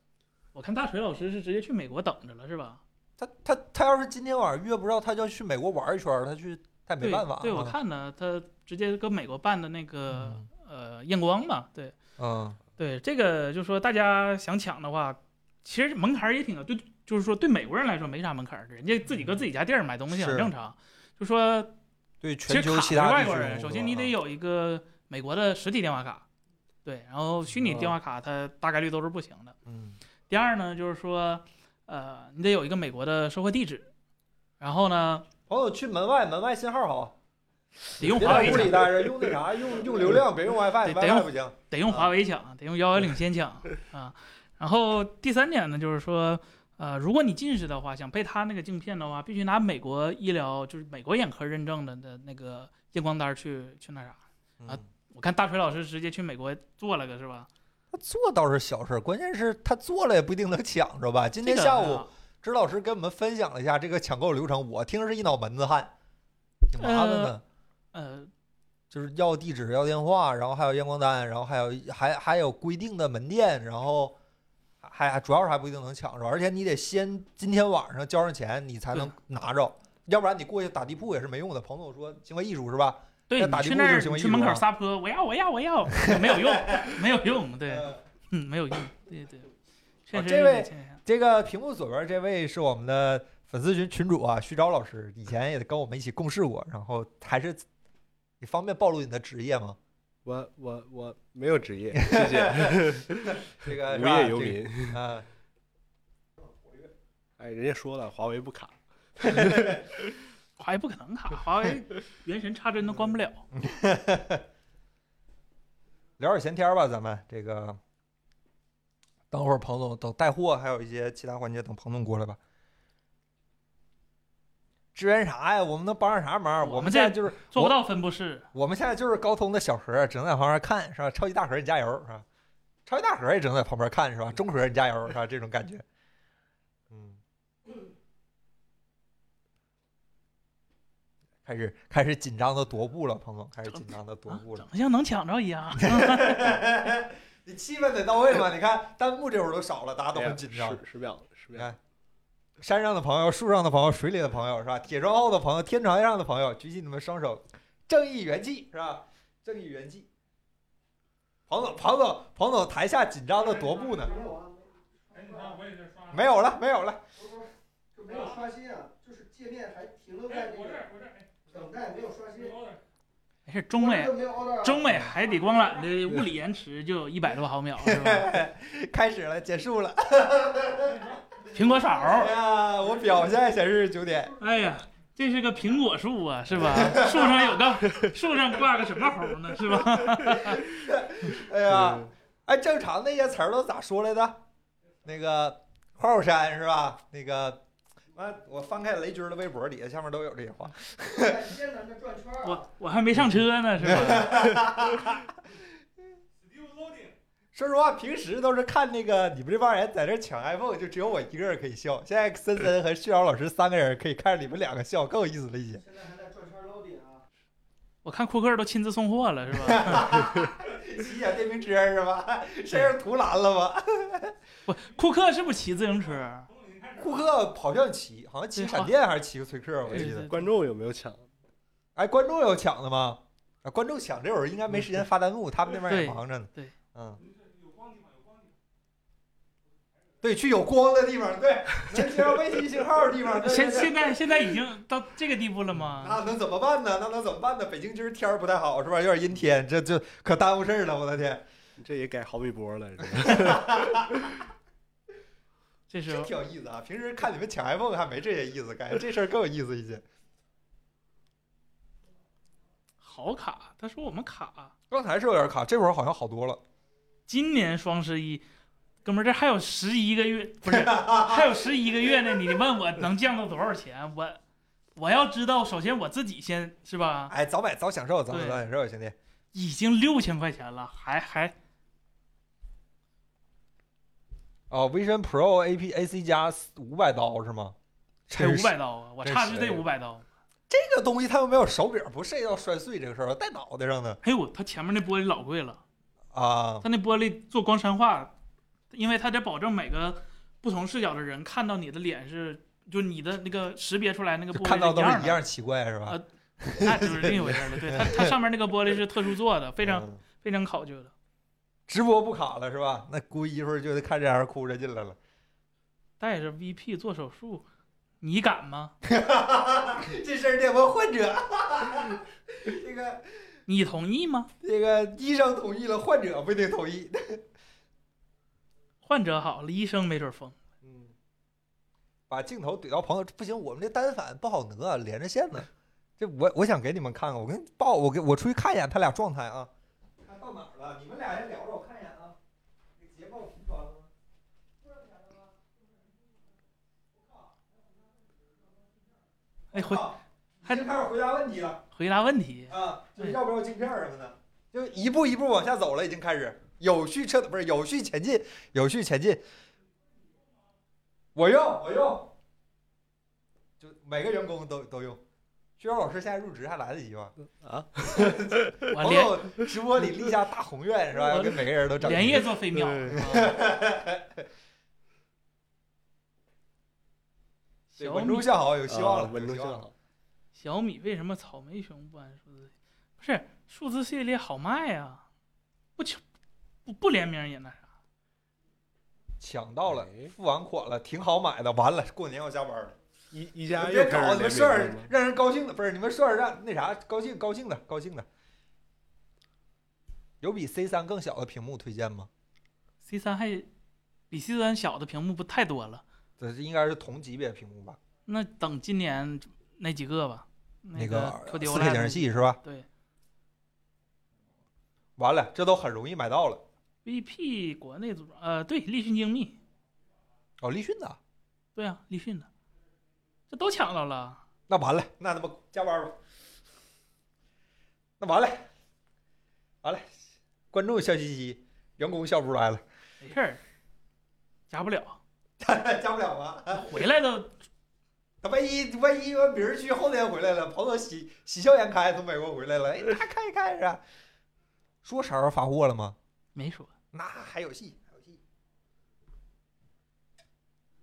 S3: 我看大锤老师是直接去美国等着了，是吧？
S1: 他他他要是今天晚上约不着，他就要去美国玩一圈儿，他去他也没
S3: 对
S1: 办法。啊
S3: 对，我，看了他直接跟美国办的那个、呃验光嘛，对
S1: 嗯。
S3: 对，这个就说大家想抢的话，其实门槛儿也挺高，对，就是说对美国人来说没啥门槛儿，人家自己搁自己家店儿买东西很
S1: 是
S3: 正常。就说
S1: 对
S3: 其
S1: 全
S3: 实
S1: 球
S3: 卡
S1: 其
S3: 是
S1: 他
S3: 外
S1: 地
S3: 国
S1: 区
S3: 人，
S1: 用
S3: 首
S1: 户
S3: 先你得
S1: 啊
S3: 有一个美国的实体电话卡，对，然后虚拟电话卡它大概率都是不行的。
S1: 嗯
S3: 第二呢，就是说，呃，你得有一个美国的收货地址，然后呢，
S1: 朋友去门外，门外信号好，
S3: 得用
S1: 别
S3: 华
S1: 在
S3: 为
S1: 屋里
S3: 抢，
S1: 待着，用那啥，用用流量，别用 WiFi，WiFi
S3: 得用
S1: 不行。
S3: 得用华为抢，得用幺幺零先抢啊。然后第三点呢，就是说，呃，如果你近视的话，想配它那个镜片的话，必须拿美国医疗就是美国眼科认证的的那个验光单儿去去那啥。啊
S1: 嗯
S3: 我看大锤老师直接去美国做了个是吧？
S1: 他做倒是小事儿，关键是他做了也不一定能抢着吧。今
S3: 今
S1: 天下
S3: 啊
S1: 午，支老师跟我们分享了一下这个抢购流程，我听着是一脑门子汗，挺麻烦的。
S3: 呃，
S1: 就是要地址、要电话，然后还有验光单，然后还有还还有规定的门店，然后还还主要是还不一定能抢着，而且你得先今天晚上交上钱，你才能拿着，要不然你过去打地铺也是没用的。朋友说行为艺术是吧？
S3: 对
S1: 那
S3: 你
S1: 打地
S3: 去
S1: 铺
S3: 那
S1: 就
S3: 儿
S1: 是行为
S3: 你去
S1: 艺术
S3: 门口
S1: 啊
S3: 撒泼，我要我要我要，没有用，没有用，对，
S1: 呃
S3: 嗯，没有用，对对，确
S1: 哦
S3: 实
S1: 这
S3: 是
S1: 位
S3: 确实是
S1: 这个屏幕左边这位是我们的粉丝群群主啊，徐钊老师，以前也跟我们一起共事过，然后还是你方便暴露你的职业吗？
S5: 我我我没有职业，谢谢，
S1: 这个
S5: 无业游，民。
S1: 是吧这个呃
S5: 哎，人家说了，华为不卡，
S3: 华为不可能卡，华为原神插针都关不了。
S1: 嗯聊点闲天儿吧，咱们这个等会儿彭总等带货，还有一些其他环节，等彭总过来吧。支援啥呀？我们能帮上啥忙？
S3: 我
S1: 我
S3: 们
S1: 现在
S3: 这
S1: 就是
S3: 做不
S1: 我
S3: 到分布式，
S1: 我们现在就是高通的小盒，只能在旁边看，是吧？超级大盒你加油，是吧？超级大盒也只能在旁边看，是吧？中盒你加油，是吧？这种感觉，嗯。开始开始紧张的踱步了，彭总开始紧张的踱
S3: 啊
S1: 步了
S3: 整。得像能抢着 一样。哎
S1: 你气氛得到位嘛？你看弹幕这会儿都少了，大家都
S5: 哎呀
S1: 很紧张。
S5: 十十秒，十秒
S1: 哎。山上的朋友、树上的朋友、水里的朋友，是吧？铁窗后的朋友、天台上的朋友，举起你们双手，正义元气，是吧？正义元气。彭总，彭总，彭总，台下紧张的踱步呢。
S2: 啊
S4: 哎，你看我也是刷
S1: 没有了，没有了。
S2: 就没有刷新啊，就是界面还停留在那个
S4: 我这哎
S2: 等待，没有刷
S3: 哎
S2: 新。
S3: 没事，中美
S2: 没有 order 啊
S3: 中美海底光缆的物理延迟就一百多毫秒，是吧？
S1: 开始了，结束了。
S3: 苹果傻猴
S1: 哎，呀，我表现显示是九点。
S3: 哎呀，这是个苹果树啊，是吧？树上有个树上挂个什么猴呢，是吧？
S1: 哎
S3: 嗯
S1: 呀，哎，正常那些词儿都咋说来的？那个花果山是吧？那个，完，我翻开雷军的微博，底下下面都有这些话。
S2: 艰难的转圈儿
S3: 哎
S2: 啊
S3: 我我还没上车呢，是吧？
S4: ，Steve Loading，
S1: 说实话，平时都是看那个你们这帮人在这抢 iPhone，就只有我一个人可以笑。现在森森和旭瑶老师三个人可以看着你们两个笑，更有意思了一些。
S2: 现在还在转圈 loading 啊。
S3: 我看库克都亲自送货了，是吧？
S1: 骑小电瓶车是吧？身上涂蓝了吗？
S3: 不，库克是不是骑自行车？
S1: 库克好像骑，好像骑闪电还是骑个崔克，我
S3: 对
S1: 记
S3: 对
S1: 得。
S5: 观众有没有抢？
S1: 哎，观众有抢的吗？啊，观众抢这会儿应该没时间发弹幕，他们那边也
S3: 对
S1: 忙着呢。
S3: 对，
S1: 嗯。对，去有光的地方，对，能接上卫星信号的地方。对对
S3: 现
S1: 对
S3: 现在现在已经到这个地步了吗？
S1: 那能怎么办呢？那能怎么办呢？北京今儿天儿不太好，是吧？有点阴天，这就可耽误事儿了。我的天，
S5: 你这也改毫米波了，是吧？
S3: 这时
S1: 真
S3: 候
S1: 挺有意思啊！平时看你们抢 iPhone 还没这些意思，感觉这事儿更有意思一些。
S3: 好卡，他说我们卡，
S1: 刚才是有点卡，这会儿好像好多了。
S3: 今年双十一。哥们儿，这还有十一个月， 不是还有十一个月呢？你问我能降到多少钱？我我要知道，首先我自己先是吧？
S1: 哎，早买早享受，早买
S3: 对
S1: 早享受，兄弟。
S3: 已经六千块钱了，还还
S1: 哦，Vision Pro A P A C 加五百刀是吗？
S3: 这
S1: 真
S3: 五
S1: 是
S3: 百刀啊！我
S1: 真
S3: 差
S1: 是
S3: 是
S1: 哎
S3: 这
S1: 呦
S3: 五百刀。
S1: 这个东西它又没有手柄，不涉及到摔碎这个事儿，戴脑袋上的
S3: 哎呦，它前面那玻璃老贵了，
S1: 啊。
S3: 它那玻璃做光山化，因为它得保证每个不同视角的人看到你的脸是，就你的那个识别出来那个
S1: 就
S3: 玻璃
S1: 看到都
S3: 是
S1: 是
S3: 一
S1: 一
S3: 样
S1: 样奇怪是吧
S3: 啊？的，那就是另一回事了。对，它它上面那个玻璃是特殊做的，非常
S1: 嗯
S3: 非常考究的。
S1: 直播不卡了是吧？那估计一会儿就得看这样哭着进来了。
S3: 带着 VP 做手术，你敢吗？
S1: 这事儿得问患者。 这个
S3: 你同意吗？
S1: 这个医生同意了，患者不一定同意。
S3: 患者好了，医生没准疯。
S1: 嗯，把镜头怼到朋友，不行，我们这单反不好挪，啊连着线呢。这我我想给你们看看，我跟报，我给我出去看一眼他俩状态啊。看到哪儿了？你们俩先聊着，我看一眼啊。这捷豹拼装了吗？
S3: 哎
S1: 哦
S3: 回还
S1: 已经开始回答问题了
S3: 回答问 题，
S1: 啊，就是
S3: 对
S1: 要不要镜片儿什么的，就一步一步往下走了，已经开始有序撤，不是有序前进，有序前进。我用，我用，就每个员工都都用。薛老师现在入职还来得及吗？
S3: 我
S1: 朋
S3: 啊连
S1: 友直播里立下大宏愿是吧？要给每个人都哦整
S3: 连
S1: 一
S3: 夜
S1: 个
S3: 做飞秒，啊
S1: 对
S3: 小
S1: 稳住
S3: 米
S1: 向好，有希望了，
S5: 啊稳
S1: 有
S5: 住
S1: 希
S5: 向
S1: 望了。
S5: 好。
S3: 小米为什么草莓熊不按数字？不是数字系列好卖啊，不求不不联名也那啥。
S1: 抢到了
S5: 哎，
S1: 付完款了，挺好买的，完了，过年要加班了。
S5: 一一家又
S1: 别搞
S5: 开始
S1: 你们
S5: 联
S1: 事儿
S5: 名了，吗
S1: 让人高兴的，不是你们事儿让那啥高兴高兴的高兴的。有比 C 三更小的屏幕推荐吗？
S3: C 3还比 C 3小的屏幕不太多了，
S1: 这应该是同级别屏幕吧？
S3: 那等今年那几个吧，那
S1: 个
S3: 出丢
S1: 四
S3: 了
S1: K 显示器是吧？
S3: 对
S1: 完了，这都很容易买到了。
S3: VP 国内组装，呃，对立讯精密，
S1: 哦，立讯的，
S3: 对啊，立讯的，这都抢到了。
S1: 那完了，那他妈加班吧。那完了，完了，观众笑嘻嘻，员工笑不出来了，
S3: 没事儿，加不了，
S1: 加不了啊吗？
S3: 回来都
S1: 他万一万一完别人去后天回来了，朋友喜喜笑颜开从美国回来了，哎，那看一看是吧？说啥时候发货了吗？
S3: 没说。
S1: 那还有戏，还有戏。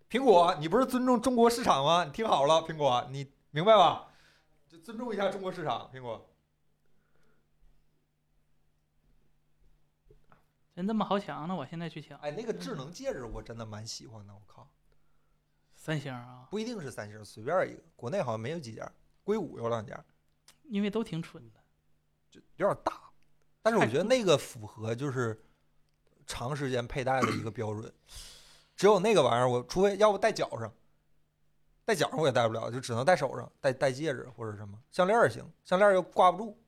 S1: 苹果，你不是尊重中国市场吗？你听好了，苹果，你明白吧？就尊重一下中国市场，苹果。
S3: 真这么好抢？那我现在去抢
S1: 哎，那个智能戒指我真的蛮喜欢的，我靠，
S3: 三星啊，
S1: 不一定是三星，随便一个，国内好像没有几家，硅谷有两家，
S3: 因为都挺蠢的。
S1: 就有点大，但是我觉得那个符合就是长时间佩戴的一个标准。只有那个玩意儿，我除非要不戴脚上，戴脚上我也戴不了，就只能戴手上，戴戴戒指或者什么项链儿也行，项链儿又挂不住。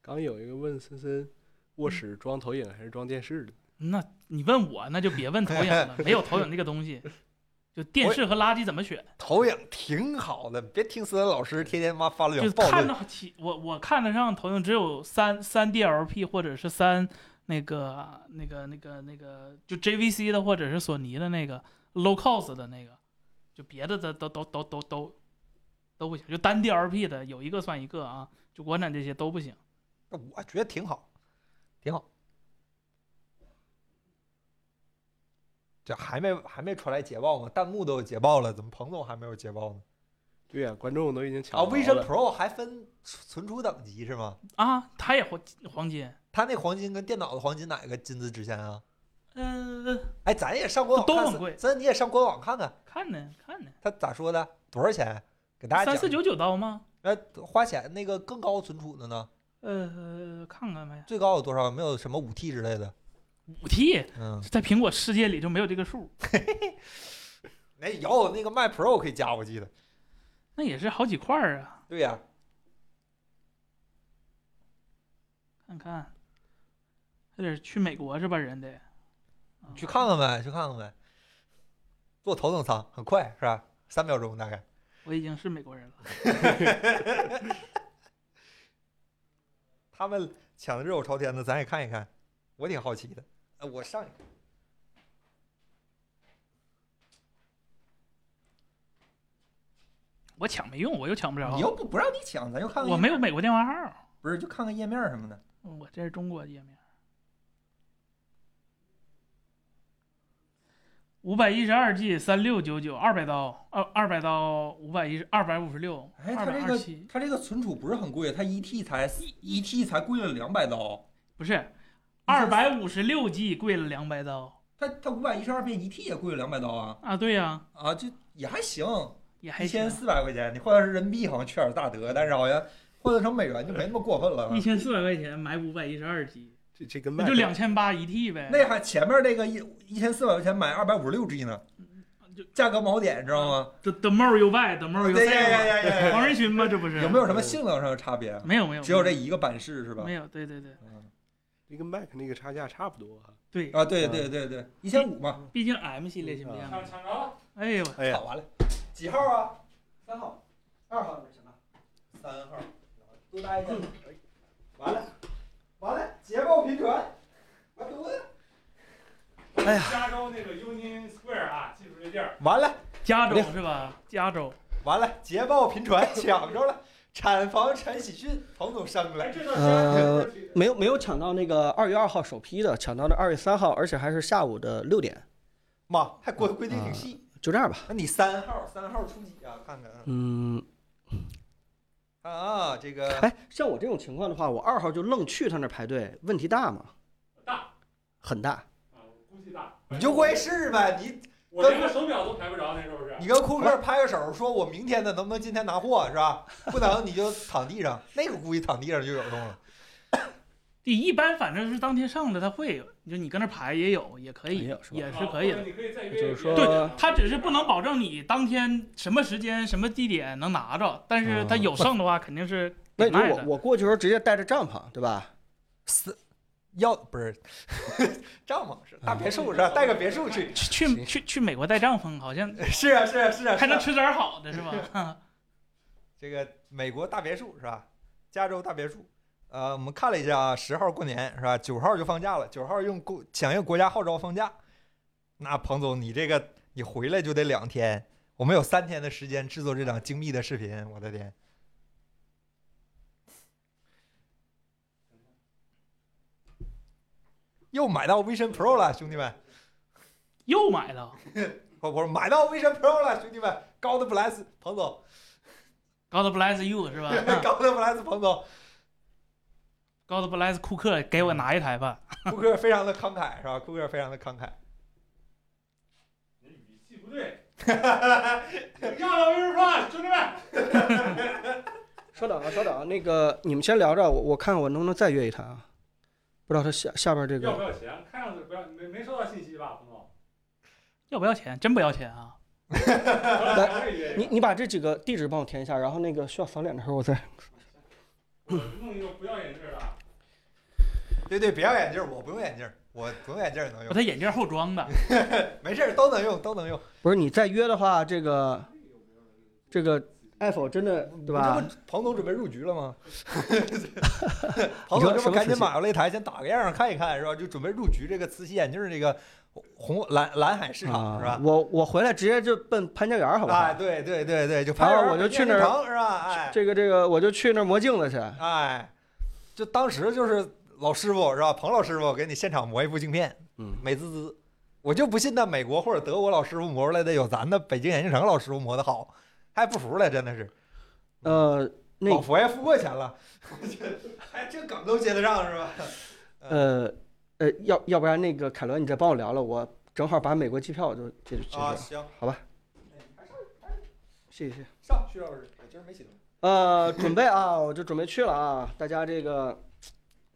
S5: 刚有一个问森森，
S3: 嗯
S5: 卧室装投影还是装电视的？
S3: 那你问我，那就别问投影了，没有投影这个东西。就电视和垃圾怎么选？
S1: 投影挺好的，别听思文老师天天妈发了
S3: 就是看到起我我看得上投影只有三三 DLP 或者是三那个那个那个那个就 JVC 的或者是索尼的那个 low cost 的那个，就别的的都都都都都都不行，就单 DLP 的有一个算一个啊，就国产这些都不行。
S1: 我觉得挺好，挺好。这还没还没传来捷报吗？弹幕都有捷报了，怎么彭总还没有捷报呢？
S5: 对呀，观众都已经抢
S1: 啊
S3: 哦
S5: 着了
S1: ，Vision Pro 还分存储等级是吗？
S3: 啊，它也黄黄金，
S1: 它那黄金跟电脑的黄金哪个金子值钱啊？
S3: 嗯、
S1: 哎，咱也上官网
S3: 都
S1: 看
S3: 很
S1: 看
S3: 贵
S1: 咱你也上官网看看，
S3: 看呢看呢，
S1: 他咋说的？多少钱？给大家
S3: 三
S1: 讲。
S3: 四九九刀吗？
S1: 呃，花钱那个更高存储的呢？
S3: 呃，看看呗。
S1: 最高有多少？有没有什么五 T 之类的？
S3: 五 T
S1: 嗯，
S3: 在苹果世界里就没有这个数，
S1: 那哎有那个 Mac Pro 可以加，我记得。
S3: 那也是好几块儿啊。
S1: 对呀、
S3: 看看，还得去美国是吧？人得啊
S1: 去看看呗，去看看呗。坐头等舱很快是吧？三秒钟大概。
S3: 我已经是美国人了。
S1: 他们抢的热火朝天的，咱也看一看，我挺好奇的。呃，我上一个。
S3: 我抢没用，我又抢不着
S1: 你。要不不让你抢，咱就看看。
S3: 我没有美国电话号，
S1: 不是，就看看页面什么的。
S3: 我这是中国页面。五百一十二 G，三六九九，二百刀，二二百刀，五百一十，二百五十六，
S1: 哎，
S3: 二
S1: 它
S3: 百
S1: 这
S3: 二
S1: 个
S3: 七。
S1: 它这个存储不是很贵，它一 T 才一 T 才贵了两百刀，
S3: 不是，
S1: 你
S3: 二
S1: 说
S3: 百五十六 G 贵了两百刀
S1: 它它五百一十二片一 T 也贵了两百刀啊
S3: 啊！对呀、
S1: 啊，就也还行，
S3: 也还
S1: 一
S3: 行
S1: 千，四百块钱，你换算成人民币好像缺点大德，但是好像换算成美元就没那么过分了
S3: 一。千四百块钱买五百一十二 G，
S5: 这这跟
S3: 那
S5: 卖
S3: 就两千八一 T 呗。
S1: 啊那还前面那个一一千四百块钱买二百五十六 G 呢
S3: 嗯就，嗯
S1: 价格锚点知道吗？
S3: the the more you buy，the
S1: 对
S3: more you
S1: 对对
S3: save
S1: 对
S3: 嘛。
S1: 对
S3: 黄
S1: 对，
S3: 仁勋吗？这不是？
S1: 有没有什么性能上的差别？啊
S3: 没有？没有没有，
S1: 只有这一个版式是吧
S3: 没？有，对对对
S1: 嗯
S5: 这跟 Mac 那个差价差不多啊。
S3: 对，
S1: 啊，对对对对，一千五嘛，
S3: 毕竟 M 系列芯片
S5: 啊
S3: 嘛。
S4: 抢抢着了，
S3: 哎呦我，
S5: 哎呀
S1: 好，完了。
S2: 几号啊？三号、二号那什么？
S1: 三号，
S2: 多大一点？
S1: 完了，完了，捷报频传，完犊子，
S4: 加州那个 Union Square 啊，记住这地儿。
S1: 完了，
S3: 加州
S1: 那
S3: 是吧？加州，
S1: 完了，捷报频传，抢着了，产房陈喜讯，彭总生了，
S4: 哎这
S2: 呃，没有没有抢到那个二月二号首批的，抢到的二月三号，而且还是下午的六点，
S1: 妈，还规规定挺细，
S2: 就这样吧。
S1: 那你三号，三号出几啊？看看啊
S2: 嗯，
S1: 看啊，这个
S2: 哎，像我这种情况的话，我二号就愣去他那儿排队，问题大吗？
S4: 大，
S2: 很大。
S4: 啊，我估计大。
S1: 你就怪事吧，你
S4: 我连个手表都排不着，那时候是。
S1: 你跟库克拍个手，说我明天的能不能今天拿货是吧？不能你就躺地上，那个估计躺地上就有动了。
S3: 你一般反正是当天上了，他会有，就你跟那排也有，也可
S2: 也
S3: 以
S2: 有，是吧
S3: 也是可以
S4: 啊或者
S3: 的。
S4: 你可以啊再约一
S5: 就
S4: 个
S5: 是说
S3: 对，他只是不能保证你当天什么时间、什么地点能拿着，但
S1: 啊
S3: 是他有剩的话肯定是
S2: 那
S3: 给
S2: 你说
S3: 卖的。
S2: 我我过去的时候直接带着帐篷，对吧？
S1: 四要不是 帐篷是大别墅是吧？带个别墅去。
S3: 去去去去美国带帐篷，好像
S1: 是啊是啊是啊，
S3: 还能
S1: 是啊
S3: 吃点好的 是吧？
S1: 这个美国大别墅是吧？加州大别墅。呃，我们看了一下啊，十号过年是吧？九号就放假了，九号用国响应国家号召放假。那彭总，你这个你回来就得两天，我们有三天的时间制作这档精密的视频，我的天！又买到 Vision Pro 了，兄弟们！
S3: 又买了，
S1: 不不是，买到 Vision Pro 了，兄弟们！God bless 彭总
S3: God bless you 是吧
S2: 啊
S1: ，God bless 彭总，
S3: ？God bless 库克，给我拿一台吧。
S1: 库克非常的慷慨是吧？库克非常的慷慨。
S4: 你语气不对。要了 Vision Pro，兄弟们，
S2: 稍等啊，稍等啊，那个你们先聊着，我我看我能不能再约一谈啊？不知道他下下边这
S4: 要
S2: 个
S4: 不要钱？看样子不要，没没收到信息吧，彭总？
S3: 要不要钱？真不要钱啊！
S4: 还可以约一个
S2: 你你把这几个地址帮我填一下，然后那个需要扫脸的时候我再。
S4: 我弄一个不要眼镜的啊。
S1: 对对，别要眼镜，我不用眼镜，我不用眼镜能
S3: 我
S1: 用，
S3: 他眼镜后装的，
S1: 没事儿都能用，都能用。
S2: 不是你再约的话，这个这个 Apple 真的对吧
S1: 这？不彭总准备入局了吗？ 彭总
S2: 你说
S1: 这
S2: 什
S1: 不
S2: 么
S1: 赶紧
S2: 事情
S1: 买回来一台，先打个样儿看一看是吧？就准备入局这个磁吸眼镜儿这个红蓝蓝海市场、
S2: 啊
S1: 是吧？
S2: 我我回来直接就奔潘家园儿，好不好？
S1: 哎，对对对对，就
S2: 然
S1: 拍
S2: 后我就去那儿
S1: 是吧？哎
S2: 这个这个，我就去那儿磨镜子去。
S1: 哎，就当时就是老师傅是吧？彭老师傅给你现场磨一副镜片，
S5: 嗯，
S1: 美滋滋。我就不信那美国或者德国老师傅磨出来的有咱的北京眼镜城老师傅磨的好，还不服了，真的是。
S2: 呃，
S1: 老
S2: 那
S1: 佛爷付过钱了， 哎，这梗都接得上是吧？
S2: 呃呃，要要不然那个凯伦，你再帮我聊聊，我正好把美国机票我就解决解决
S1: 啊，
S2: 了。
S1: 行，
S2: 谢谢。
S1: 上徐老师，我哎今儿没洗头。
S2: 呃，准备啊，我就准备去了啊，大家这个，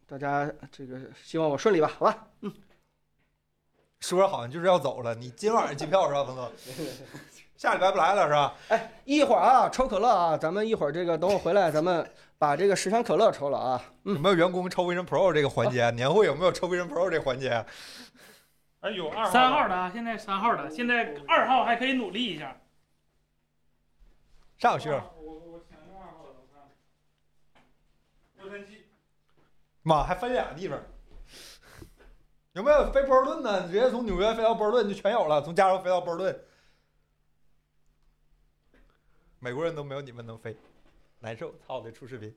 S2: 大家这个希望我顺利吧，好吧？
S1: 说着好像就是要走了，你今晚上机票是吧，冯总？ 下礼拜不来了是吧？
S2: 一会儿啊，抽可乐啊，咱们一会儿这个等我回来，咱们把这个十箱可乐抽了啊。
S1: 有没有员工抽 Vision Pro 这个环节？年会有没有抽 Vision Pro 这个环节？
S4: 哎，有二
S3: 三号的啊，现在三号的，现在二号还可以努力一下。
S1: 上徐老师，
S4: 我我想用二号的，我看。洛杉矶，
S1: 妈还分俩地方，有没有飞波士顿的？你直接从纽约飞到波士顿就全有了，从加州飞到波士顿。美国人都没有你们能飞，难受，操得出视频。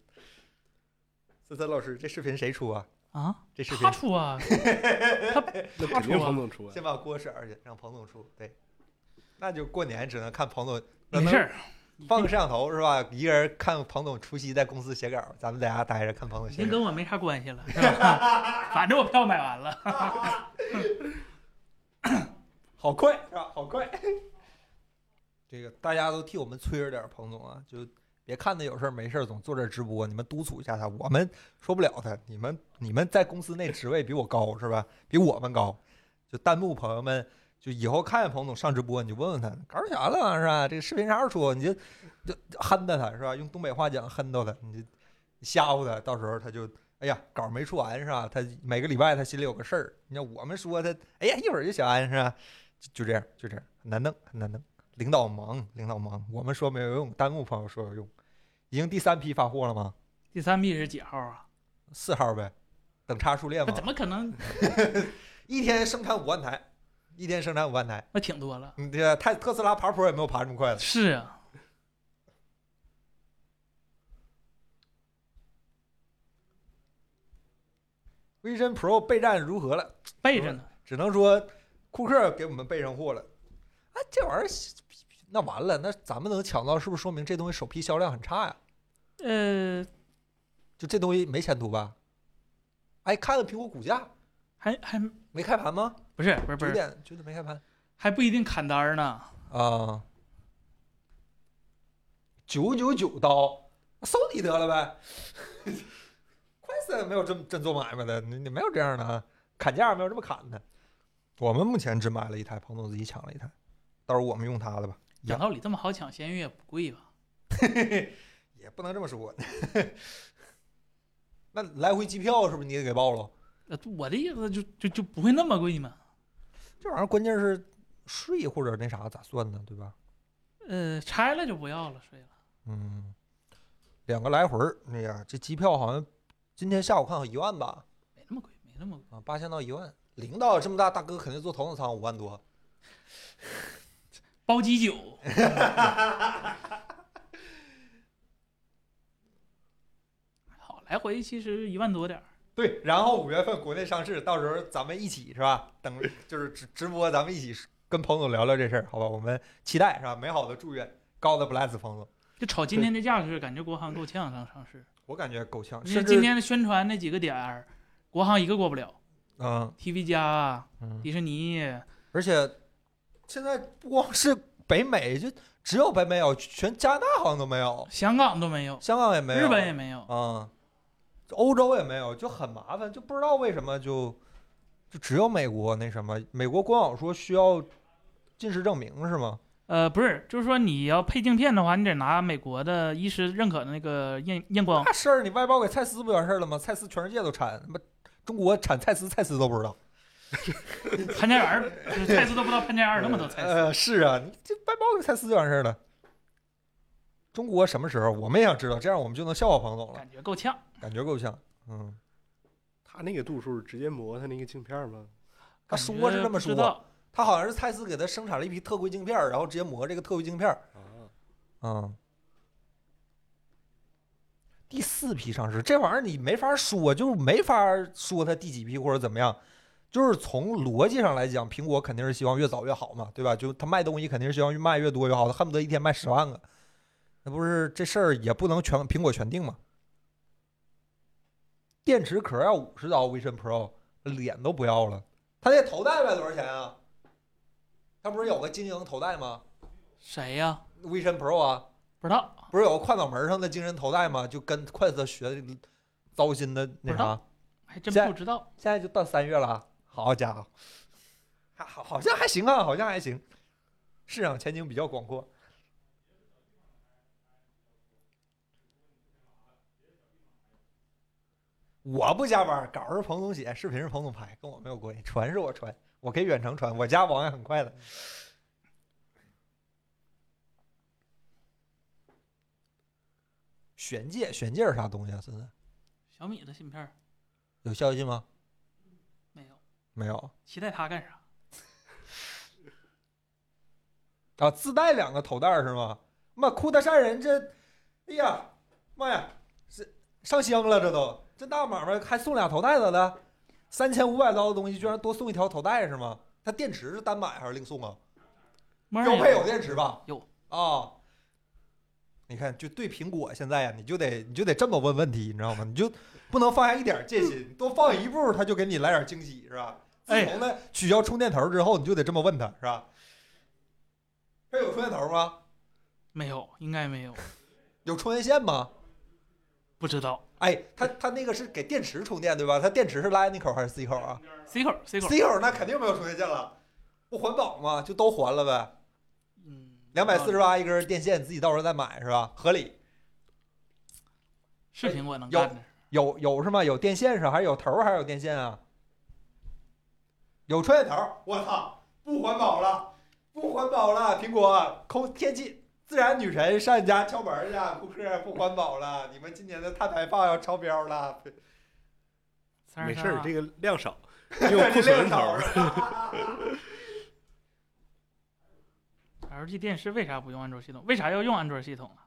S1: 森森老师，这视频谁出啊？
S3: 啊，
S1: 这视频
S3: 他出啊，
S5: 那
S3: 他
S5: 肯定
S3: 出啊
S5: 彭总出啊。
S1: 先把锅甩上去，让彭总出。对，那就过年只能看彭总。
S3: 没事，儿，
S1: 放个摄像头是吧？一个人看彭总出席在公司写稿，咱们在家待着看彭总
S3: 已
S1: 写
S3: 经
S1: 稿。
S3: 跟我没啥关系了， 是吧？反正我票买完了，
S1: 好快是吧？好快。 这个大家都替我们催着点儿，彭总啊，就别看他有事儿没事儿总坐这儿直播，你们督促一下他。我们说不了他，你们你们在公司内职位比我高是吧？比我们高。就弹幕朋友们，就以后看见彭总上直播，你就问问他搞啥了是吧？这个视频啥时候出？你就就哼着他是吧？用东北话讲哼到他，你就你吓唬他，到时候他就哎呀稿没出完是吧？他每个礼拜他心里有个事儿，你看我们说他哎呀一会儿就写完是吧？就就这样，就这样，很难弄，很难弄。领导忙，领导忙，我们说没有用，弹幕朋友说有用，已经第三批发货了吗？
S3: 第三批是几号啊？
S1: 四号呗，等差数列
S3: 那
S1: 嘛
S3: 怎，么可能？
S1: 一天生产五万台，一天生产五万台，
S3: 那挺多了。
S1: 你这泰特斯拉爬坡也没有爬这么快的，
S3: 是啊，
S1: Vision Pro 备战如何了？
S3: 备着呢。
S1: 只能说库克给我们备上货了。啊，这玩意儿那完了，那咱们能抢到，是不是说明这东西首批销量很差呀？
S3: 呃，
S1: 就这东西没前途吧？哎，看看苹果股价，
S3: 还还
S1: 没开盘吗？
S3: 不是不是不
S1: 九
S3: 是，
S1: 点九点没开盘
S3: 还不一定砍单儿呢。
S1: 啊，九九九刀，送你得了呗。快森没有这么真做买卖的，你你没有这样的啊，砍价没有这么砍的。我们目前只买了一台，彭总自己抢了一台，到时候我们用它的吧。
S3: 讲道理，这么好抢，闲鱼也不贵吧？
S1: 也不能这么说。 那来回机票是不是你也给报了？
S3: 呃，我的意思就就就不会那么贵嘛。
S1: 这玩意儿关键是税或者那啥咋算呢？对吧？
S3: 呃，拆了就不要了，睡了。
S1: 嗯，两个来回儿，哎呀，这机票好像今天下午看好一万吧，
S3: 没那么贵，没那么贵。
S1: 啊，八千到一万。领导这么大，大哥肯定坐头等舱，五万多。
S3: 包机酒， 好，来回其实一万多点儿。
S1: 对，然后五月份国内上市，到时候咱们一起是吧？等就是直直播，咱们一起跟彭总聊聊这事儿，好吧？我们期待是吧？美好的祝愿，高的 bless 彭总，
S3: 就炒今天的价格，感觉国航够呛上上市。
S1: 我感觉够呛，
S3: 你看
S1: 甚
S3: 今
S1: 至
S3: 天的宣传那几个点儿，国航一个过不了
S1: 嗯
S3: ，TV 加、啊
S1: 嗯，
S3: 迪士尼，
S1: 而且现在不光是北美，就只有北美有，全加拿大好像都没有，
S3: 香港都没有，
S1: 香港也没有，
S3: 日本也没有。
S1: 啊、就欧洲也没有，就很麻烦，就不知道为什么就就只有美国那什么，美国官网说需要近视证明是吗？
S3: 呃，不是，就是说你要配镜片的话，你得拿美国的医师认可的那个验 验光。
S1: 那事儿你外包给蔡司不完事儿了吗？蔡司全世界都产，他妈中国产蔡司，蔡司都不知道。
S3: 潘家园儿，就是蔡司都不知道潘家园儿有那么多蔡司。
S1: 呃，是啊，你这外包给蔡司就完事儿了。中国什么时候？我们也想知道，这样我们就能笑话彭总了，
S3: 感觉够呛。
S1: 感觉够呛。嗯，
S5: 他那个度数直接磨他那个镜片吗？
S1: 他说是这么
S3: 感觉不知
S1: 说，
S3: 道
S1: 他好像是蔡司给他生产了一批特规镜片儿，然后直接磨这个特规镜片儿。
S5: 啊，
S1: 嗯，第四批上市，这玩意儿你没法说，就是没法说它第几批或者怎么样。就是从逻辑上来讲，苹果肯定是希望越早越好嘛，对吧？就他卖东西肯定是希望越卖越多越好，他恨不得一天卖十万个。那不是这事儿也不能全苹果全定嘛？电池壳要五十刀，Vision Pro 脸都不要了，他那头戴卖多少钱啊？他不是有个精英头戴吗
S3: 谁呀、
S1: ？Vision Pro 啊，
S3: 不知道，
S1: 不是有个快脑门上的精神头戴吗？就跟筷子学的糟心的那
S3: 不知
S1: 啥
S3: 道，还真
S1: 在
S3: 不知道。
S1: 现在就到三月了啊，好家伙，还好好像还行啊，好像还行，市场前景比较广阔。我不加班，稿是彭总写，视频是彭总拍，跟我没有关系。传是我传，我可以远程传，我家网也很快的。玄界，玄界是啥东西啊？森森
S3: 小米的芯片儿
S1: 有消息吗？
S3: 没有，
S1: 没有。
S3: 期待它干啥？
S1: 啊，自带两个头带儿是吗？妈，库德善人这，哎呀，妈呀，这上香了这都，这大买卖还送俩头带子的，三千五百刀的东西居然多送一条头带是吗？它电池是单买还是另送啊？
S3: 默认
S1: 标配
S3: 有
S1: 有电池吧？
S3: 有
S1: 啊、你看，就对苹果现在呀，你就得你就得这么问问题，你知道吗？你就不能放下一点戒心，多放一步，他就给你来点惊喜，是吧？自
S3: 哎
S1: 从呢取消充电头之后，你就得这么问他，是吧？他有充电头吗？
S3: 没有？应该没有，
S1: 有充电线吗？
S3: 不知道。
S1: 哎，它它那个是给电池充电对吧？它电池是 Lightning 口还是 C 口啊
S3: C 口 C 口，
S1: ？C 口那肯定没有充电线了，不环保吗？就都还了呗，
S3: 嗯，
S1: 两百四十八一根电线，自己到时候再买是吧？合理。
S3: 是苹果能
S1: 有
S3: 干的。
S1: 有有是吗？有电线上还是有头儿还是有电线啊？有充电头儿，我操，不环保了，不不环保了，苹果空天气自然女神上你家敲门去了，顾客不环保了，你们今年的碳排放要超标了，
S3: 三
S5: 没
S3: 十
S5: 事
S3: 三
S5: 儿
S3: 啊，
S5: 这个量 少，用库存头儿。
S3: LG 电视为啥不用安卓系统？为啥要用安卓系统啊？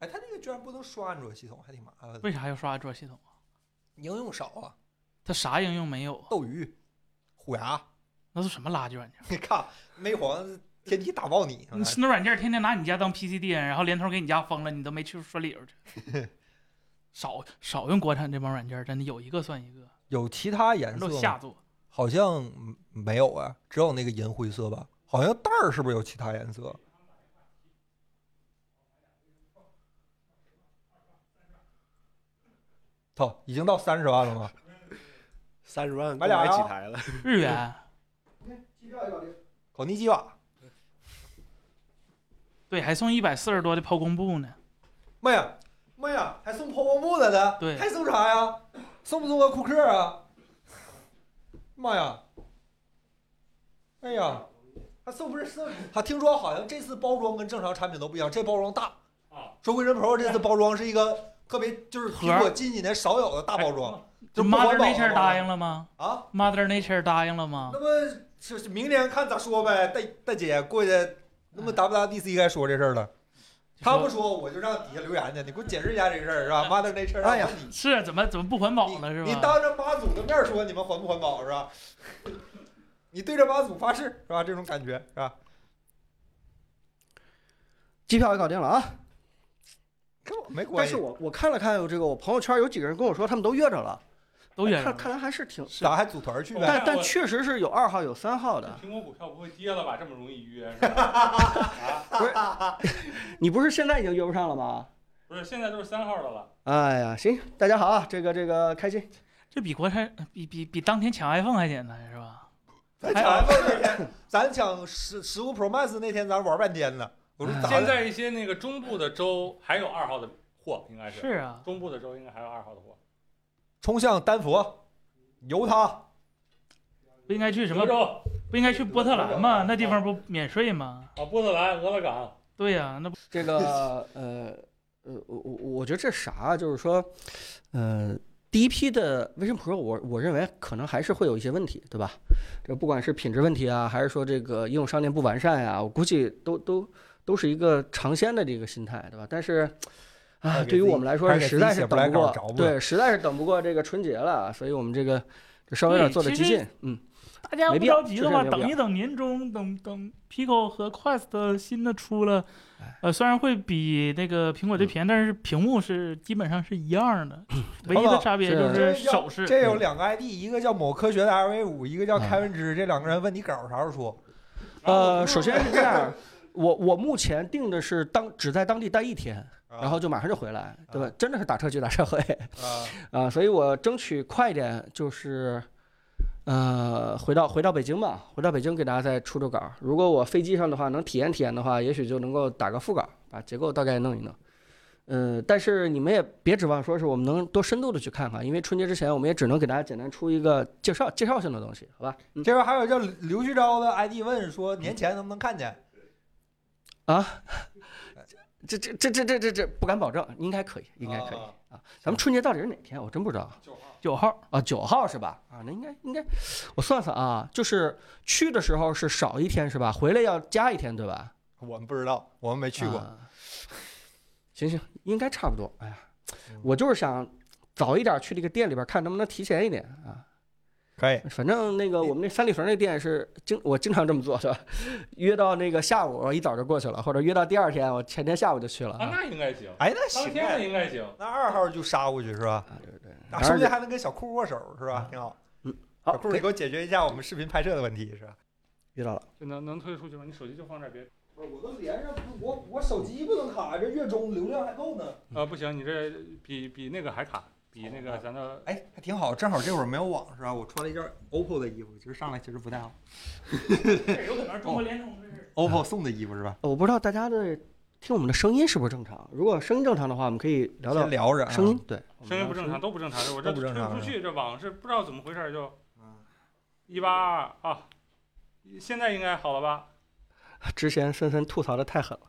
S1: 哎，他那个居然不能刷安卓系统，还挺麻烦的。
S3: 为啥要刷安卓系统啊？
S1: 应用少啊，
S3: 它啥应用没有啊？
S1: 斗鱼、虎牙，
S3: 那都什么垃圾软件？
S1: 你看魅皇天梯打爆你，
S3: 你那软件天天拿你家当 PCDN，然后连头给你家封了，你都没去说理由去。 少少用国产这帮软件，真的有一个算一个，
S1: 有其他颜
S3: 人
S1: 色
S3: 都
S1: 吗
S3: 下？作。
S1: 好像没有啊，只有那个银灰色吧？好像袋儿是不是有其他颜色？操，已经到三十万了吗？
S5: 三十万
S1: 买
S5: 买
S1: 俩
S5: 啊
S1: 呀
S5: 几台了？
S3: 日元
S1: 口尼基瓦，
S3: 对，还送一百四十多的抛光布呢。
S1: 妈呀，妈呀，啊还送抛光布了呢？
S3: 对
S1: 还送啥呀？送不送个库克啊？妈呀！哎呀，还送不是送？还听说好像这次包装跟正常产品都不一样，这包装大。
S4: 啊，
S1: 说 Vision Pro 这次包装是一个特别，就是
S3: 盒哎
S1: 苹果近几年少有的大包装，就不环
S3: Mother
S1: 保了
S3: Nature
S1: 吗
S3: 答应了吗
S1: 啊。
S3: ？Mother Nature 答应了吗？
S1: 那么是是明年看咋说呗，大大姐过去，那
S3: 哎
S1: 么 WWDC 该说这事儿了。他不说，我就让底下留言去，你给我解释一下
S3: 哎
S1: 这事儿是吧？Mother Nature
S2: 哎呀
S1: 让我问你
S3: 是怎么怎么不环保了是
S1: 你你
S3: 吧？
S1: 当着妈祖的面说你们环不环保是吧？你对着妈祖发誓是吧？这种感觉是吧？
S2: 机票也搞定了啊。
S1: 跟我没关
S2: 但
S1: 系
S2: 是。我我看了看有这个，我朋友圈有几个人跟我说他们都约着了，
S3: 都约
S2: 看
S3: 上
S2: 看
S3: 了。
S2: 来还是挺，
S3: 是
S1: 咱还组团去呗？
S2: 但但确实是有二号有三号的。
S4: 苹果股票不会跌了吧？这么容易约是吧？
S2: 你不是现在已经约不上了吗？
S4: 不是，现在都是三号的了。
S2: 哎呀，行，大家好啊，这个这个开心。
S3: 这比国产比比比当天抢 iPhone 还简单是吧？
S1: 咱抢 iPhone 那天，咱抢十十五 Pro Max 那天，咱玩半天呢。我说
S3: 哎
S1: 咋
S4: 现
S1: 的？
S4: 在一些那个中部的州还有二号的货，应该
S3: 是啊，
S4: 中部的州应该还有二号的货。
S1: 冲向丹佛，由他
S3: 不应该去什么
S4: 德州
S3: 不应该去波特兰吗？那地方不免税吗？
S4: 啊，波特兰、俄勒冈，
S3: 对呀、那不
S2: 这个呃呃，我我我觉得这啥啊，就是说，呃，第一批的 Vision Pro，我我认为可能还是会有一些问题，对吧？这不管是品质问题啊，还是说这个应用商店不完善呀、我估计都都都是一个尝鲜的这个心态，对吧？但是。
S1: 还
S2: 啊，
S1: 给
S2: 对于
S1: 自己
S2: 我们来说
S1: 还
S2: 是
S1: 给自
S2: 实
S1: 己
S2: 在
S1: 写
S2: 是等不
S1: blackout
S2: 过
S1: 着不，
S2: 对，实在是等不过这个春节了，所以我们这个这稍微有点
S3: 对
S2: 做的
S3: 其
S2: 激
S3: 实
S2: 进，嗯，
S3: 大家
S2: 没
S3: 不
S2: 必要
S3: 着急的话，
S2: 就是没必要
S3: 等一等年终，等等 Pico 和 Quest 新的出了，呃，虽然会比那个苹果这便宜，但是屏幕是基本上是一样的，唯一的差别就是是手势。
S1: 这有两个 ID，一个叫某科学的 LV 五，一个叫
S2: 嗯啊
S1: 凯文之。这两个人问你稿啥时候出？
S3: 啊
S2: 呃，首先是这样，我我目前定的是当只在当地待一天，然后就马上就回来，对吧
S1: 啊？
S2: 真的是打车去打车回
S1: 啊，
S2: 啊，所以我争取快一点，就是呃回到回到北京吧，回到北京给大家再出出稿。如果我飞机上的话能体验体验的话，也许就能够打个副稿，把结构大概弄一弄。嗯，但是你们也别指望说是我们能多深度的去看看，因为春节之前我们也只能给大家简单出一个介绍介绍性的东西，好吧？嗯
S1: 这边还有叫刘旭钊的 ID 问说年前能不能看见？
S2: 啊，这这这这这这这不敢保证，应该可以，嗯应该可以。
S1: 啊
S2: 咱们春节到底是哪天？我真不知道
S3: 九号
S2: 啊，九号是吧？啊，那应该应该，我算算啊，就是去的时候是少一天是吧？回来要加一天对吧？
S1: 我们不知道，我们没去过。
S2: 啊行行，应该差不多。哎呀
S1: 嗯，
S2: 我就是想早一点去这个店里边看能不能提前一点啊。
S1: 可以，
S2: 反正那个我们那三里屯那店是经我经常这么做的， 约到那个下午我一早就过去了，或者约到第二天我前天下午就去了
S4: 啊，那应该行，
S1: 哎，那
S4: 当
S1: 行
S4: 天的
S1: 呗，
S4: 应该行。
S1: 那二号就杀过去是吧？
S2: 啊，对对对，
S1: 啊
S2: 反正
S1: 说不定
S2: 就啊
S1: 还能跟小库握手是吧？挺好。
S2: 好
S1: 小库，你给我解决一下我们视频拍摄的问题是吧？
S2: 遇到了。
S4: 就能能推出去吗？你手机就放这儿别。
S1: 不是，我都连上，我我手机不能卡，这月中流量还够呢。
S4: 啊，不行，你这比比那个还卡，比那个咱的
S1: 哎，还挺好，正好这会儿没有网是吧？我穿了一件 OPPO 的衣服，其实上来其实不太好
S3: 有可能是中国联通的事。
S2: 啊
S1: ，OPPO 送的衣服是吧？
S2: 我不知道大家的听我们的声音是不是正常。如果声音正常的话，我们可以聊
S1: 先
S2: 聊
S1: 聊着啊
S2: 声音。。对，
S4: 声音不正常，。都不正常。我这
S1: 都不
S4: 推
S1: 正常
S4: 不出去，这网是不知道怎么回事儿就
S1: 嗯
S4: 一八二啊，现在应该好了吧？
S2: 之前森森吐槽的太狠了，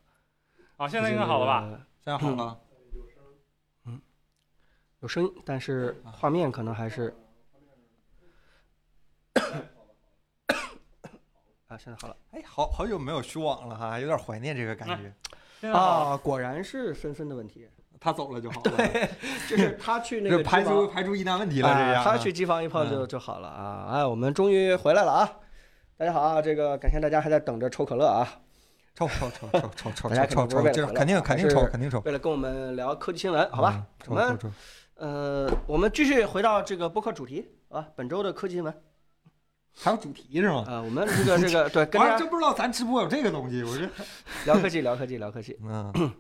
S4: 啊，现在应该好了吧？
S2: 吧？
S1: 现在好了，
S2: 嗯有声音，但是画面可能还是。 啊，现在好了
S1: 哎，好好久没有虚网了哈，有点怀念这个感觉。
S4: 现在好了，
S2: 啊！果然是森森的问题，
S1: 哎他走了就好了，
S2: 就是他去那
S1: 这
S2: 个
S1: 排
S2: 机房
S1: 除排除疑难问题了，这
S2: 啊，
S1: 样。
S2: 他去机房一泡就就好了啊！哎，我们终于回来了啊！大家好啊，这个感谢大家还在等着抽可乐啊，
S1: 抽抽抽抽抽抽
S2: 大家
S1: 抽抽
S2: 肯定不是为
S1: 抽，这
S2: 了可乐
S1: 肯定肯定抽
S2: 还是
S1: 肯定抽，
S2: 为了跟我们聊科技新闻， 好吧
S1: 嗯？
S2: 我
S1: 抽抽
S2: 们
S1: 抽。
S2: 呃，我们继续回到这个播客主题啊，本周的科技新闻
S1: 还有主题是吗？
S2: 啊，我们这个这个对，跟
S1: 我
S2: 大
S1: 还
S2: 家
S1: 真不知道咱直播有这个东西，我这
S2: 聊科技，聊科技，聊科技。
S1: 嗯，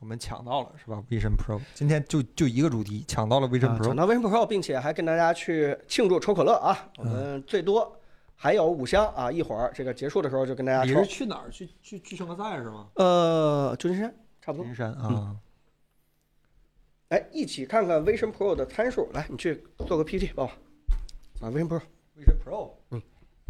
S1: 我们抢到了是吧？Vision Pro，今天就就一个主题，抢到了
S2: 啊
S1: Vision，Pro，、
S2: 抢到 Vision Pro，并且还跟大家去庆祝抽可乐啊！我们最多还有五箱啊，一会儿这个结束的时候就跟大家
S1: 你
S2: 抽
S1: 是。去哪儿？去去去圣何塞是吗？
S2: 呃，旧金山差不多。
S1: 金山啊、
S2: 来，一起看看 Vision Pro 的参数。来，你去做个 PPT 帮我。啊，Vision Pro，
S1: v i s i o n Pro，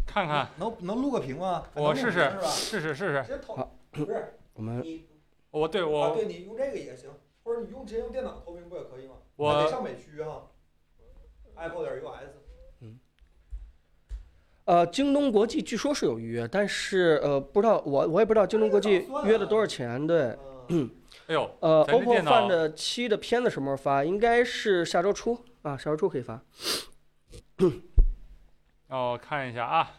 S4: 看看，
S1: 能能录个屏吗？
S4: 我试试
S1: 是吧？
S4: 试试试试。
S1: 直接投
S2: 好呃
S1: 不是
S2: 我们
S1: 你
S4: 哦我对
S1: 啊？
S4: 我
S1: 对你用这个也行，或者你用直接用电脑投屏不也可以吗？
S4: 我
S1: 还得上美区哈，Apple 点 US。
S2: 呃，京东国际据说是有预约，但是呃，不知道我我也不知道京东国际约了多少钱。对，
S1: 嗯，
S4: 哎呦，
S2: 呃
S4: 咱这
S2: ，OPPO
S4: 电脑
S2: Find 七的片子什么时候发？应该是下周初啊，下周初可以发。
S4: 让我看一下啊，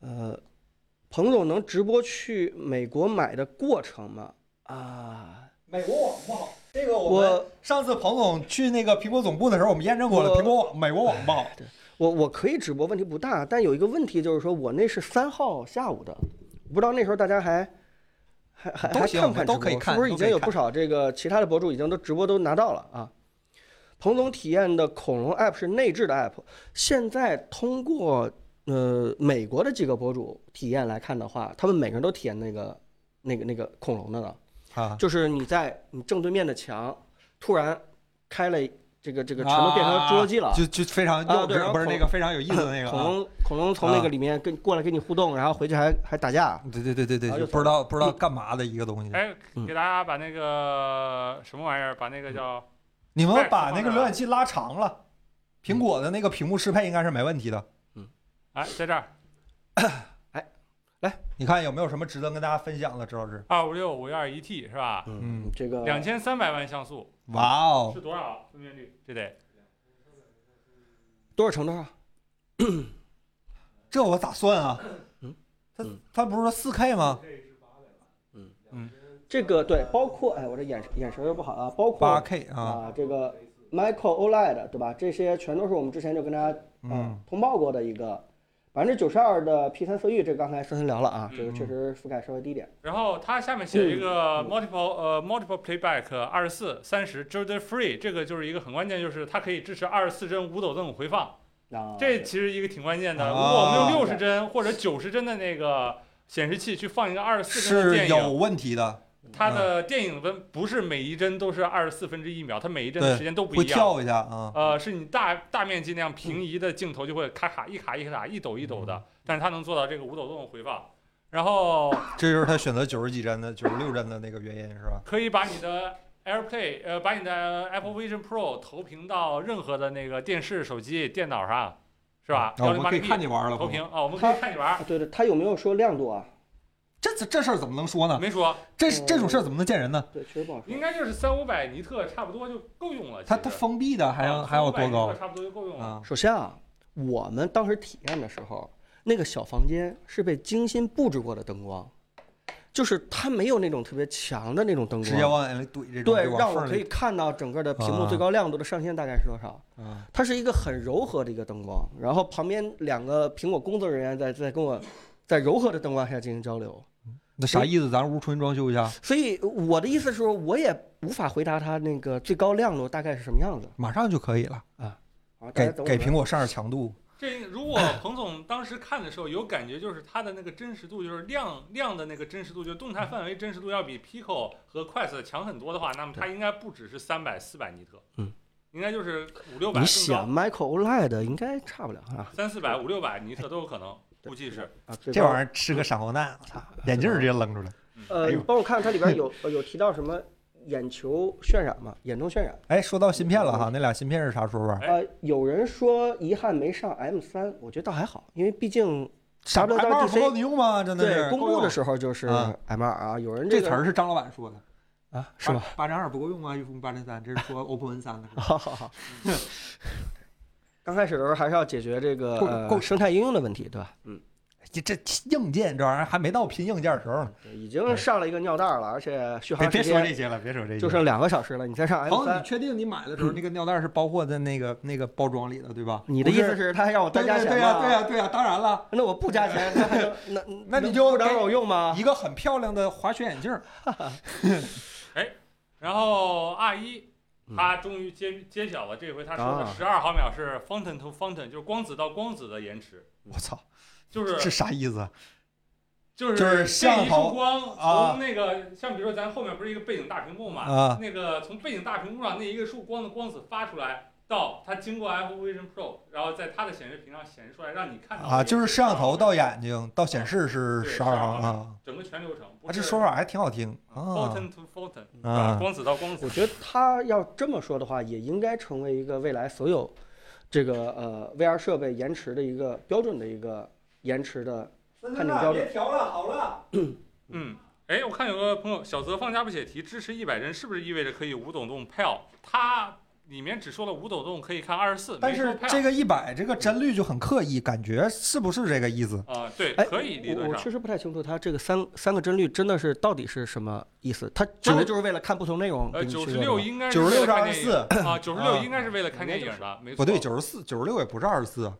S2: 呃，彭总能直播去美国买的过程吗？啊，
S1: 美国网不好，这个我们
S2: 我
S1: 上次彭总去那个苹果总部的时候，我们验证过了，
S2: 我
S1: 苹果网美国网不好。
S2: 我我可以直播，问题不大。但有一个问题就是说，我那是三号下午的，不知道那时候大家还还还
S1: 都
S2: 还
S1: 行
S2: 看不看
S1: 都
S2: 直播
S1: 可以看
S2: 是不是已
S1: 都可
S2: 经
S1: 以
S2: 有
S1: 看
S2: 不少这个其他的博主已经都直播都拿到了啊？彭总体验的恐龙 App 是内置的 App，现在通过呃美国的几个博主体验来看的话，他们每个人都体验那个那个那个恐龙的了。
S1: 啊，
S2: 就是你在你正对面的墙突然开了这个这个全都变成侏罗纪了，
S1: 啊就就非常
S2: 啊
S1: 幼
S2: 对
S1: 稚，
S2: 然后
S1: 不是
S2: 恐
S1: 那个非常有意思的那个
S2: 恐
S1: 啊。
S2: 龙恐龙从那个里面跟过来跟你互动，然后回去还还打架。
S1: 对对对对对，
S2: 然后
S1: 就
S2: 啊就
S1: 不知道不知道干嘛的一个东西。
S4: 哎，
S2: 嗯
S4: 给大家把那个什么玩意儿，把那
S1: 嗯
S4: 个叫
S1: 你们
S4: 哎
S1: 把那
S4: 放
S1: 个
S4: 那儿
S1: 浏览器拉长了，苹果的那个屏幕适配应该是没问题的。
S4: 哎，在这儿
S1: 你看有没有什么值得跟大家分享的？周老师，
S4: 二五六五幺二一 T 是吧？
S1: 嗯，
S2: 这个
S4: 两千三百万像素
S1: 哇哦，
S4: 是多少分辨率？这得
S2: 多少啊乘多少？
S1: 这我咋算啊
S2: 嗯？
S1: 他
S2: 嗯
S1: 他不是说四 K 吗？
S2: 这个对，包括哎，我这眼神眼神又不好啊，包
S1: 八
S2: 括
S1: K 啊，
S2: 啊这个 Micro OLED 对吧？这些全都是我们之前就跟大家啊
S1: 嗯，
S2: 通报过的一个。百分之九十二的 P 三色域，这个刚才森森聊了啊，这
S4: 嗯
S2: 个确实覆盖稍微低一点。
S4: 然后它下面写一
S1: 嗯
S4: 个 multiple 呃 multiple playback 二十四、三十 Jordan Free，这个就是一个很关键，就是它可以支持二十四帧五抖动回放，
S1: 哦
S2: 啊，
S4: 这其实一个挺关键的。
S1: 啊
S4: 如果我们用六十帧或者九十帧的那个显示器去放一个二十四帧
S1: 是
S4: 的电
S1: 有
S4: 影，
S1: 问题的，
S4: 它的电影的不是每一帧都是二十四分之一秒，它每一帧的
S1: 对
S4: 时间都不
S1: 会
S4: 一样。
S1: 跳一下啊。
S4: 呃，是你大大面积那样平移的镜头就会咔咔一卡一卡一抖一抖
S1: 嗯
S4: 的，但是它能做到这个无抖动回放，然后
S1: 这就是他选择九十几帧的、九十六帧的那个原因，是吧？
S4: 可以把你的 AirPlay，呃，把你的 Apple Vision Pro 投屏到任何的那个电视、手机、电脑上，是吧
S1: 啊？
S4: 幺
S1: 我
S4: 零
S1: 们
S4: 八
S1: 可以
S4: 零
S1: 看
S4: P
S1: 你玩了，
S4: 投
S1: 朋
S4: 屏
S1: 友
S4: 啊，我们可以看你玩儿
S2: 啊，。对对，它有没有说亮度啊？
S1: 这这这事儿怎么能说呢？
S4: 没说，
S1: 这是这种事儿怎么能见人呢？
S2: 对，确实不好说
S4: 应。该就是三五百尼特差不多就够用了。
S1: 它
S4: 其
S1: 它
S4: 实
S1: 封闭的还要
S4: 啊
S1: 还要
S4: 300
S1: 多
S4: 尼
S1: 高
S4: 特差不多就够用了。
S1: 啊？
S2: 首先啊，我们当时体验的时候，那个小房间是被精心布置过的灯光，就是它没有那种特别强的那种灯
S1: 直接
S2: 光，
S1: 往眼里怼这种，
S2: 对
S1: 就，往
S2: 让我
S1: 缝
S2: 可以
S1: 里
S2: 看到整个的屏幕
S1: 啊
S2: 最高亮度的上限大概是多少。
S1: 啊
S2: 它是一个很柔和的一个灯光，然后旁边两个苹果工作人员在在跟我在柔和的灯光下进行交流，
S1: 那啥意思？咱屋重新装修一下，
S2: 所以我的意思是说，我也无法回答它那个最高亮度大概是什么样子
S1: 马上就可以了。
S2: 啊。大
S1: 给
S2: 家等我
S1: 给
S2: 们
S1: 苹果上点强度，
S4: 这如果彭总当时看的时候有感觉，就是它的那个真实度，就是亮亮的那个真实度，就动态范围真实度要比 Pico 和 Quest 强很多的话，那么它应该不只是三百、四百尼特，
S2: 嗯，
S4: 应该就是五六百
S2: 你
S4: 更高
S2: 想 Micro OLED 应该差不了啊。
S4: 三四百、五六百尼特都有可能。估计是
S2: 啊，
S6: 这玩意儿吃个闪光弹，
S2: 儿，啊
S6: 眼镜儿直接扔出来。
S2: 呃，
S6: 哎
S2: 你
S6: 呦
S2: 帮我看它里边有呃有提到什么眼球渲染吗？眼动渲染。
S1: 哎，说到芯片了哈，那俩芯片是啥说法？
S4: 哎
S2: 呃，有人说遗憾没上 M 三，我觉得倒还好，因为毕竟
S1: 啥
S2: WWDC
S1: 二不够你用吗？真的
S2: 对
S1: 是
S2: 公布的时候就是
S1: 啊
S2: M 二啊，有人
S1: 这
S2: 个
S1: 词儿是张老板说的，
S2: 啊是吗？？
S1: 八战二不够用啊，iPhone 八零三，这是说 OPPO N 三的。
S2: 好好好。刚开始的时候还是要解决这个
S1: 够
S2: 呃
S1: 够
S2: 生态应用的问题，对吧？
S6: 这这硬件这玩意儿还没到拼硬件的时候呢。
S2: 已经上了一个尿袋了，而且续
S6: 别
S2: 航
S6: 别
S2: 时
S6: 说这
S2: 间
S6: 些了，别说这些了。
S2: 就剩两个小时了，你再上 M
S1: 朋友，
S2: 三
S1: 你，确定你买的时候那个尿袋是包括在那个那个包装里的，对吧？
S2: 你的
S1: 不
S2: 意思是他还让我
S1: 对
S2: 单加
S1: 对
S2: 钱吗？
S1: 对呀对呀对呀，当然了，
S2: 那我不加 钱，那还能那
S1: 那你就
S2: 不
S1: 给
S2: 能有用吗？
S1: 一个很漂亮的滑雪眼镜儿，
S4: 然后 R 一
S2: 嗯，
S4: 他终于揭揭晓了，这回他说的
S2: 啊
S4: 十二毫秒是 fountain to fountain，就是光子到光子的延迟，
S6: 我操，
S4: 就
S6: 这
S4: 是
S6: 啥意思啊？
S4: 就是
S1: 就是
S4: 这
S1: 像
S4: 一
S1: 好
S4: 束光
S1: 啊
S4: 从那个像比如说咱后面不是一个背景大屏幕嘛，
S1: 啊
S4: 那个从背景大屏幕上那一个束光的光子发出来，到它经过 Apple Vision Pro，然后在它的显示屏上显示出来，让你看到
S1: 啊，就是摄像头到眼睛到显
S4: 显
S1: 示是
S4: 对
S1: 十二毫
S4: 12
S1: 啊，
S4: 整个全流程。不
S1: 啊，
S4: 是
S1: 这说法还挺好听啊
S4: fountain to fountain，
S1: 啊。
S4: 光子到光子
S2: 我。觉得他要这么说的话，也应该成为一个未来所有这个呃 VR 设备延迟的一个标准的一个延迟的。看你标准
S1: 调了，好了。
S4: 嗯，哎，我看有个朋友，小泽放假不写题，支持一百人，是不是意味着可以五抖动 PAL？他里面只说了五抖动可以看二十四，
S1: 但是这
S4: 个
S1: 个一百这个帧率就很刻意，感觉是不是这个意思？
S4: 啊、对，
S2: 哎
S4: 可以
S2: 我
S4: 理论
S2: 我
S4: 上
S2: 确实不太清楚他这个三三个帧率真的是到底是什么意思，他真的就是为了看不同内容
S4: 呃
S2: 给你
S4: 九
S2: 去
S4: 十
S2: 做的吗
S4: 六应该是
S1: 九十
S4: 为
S1: 六是
S4: 了看
S1: 二
S4: 电
S1: 十
S4: 影
S1: 四，
S4: 啊，九十
S1: 啊
S4: 六应该是为了看电影的，没错，
S1: 不对，九十四，九十六也不是二十四啊。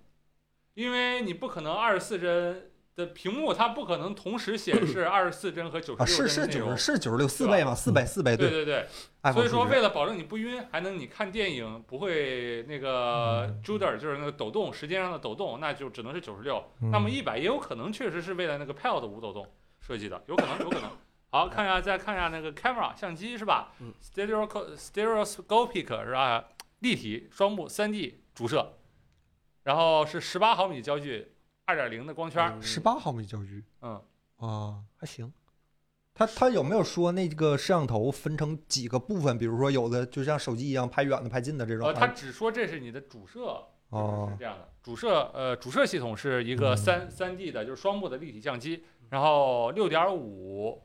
S4: 因为你不可能二十四帧的屏幕，它不可能同时 显示二十四帧和九
S1: 啊，
S4: 十
S1: 是
S4: 六帧
S1: 是
S4: 的内
S1: 九
S4: 容
S1: 十。是九十六四
S4: 对吧
S1: 倍嘛，四倍四倍
S4: 对对对，
S1: iPhone
S4: 所以说
S1: 数据
S4: 为了保证你不晕，还能你看电影不会那个
S1: 嗯
S4: judder 就是那个抖动时间上的抖动，那就只能是九十六。那么
S1: 嗯
S4: 一百也有可能确实是为了那个 PAL 的无抖动设计的，有可能有可能。好看一下，再看一下那个 camera 相机是吧
S2: 嗯
S4: ？stereo stereoscopic 是吧？立体双目 3D 主摄，然后是十八毫米焦距，二点零的光
S5: 嗯
S4: 圈。呃
S1: 嗯十八毫米焦距，
S4: 嗯
S1: 啊，还行。他他有没有说那个摄像头分成几个部分？比如说有的就像手机一样拍远的、拍近的这种。
S4: 呃，它只说这是你的主摄，就
S1: 哦
S4: 是这样的。主摄呃，主摄系统是一个
S1: 嗯
S4: 三三 D 的，就是双目的立体相机，然后六点五，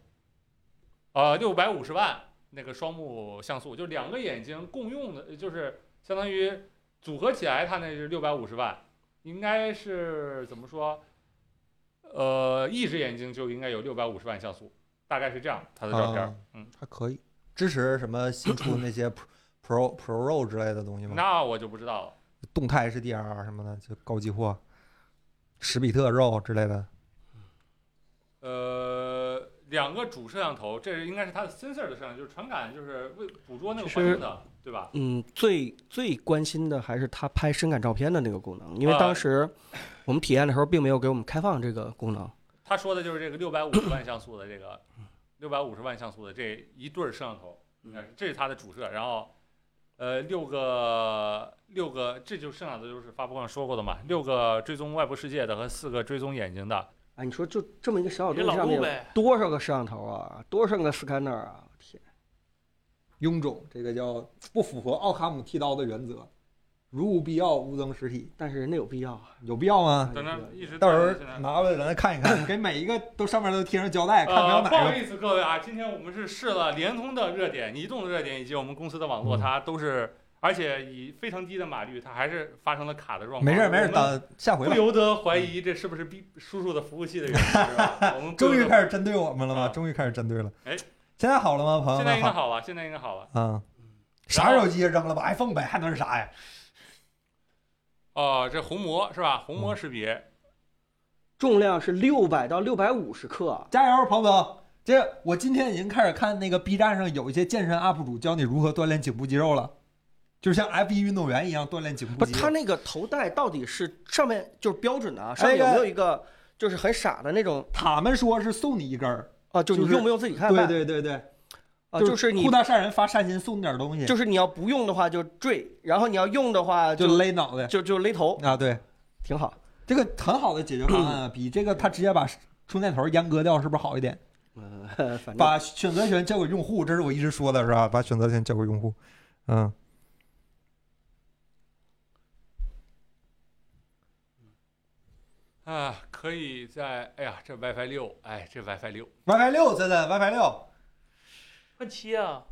S4: 呃，六百五十万那个双目像素，就两个眼睛共用的，就是相当于组合起来，它那是六百五十万，应该是怎么说？呃，一只眼睛就应该有六百五十万像素，大概是这样它的照片儿
S1: 啊。
S4: 嗯，
S1: 还可以，支持什么新出那些 Pro Pro Pro 之类的东西吗？
S4: 那我就不知道了。
S1: 动态 HDR 什么的，就高级货，十比特肉之类的。
S4: 呃，两个主摄像头，这是应该是它的 sensor 的摄像，就是传感，就是为捕捉那个
S2: 其
S4: 环
S2: 实
S4: 境的，对吧？
S2: 嗯，最最关心的还是他拍深感照片的那个功能，因为
S4: 啊
S2: 当时我们体验的时候并没有给我们开放这个功能。
S4: 他说的就是这个六百五十万像素的这个，六百五十万像素的这一对儿摄像头，应该是这是它的主摄，然后，呃，六个六个，这就剩下的就是发布会上说过的嘛，六个追踪外部世界的和四个追踪眼睛的，
S2: 哎，你说就这么一个小小
S3: 别
S2: 东西
S3: 老
S2: 上面
S3: 路
S2: 有
S3: 呗。
S2: 多少个摄像头啊，多少个 scanner 啊，我天！
S1: 臃肿，这个叫不符合奥卡姆剃刀的原则，如无必要勿增实体，
S2: 但是人家有必要啊。
S1: 有必要吗？
S4: 等那一直
S1: 嗯到时候
S4: 断着现在
S1: 拿过来咱看一看，嗯给每一个都上面都贴上胶带，看没有
S4: 呃，
S1: 哪
S4: 不好
S1: 个
S4: 意思各位啊，今天我们是试了联通的热点、移动的热点以及我们公司的网络，
S1: 嗯
S4: 它都是，而且以非常低的码率，它还是发生了卡的状况。
S1: 没事儿没事儿，
S4: 我们
S1: 等下回嗯
S4: 不
S1: 吧。
S4: 由得怀疑这是不是 B 叔叔的服务器的原因，是吧？我们不
S1: 终
S4: 由得
S1: 于开始针对我们了吗？
S4: 啊
S1: 终于开始针对了。
S4: 哎
S1: 现在好了吗，朋友
S4: 现在
S1: 们？
S4: 应该
S1: 好
S4: 好了，现在应该好了。
S1: 啊。啥
S4: 然
S1: 手
S4: 后
S1: 机扔了吧？iPhone 呗，还能是啥呀？
S4: 哦，这虹膜是吧？虹膜
S1: 嗯
S4: 识别，
S2: 重量是六百到六百五十克，
S1: 加油，彭总！这我今天已经开始看那个 B 站上有一些健身 UP 主教你如何锻炼颈部肌肉了，就像 F1 运动员一样锻炼颈
S2: 不
S1: 部
S2: 是
S1: 肌
S2: 它
S1: 肉。
S2: 那个头戴到底是上面就是标准的啊？上面
S1: 哎
S2: 有
S1: 呀
S2: 没有一个就是很傻的那种
S1: 他们说是送你一根儿，
S2: 啊？就
S1: 就
S2: 你
S1: 是
S2: 用不用自己看吧？
S1: 对对对对，
S2: 啊，就是你
S1: 裤衩善人发善心送你点儿东西，
S2: 就是你要不用的话就坠，然后你要用的话
S1: 就
S2: 就
S1: 勒脑袋
S2: 就就勒头，
S1: 啊，对，
S2: 挺好。
S1: 这个很好的解决方案 啊，比这个他直接把充电头阉割掉是不是好一点？
S2: 呃，反正
S1: 把选择权交给用户，这是我一直说的是吧？把选择权交给用户，嗯。
S4: 啊，可以在，哎呀，这 WiFi 六，哎，这 WiFi 六，
S1: WiFi 六，真的 WiFi 六，
S3: 快切啊！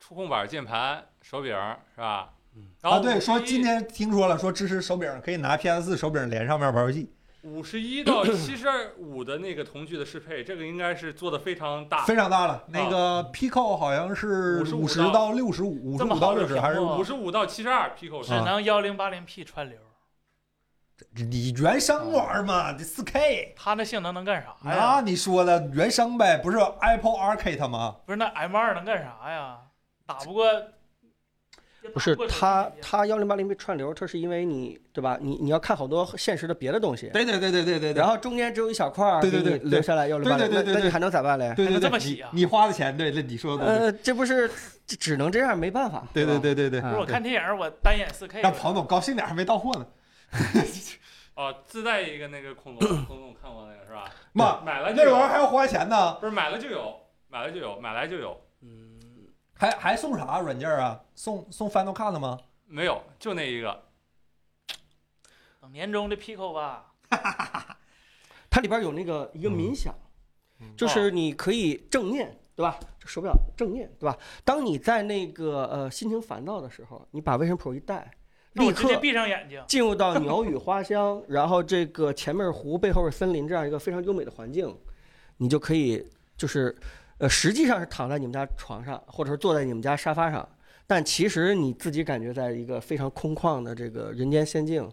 S4: 触控板、键盘、手柄是吧？
S7: 嗯
S4: 然后
S1: 啊，对，说
S4: 51
S1: 今天听说了，说支持手柄可以拿 PS 四手柄连上面玩游戏，
S4: 五十一到七十五的那个同距的适配，这个应该是做的非常大，
S1: 非常大了。那个 Pico 好像是五十
S4: 55
S1: 到六十五，五十
S3: 这么
S1: 五
S3: 好
S1: 到
S3: 的
S1: 六十还是
S3: 屏幕
S4: 五十五到七十二 Pico
S3: 只
S1: 啊
S4: 是。
S3: 能幺零八零 P 串流，
S1: 你原生玩嘛？这四 K，
S3: 它那性能能干啥
S1: 那
S3: 哎呀？
S1: 你说的原生呗，不是 Apple Arcade 吗？
S3: 不是那 M 二能干啥呀？打不过，
S2: 不是它
S3: 它
S2: 它幺零八零 P 串流，它是因为你对吧？你你要看好多现实的别的东西，
S1: 对对对对对对
S2: 然后中间只有一小块儿
S1: 对对
S2: 给
S1: 对
S2: 你
S1: 对
S2: 留下来幺零八零，
S1: 对对对
S2: 那那
S1: 对
S2: 你还能咋办嘞？
S1: 对对
S3: 还能这么
S1: 对，
S3: 洗
S1: 你
S3: 啊
S1: 你花的钱，对，这你说的对，
S2: 呃，这不是这只能这样，没办法。
S1: 对对
S2: 吧，
S1: 对对对
S2: 啊
S3: 不是我
S1: 对，
S3: 看电影，我单眼四 K，
S1: 让庞总高兴点，还没到货呢。
S4: 哦，自带一个那个恐 龙，恐龙看过那个是吧？
S1: 妈，
S4: 买了就
S1: 那玩意儿还
S4: 有，
S1: 要花钱呢，
S4: 不是买了就有，买了就有，买来就有，
S7: 嗯，
S1: 还还送啥软件啊？送送 Final Cut 吗？
S4: 没有就那一个。
S3: 等年终的 Pico 吧，
S2: 它里边有那个
S1: 嗯
S2: 一个冥想，就是你可以正念，对吧？这手表正念，对吧？当你在那个呃心情烦躁的时候，你把 Vision Pro 一戴，
S3: 那我
S2: 立
S3: 直接
S2: 刻
S3: 闭上眼睛，
S2: 进入到鸟语花香， 然后这个前面湖背后是森林这样一个非常优美的环境，你就可以就是呃实际上是躺在你们家床上，或者是坐在你们家沙发上，但其实你自己感觉在一个非常空旷的这个人间仙境。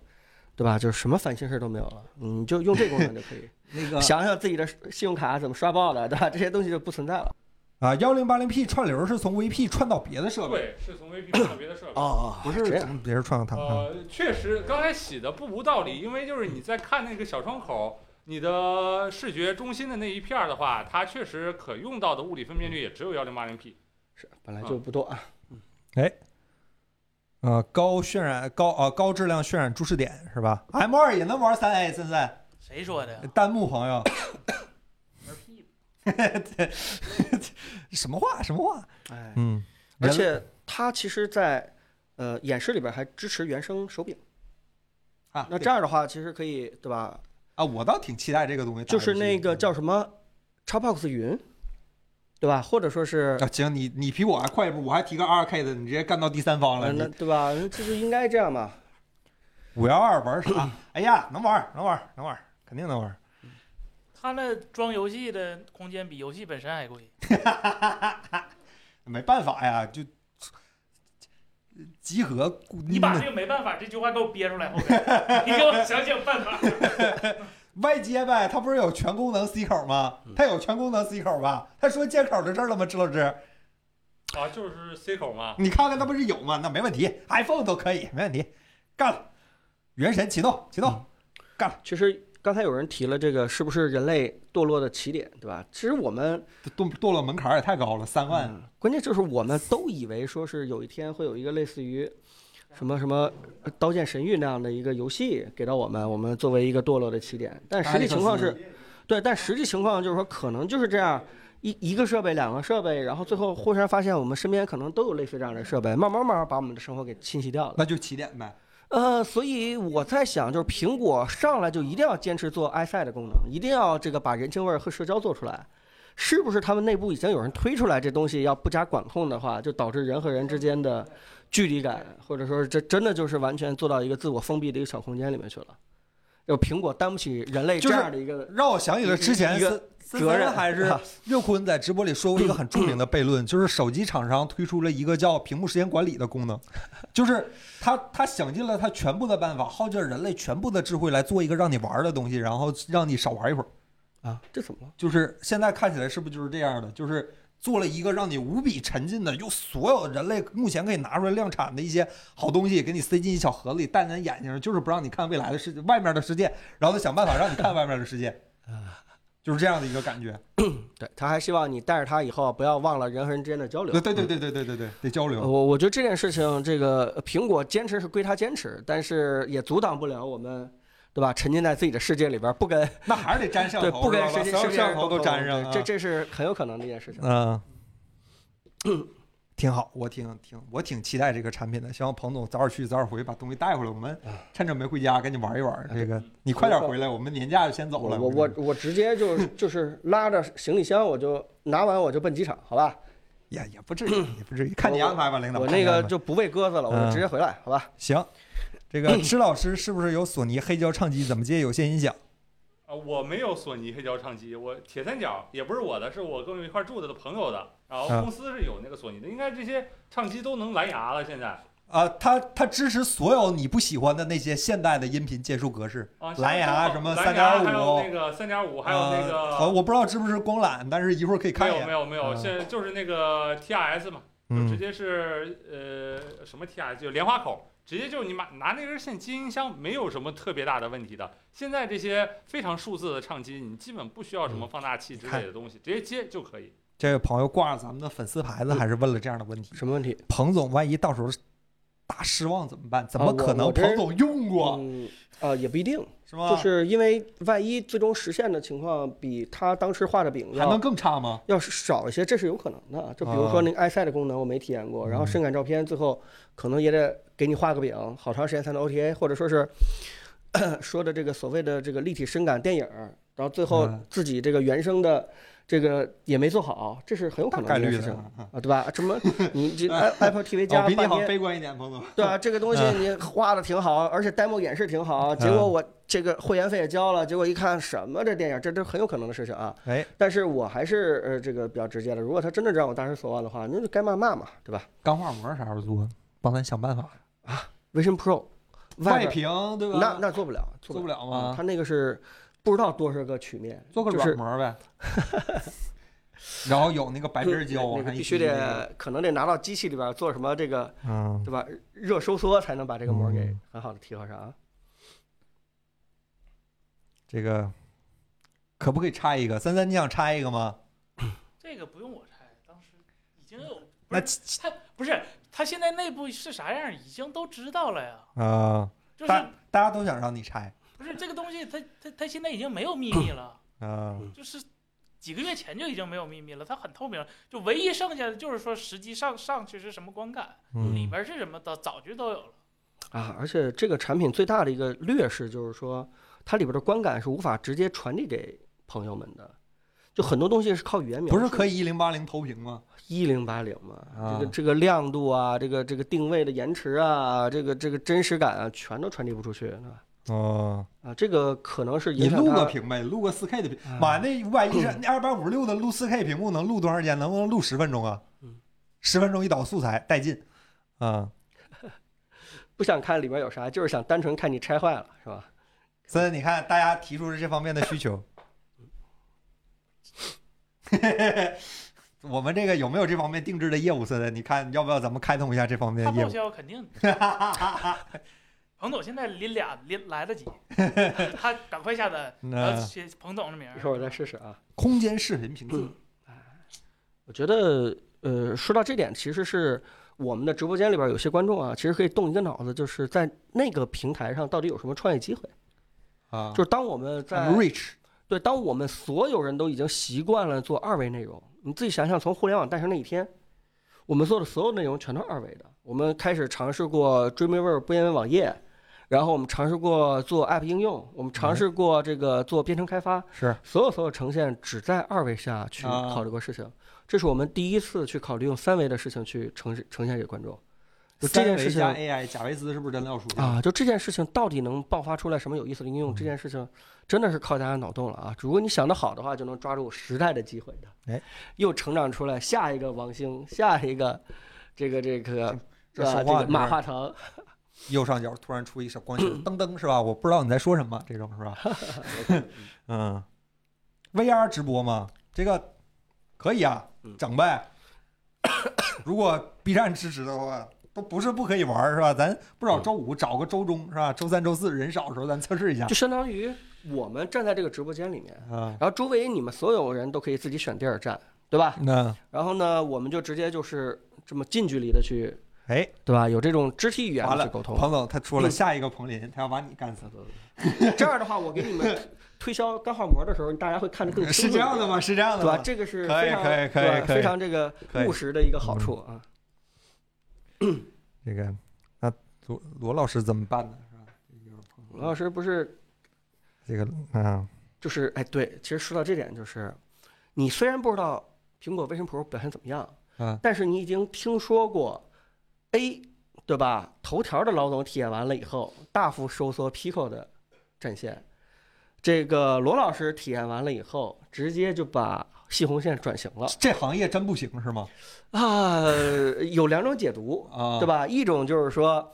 S2: 对吧？就是什么烦心事儿都没有了，你就用这功能就可以。
S1: 那 个
S2: 想想自己的信用卡怎么刷爆的，对吧？这些东西就不存在 了。
S1: 啊，幺零八零 P 串流是从 VP 串到别的设备，
S4: 对，是从 VP 到别的设备。
S5: 啊
S2: 哦
S1: 不是
S2: 这样。
S1: 从别人串到它。
S2: 哦
S1: 啊
S4: 呃，确实，刚才洗的不无道理，因为就是你在看那个小窗口，你的视觉中心的那一片儿的话，它确实可用到的物理分辨率也只有幺零八零 P。
S2: 是本来就不多啊。
S1: 呃，高渲染高啊、高质量渲染注视点是吧？M 二啊也能玩三 A，森森
S3: 谁说的呀？
S1: 弹幕朋友，
S3: 玩屁吧
S1: 什么话什么话？
S2: 哎，
S1: 嗯，
S2: 而
S1: 人
S2: 且它其实在，呃演示里边还支持原生手柄。
S1: 啊，
S2: 那
S1: 对
S2: 这样的话，其实可以对吧？
S1: 啊，我倒挺期待这个东西打
S2: 就
S1: 游戏。嗯
S2: 是那个
S1: 啊
S2: 叫什么 Xbox 云，对吧？或者说是
S1: 啊，行，你你比我还快一步，我还提个二 K 的，你直接干到第三方了。
S2: 呃那
S1: 你
S2: 对吧？这就应该这样嘛。
S1: 五幺二玩啥？哎呀，能玩能玩能玩，肯定能玩。
S3: 它那装游戏的空间比游戏本身还贵，
S1: 没办法呀，就集合。
S3: 你把这个没办法这句话给我憋出来，后边你给我想想办法。
S1: 外接呗，它不是有全功能 C 口吗？
S2: 嗯
S1: 它有全功能 C 口吧？它说接口的事儿了吗？支老师，
S4: 啊，就是 C 口嘛。
S1: 你看看它不是有吗？那没问题，iPhone 都可以，没问题，干了！原神启动，启动，
S2: 其实刚才有人提了这个，是不是人类堕落的起点，对吧？其实我们
S1: 堕堕落门槛也太高了，三万。
S2: 嗯，关键就是我们都以为说是有一天会有一个类似于什么什么《刀剑神域》那样的一个游戏给到我们，我们作为一个堕落的起点。但实际情况是，对，但实际情况就是说，可能就是这样。一一个设备，两个设备，然后最后忽然发现我们身边可能都有类似这样的设备，慢慢慢慢把我们的生活给侵袭掉了。
S1: 那就起点呗。
S2: 呃，所以我在想，就是苹果上来就一定要坚持做 iSide 的功能，一定要这个把人情味儿和社交做出来，是不是？他们内部已经有人推出来这东西，要不加管控的话，就导致人和人之间的距离感，或者说是这真的就是完全做到一个自我封闭的一个小空间里面去了。就苹果担不起人类这
S1: 就是
S2: 样的一个
S1: 让我想起了之前
S2: 一个
S1: 森森
S2: 责任，啊
S1: 森还是岳坤在直播里说过一个很著名的悖论， 就是手机厂商推出了一个叫“屏幕时间管理”的功能，就是他他想尽了他全部的办法，耗尽了人类全部的智慧来做一个让你玩的东西，然后让你少玩一会儿。
S2: 啊，这怎么了？
S1: 就是现在看起来是不是就是这样的？就是做了一个让你无比沉浸的，用所有人类目前可以拿出来量产的一些好东西，给你塞进一小盒子里，戴在你眼睛上，就是不让你看未来的世界，外面的世界，然后他想办法让你看外面的世界。就是这样的一个感觉。
S2: 对他还希望你带着他以后不要忘了人和人之间的交流
S1: 对。对对对对对对对，得交
S2: 呃
S1: 流。
S2: 我我觉得这件事情，这个呃苹果坚持是归他坚持，但是也阻挡不了我们，对吧？沉浸在自己的世界里边，不跟
S1: 那还是得粘上
S2: 对
S1: 头，
S2: 不跟
S1: 是吧
S2: 世界
S1: 所
S2: 世
S1: 有
S2: 界
S1: 摄像
S2: 人
S1: 头都
S2: 沟通
S1: 粘上
S2: 对
S1: 啊。
S2: 这这是很有可能的一件事情。
S1: 嗯， 挺好，我挺挺我挺期待这个产品的，希望彭总早点去早点回，把东西带回来。我们
S2: 啊
S1: 趁着没回家，赶紧玩一玩。这个你快点回来，我们年假就先走
S2: 我
S1: 了。嗯
S2: 我我我直接 就就是拉着行李箱，我就拿完我就奔机场，好吧？
S1: 也也不至于，也不至于，看你安排吧，领导。
S2: 我
S1: 看
S2: 那
S1: 你安
S2: 个
S1: 排
S2: 就不喂鸽子了，我
S1: 嗯
S2: 就直接回来，好吧？
S1: 行，这 个施老师是不是有索尼黑胶唱机怎么接有线音响？
S4: 啊，我没有索尼黑胶唱机，我铁三角也不是我的，是我跟我一块儿住的的朋友的。然后
S1: 啊
S4: 公司是有那个索尼的，应该这些唱机都能蓝牙了。现在
S1: 啊，它它支持所有你不喜欢的那些现代的音频接收格式，
S4: 啊，
S1: 蓝牙
S4: 像
S1: 什么
S4: 蓝牙还有
S1: 3.5
S4: 那个三点五，还有那
S1: 呃好
S4: 个
S1: 我不知道是不是光缆，但是一会儿可以看一
S4: 没有没
S1: 眼。
S4: 有没有，
S1: 嗯
S4: 现在就是那个 TRS 嘛，就直
S1: 嗯，
S4: 接是呃什么 TRS 就莲花口，直接就你买拿那根线接音箱，没有什么特别大的问题的。现在这些非常数字的唱机，你基本不需要什么
S1: 嗯
S4: 放大器之类的东西，直接接就可 以。
S1: 这位朋友挂着咱们的粉丝牌子，还是问了这样的问题。
S2: 什么问题？
S1: 彭总，万一到时候大失望怎么办？怎
S2: 啊
S1: 么
S2: 我
S1: 可能
S2: 我这
S1: 彭总用过
S2: 嗯，啊、也不一定，
S1: 是吗？
S2: 就是因为万一最终实现的情况比他当时画的饼
S1: 还
S2: 要
S1: 能更差吗？
S2: 要是少一些，这是有可能的啊。就比如说那个 i 赛的功能，我没体验过，
S1: 嗯
S2: 然后深感照片最后可能也得给你画个饼，好长时间才能 OTA，或者说是 说的这个所谓的这个立体深感电影儿，然后最后
S1: 嗯
S2: 自己这个原生的这个也没做好，这是很有可能
S1: 概
S2: 的
S1: 率
S2: 一件事
S1: 的
S2: 情
S1: 啊。
S2: 啊，对吧？ 什么你这 i- Apple TV
S1: 我
S2: 加
S1: 比你
S2: 半
S1: 好
S2: 天，
S1: 悲观一点， 彭总。
S2: 对吧？这个东西你画的挺好，而且 demo 演示挺好，结果
S1: 嗯
S2: 我这个会员费也交了，结果一看什么这电影，这都很有可能的事情啊。
S1: 哎，
S2: 但是我还是呃这个比较直接的，如果他真的让我大失所望的话，那就该骂骂嘛，对吧
S1: 钢化膜啥时候做？帮咱想办法。
S2: ？Vision Pro
S1: 外
S2: 边
S1: 屏对吧？
S2: 那那做不了，
S1: 做
S2: 不
S1: 不了
S2: 啊
S1: 吗？
S2: 他那个是不知道多少个曲面，
S1: 做个
S2: 就
S1: 软
S2: 是
S1: 膜呗。然后有那个白边胶，
S2: 那
S1: 我
S2: 个
S1: 看一
S2: 必须
S1: 提那个
S2: 得可能得拿到机器里边做什么这个
S1: 嗯，
S2: 对吧？热收缩才能把这个膜给
S1: 嗯
S2: 很好的贴合上啊。
S1: 这个可不可以插一个？三三，你想插一个吗？
S3: 这个不用我猜，当时已经有不
S1: 那
S3: 是他不是他现在内部是啥样，已经都知道了呀。
S1: 啊，
S3: 就是
S1: 大大家都想让你拆
S3: 不是这个东西，它它它现在已经没有秘密了，
S1: 啊，
S3: 就是几个月前就已经没有秘密了，它很透明。就唯一剩下的就是说实际上上去是什么观感，里
S1: 嗯
S3: 边是什么的早就都有了。
S2: 啊，而且这个产品最大的一个劣势就是说，它里边的观感是无法直接传递给朋友们的，就很多东西是靠语言描述。
S1: 不是可以一零八零投屏吗？
S2: 一零八零嘛，
S1: 啊
S2: 这个这个亮度啊，这个这个定位的延迟啊，这个这个真实感啊，全都传递不出去啊
S1: 哦，
S2: 啊，这个可能是
S1: 你
S2: 影响
S1: 录个
S2: 它。
S1: 屏呗，录个四 K 的屏
S2: 啊，
S1: 妈那五百一 十、那二百五十六的录四 K 屏幕能录多长时间？能不能录十分钟啊
S2: 嗯？
S1: 十分钟一导素材带劲啊！
S2: 不想看里边有啥，就是想单纯看你拆坏了，是吧？
S1: 三三，你看大家提出了这方面的需求， 我们这个有没有这方面定制的业务？森森，你看要不要咱们开通一下这方面
S3: 他
S1: 的业
S3: 报
S1: 务？
S3: 销肯定。 彭总现在临俩临来得及，他赶快下单，然
S2: 呃
S3: 后
S1: 那
S3: 写彭总的名儿
S2: 一。会儿我再试试啊。
S1: 嗯空间视频评测，
S2: 我觉得，呃，说到这点，其实是我们的直播间里边有些观众啊，其实可以动一个脑子，就是在那个平台上到底有什么创业机会。
S1: 啊
S2: 就是当我们在
S1: I'm rich，
S2: 对，当我们所有人都已经习惯了做二维内容，你自己想想，从互联网诞生那一天，我们做的所有内容全都是二维的。我们开始尝试过 Dreamweaver 不言文网页，然后我们尝试过做 App 应用，我们尝试过这个做编程开发，
S1: 嗯是
S2: 所有所有呈现只在二维下去
S1: 啊
S2: 考虑过事情。这是我们第一次去考虑用三维的事情去呈现呈现给观众。就这
S1: 三
S2: 件
S1: 维
S2: 事情
S1: 加 AI，贾维斯是不是真的要输掉
S2: 啊，就这件事情到底能爆发出来什么有意思的应
S1: 嗯
S2: 用？这件事情真的是靠大家脑洞了啊！如果你想得好的话，就能抓住时代的机会的。
S1: 哎，
S2: 又成长出来下一个王兴，下一个这个这个
S1: 这
S2: 啊
S1: 说
S2: 这
S1: 话
S2: 个马
S1: 就是
S2: 化腾，
S1: 右上角突然出一小光圈，噔噔是吧？我不知道你在说什么，这种是吧？ 嗯，VR 直播嘛，这个可以啊
S2: 嗯，
S1: 整呗。如果 B 站支持的话，不不是不可以玩儿是吧？咱不找周五，找个周中是吧？周三、周四人少的时候，咱测试一下
S2: 就相当于我们站在这个直播间里面，
S1: 啊。
S2: 然后周围你们所有人都可以自己选地儿站，对吧？
S1: 那
S2: 然后呢，我们就直接就是这么近距离的去，
S1: 哎，
S2: 对吧？有这种肢体语言
S1: 完
S2: 的
S1: 了
S2: 去沟通。
S1: 彭总他说了，下一个彭林他要把你干死，嗯
S2: 这样的话，我给你们推销钢化膜的时候，大家会看得更清 楚
S1: 是
S2: 一
S1: 这
S2: 点
S1: 样的？吗？是啊这样的
S2: 对吧？
S1: 吗？
S2: 这个是
S1: 可以
S2: 非常
S1: 可以可以
S2: 对吧
S1: 可以
S2: 非常这个
S1: 可以嗯
S2: 务实的一个好处啊。
S1: 这个那罗罗老师怎么办呢？是吧？
S2: 罗老师不是
S1: 这个嗯，
S2: 就是哎，对，其实说到这点，就是你虽然不知道苹果 Vision Pro 表现怎么样，
S1: 嗯
S2: 但是你已经听说过 A 对吧？头条的老总体验完了以后，大幅收缩 Pico 的战线。这个罗老师体验完了以后，直接就把细红线转型了
S1: 这行业真不行是吗？
S2: 啊！有两种解读，
S1: 啊，
S2: 对吧？一种就是说，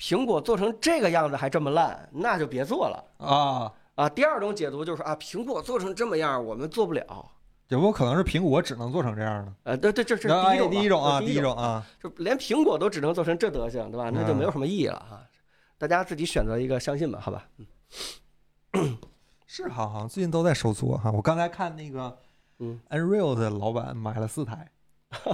S2: 苹果做成这个样子还这么烂，那就别做了。
S1: 啊，
S2: 啊，第二种解读就是啊，苹果做成这么样儿，我们做不了。
S1: 有没有可能是苹果只能做成这样呢？
S2: 呃，对对，这这是
S1: 哎
S2: 第一种吧，
S1: 第一种啊，
S2: 这
S1: 第
S2: 是
S1: 一种嗯啊，
S2: 就连苹果都只能做成这德行，对吧？那就没有什么意义了哈。大家自己选择一个相信吧，好吧？
S1: 啊是哈，好像最近都在收缩哈。我刚才看那个，
S2: 嗯
S1: ，Unreal 的老板买了四台，
S2: 我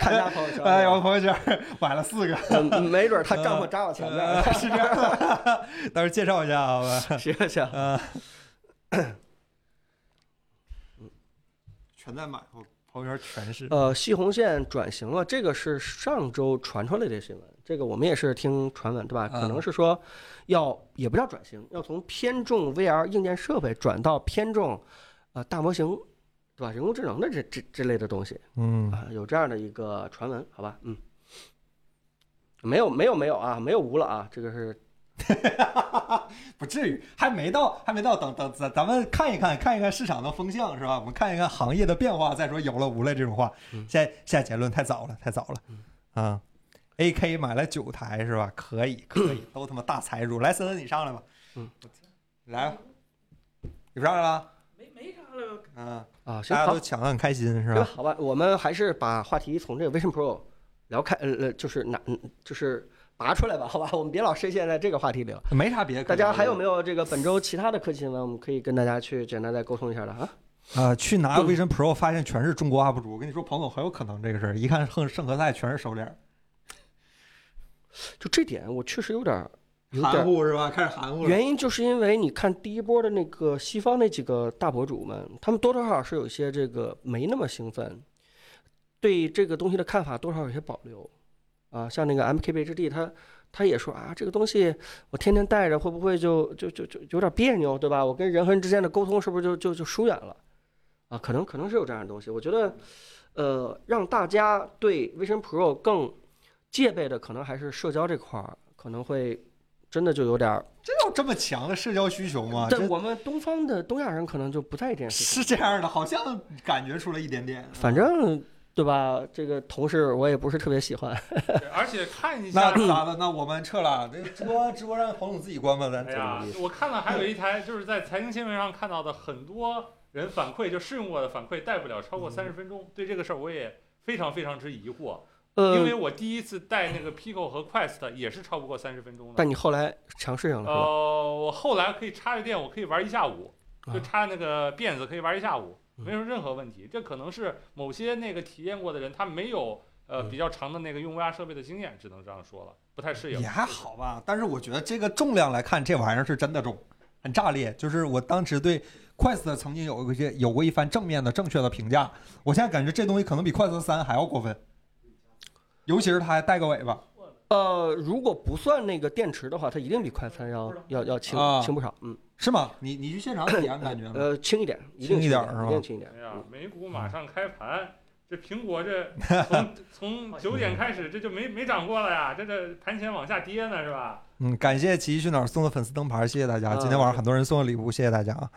S2: 看他朋友圈儿，
S1: 哎，我朋友圈买了四个，
S2: 呃没准儿他账户扎我前 面儿，
S1: 是这样的。 到时候介绍一下好吧？
S2: 行行，
S1: 嗯，全在买，我朋友圈全是。
S2: 呃，西红线转型了，这个是上周传出来的新闻，这个我们也是听传闻，对吧？可
S1: 嗯
S2: 能是说要也不叫转型，要从偏重 VR 硬件设备转到偏重呃大模型，对吧？人工智能的这这这类的东西
S1: 嗯，
S2: 啊，有这样的一个传闻，好吧？嗯，没有没有没有啊，没有无了啊，这个是
S1: 不至于，还没到，还没到，等等，咱咱们看一看，看一看市场的风向是吧？我们看一看行业的变化，再说有了无了这种话
S2: 嗯，
S1: 下下结论太早了，太早了，啊、a k 买了九台是吧？可以，可 以，都他妈大财主，来森森你上来吧，
S2: 嗯，
S1: 来吧，你不上来了，
S3: 没没啥了，
S1: 嗯，
S2: 啊，
S1: 大
S2: 行
S1: 家
S2: 好
S1: 都，抢得很开心是
S2: 对吧
S1: 吧？？
S2: 好吧，我们还是把话题从这个 Vision Pro 聊开，呃呃，就是拿，嗯就是拔出来吧，好吧，我们别老深陷在这个话题里了。
S1: 没啥别的可
S2: 大
S1: 聊
S2: 家
S1: 的，
S2: 还有没有这个本周其他的科技新闻？我们可以跟大家去简单再沟通一下的啊。
S1: 啊、去拿
S2: 嗯
S1: Vision Pro 发现全是中国 UP 主，我跟你说，彭总很有可能这个事儿，一看圣圣何塞全是手脸儿，
S2: 就这点，我确实有点儿有点
S1: 含
S2: 儿。
S1: 糊是吧？开始含糊了，
S2: 原因就是因为你看第一波的那个西方那几个大博主们，他们多多少少是有一些这个没那么兴奋，对这个东西的看法多少有些保留啊。像那个 M K 贝之地，他他也说啊，这个东西我天天带着会不会就就就就有点别扭，对吧？我跟人和人之间的沟通是不是就就就疏远了啊？可能可能是有这样的东西。我觉得，呃，让大家对 Vision Pro 更戒备的，可能还是社交这块儿，可能会真的就有点儿。
S1: 这有这么强的社交需求吗？这
S2: 但我们东方的东亚人可能就不在意这件事情。
S1: 是这样的，好像感觉出了一点点。
S2: 反正对吧？这个同事我也不是特别喜欢。
S4: 对而且看一
S1: 那
S4: 下，
S1: 咋的？那我们撤了，这个直播直播让黄总自己关吧，咱
S4: 哎呀，我看到还有一台就是在财经新闻上看到的，很多人反馈就试用过的反馈，带不了超过三十
S2: 嗯
S4: 分钟。对这个事儿我也非常非常之疑惑，因
S2: 呃
S4: 为，我第一次带那个 Pico 和 Quest 也是超不过三十分钟的。
S2: 但你后来尝试上了是吧？
S4: 呃，我后来可以插着电，我可以玩一下午，就
S2: 啊
S4: 插那个辫子可以玩一下午，
S2: 嗯
S4: 没有任何问题。这可能是某些那个体验过的人，他没有呃
S2: 嗯
S4: 比较长的那个用 VR 设备的经验，只能这样说了，不太适应
S1: 也。还好吧。但是我觉得这个重量来看，这玩意儿是真的重，很炸裂。就是我当时对 Quest 曾经有过一些有过一番正面的、正确的评价，我现在感觉这东西可能比 Quest 三还要过分。尤其是它还带个尾巴，
S2: 呃，如果不算那个电池的话，它一定比快餐要要要轻
S1: 啊
S2: 轻不少。嗯，
S1: 是吗？你你去现场体验感觉吗？
S2: 呃，轻一点，一
S1: 轻
S2: 定
S1: 一
S2: 一
S1: 点
S2: 点，
S1: 是吧
S2: 一定轻一点
S4: 哎。
S1: 嗯
S4: 呀，美股马上开盘，这苹 果这从从九点开始这就没没涨过了呀，这这盘前往下跌呢是吧？
S1: 嗯，感谢奇异去哪儿送的粉丝灯牌，谢谢大家。
S2: 啊
S1: 今天
S4: 嗯
S1: 晚上很多人送的礼物，谢谢大家啊。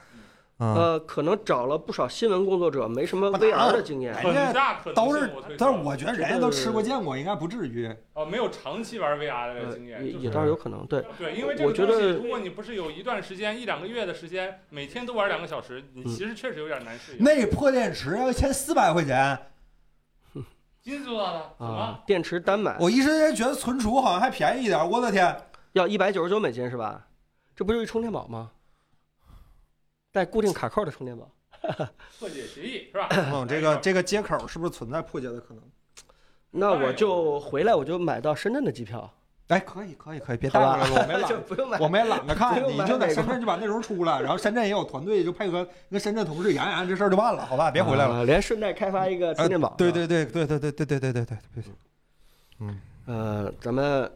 S1: 嗯，
S2: 呃，可能找了不少新闻工作者，没什么
S1: 不难
S2: VR 的经验
S1: 哎。
S4: 很大可能
S1: 都是
S4: 性我推，
S1: 但
S4: 测
S1: 是我觉得人家都吃过见过，应该不至于。
S4: 哦没有长期玩 VR 的
S2: 呃
S4: 经，验，
S2: 也
S4: 就
S2: 也
S4: 是
S2: 倒是有可能，对，
S4: 对，因为这
S2: 我
S4: 个
S2: 觉
S4: 东西，
S2: 得
S4: 如果你不是有一段时间一两个月的时间，每天都玩两个小时，你
S2: 嗯
S4: 其实确实有点难适应。
S1: 哎那破电池要一千四百块钱，
S3: 金做的怎么？
S2: 啊，电池单买
S1: 我一时间觉得存储好像还便宜一点，我的天！
S2: 要一百九十九美金是吧？这不就是一充电宝吗？带固定卡扣的充电宝，
S3: 破解协议是吧？
S1: 嗯，这个这个接口是不是存在破解的可能？
S2: 那我就回来我就买到深圳的机票，
S1: 哎，可以可以可以，别带
S2: 好
S1: 过来了，
S2: 吧
S1: 我没
S2: 就
S1: 懒，
S2: 不用买。
S1: 我没懒得看，
S2: 不用
S1: 你
S2: 买
S1: 就在
S2: 美
S1: 深
S2: 国
S1: 圳就把内容出来，然后深圳也有团队，就配合跟深圳同事研研这事儿就办了，好吧？别回来了。呃
S2: 啊连顺带开发一个充电宝。
S1: 对对对对对对对对对对对对，
S2: 呃，咱们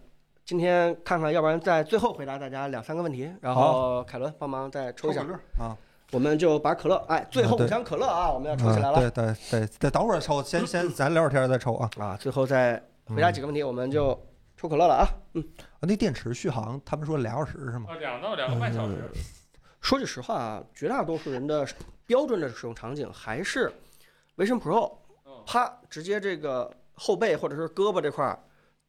S2: 今天看看，要不然在最后回答大家两三个问题，然后凯伦帮忙再抽
S1: 抽
S2: 一下
S1: 个，乐儿啊！
S2: 我们就把可乐，哎，最后
S1: 啊对
S2: 五箱可乐啊，我们要抽
S1: 嗯
S2: 起来了
S1: 对对对，得等会儿抽，先先咱聊会儿天儿再抽啊。
S2: 啊，最后再回答几个问题，我们
S1: 嗯
S2: 就抽可乐了啊。
S1: 啊，那电池续航，他们说俩小时是吗？
S4: 啊，两到两个半小时。
S2: 说句实话啊，绝大多数人的标准的使用场景还是 Vision Pro，
S1: 呃
S4: 嗯
S2: 啪，直接这个后背或者是胳膊这块儿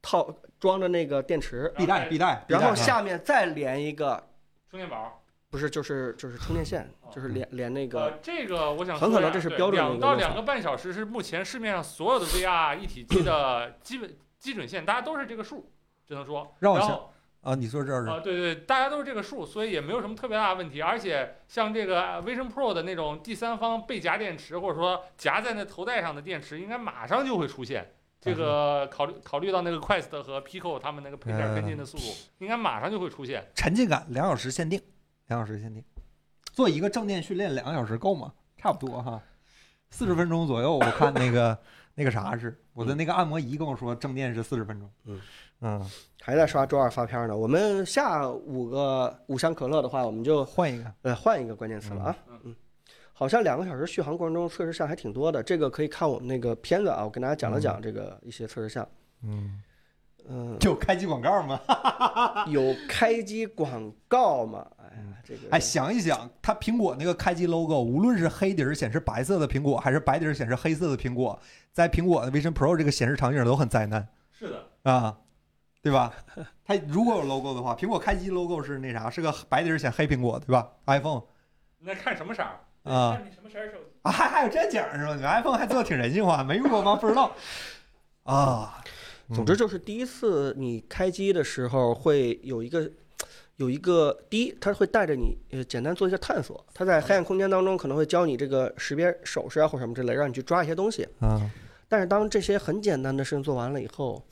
S2: 套装着那个电
S4: 嗯
S2: 池，
S1: 必带必带，必带
S2: 然后
S1: 啊
S2: 下面再连一个，
S4: 充电宝，
S2: 不是就是就是充电线，就是连连那个
S4: 呃，这个我想
S2: 很
S4: 说
S2: 可能
S4: 一下
S2: 这是
S4: 对
S2: 标准的一个
S4: 两到
S2: 用法
S4: 两个半小时是目前市面上所有的 VR 一体机 的基本基准线，大家都是这个数，只能说。
S1: 让我
S4: 然
S1: 想
S4: 后
S1: 啊，你说这是
S2: 呃
S4: 啊，对对，大家都是这个数，所以也没有什么特别大的问题。而且像这个呃 Vision Pro 的那种第三方背夹电池，或者说夹在那头带上的电池，应该马上就会出现。
S2: 嗯
S4: 这个考虑考虑到那个 Quest 和 Pico 他们那个配件跟进的速
S2: 哎
S4: 度，应该马上就会出现。
S1: 沉浸感，两小时限定，两小时限定，做一个正念训练两个小时够吗？差不多哈，四十分钟左右。我看那个那个啥是我的那个按摩仪跟我说正念是四十分钟。
S2: 嗯
S1: 嗯，
S2: 还在刷周二发片呢。我们下五个五箱可乐的话，我们就
S1: 换一个，
S2: 呃换一个关键词了啊。
S4: 嗯
S2: 嗯，好像两个小时续航过程中测试项还挺多的，这个可以看我们那个片子啊，我跟大家讲了
S4: 嗯
S2: 讲这个一些测试项。
S1: 嗯，
S2: 嗯，
S1: 就开机广告嘛。
S4: 啊
S2: 有开机广告吗？哎呀，这个
S1: 哎，想一想，它苹果那个开机 logo，无论是黑底儿显示白色的苹果，还是白底儿显示黑色的苹果，在苹果的 Vision Pro 这个显示场景都很灾难。
S4: 是的，
S1: 啊，对吧？ 它如果有 logo 的话，苹果开机 logo 是那啥，是个白底儿显黑苹果，对吧？iPhone
S4: 那看什么色儿？
S1: 啊
S3: 看你什么时候手机。
S1: 啊，还还有这景儿是吧？你们 iPhone 还做的挺人性 化，没用过吗？不知道啊。嗯
S2: 总之就是第一次你开机的时候会有一个。有一个第一，它会带着你呃简单做一个探索，它在黑暗空间当中可能会教你这个识别手势啊或什么之类，让你去抓一些东西。
S1: 啊，
S2: 但是当这些很简单的事情做完了以后，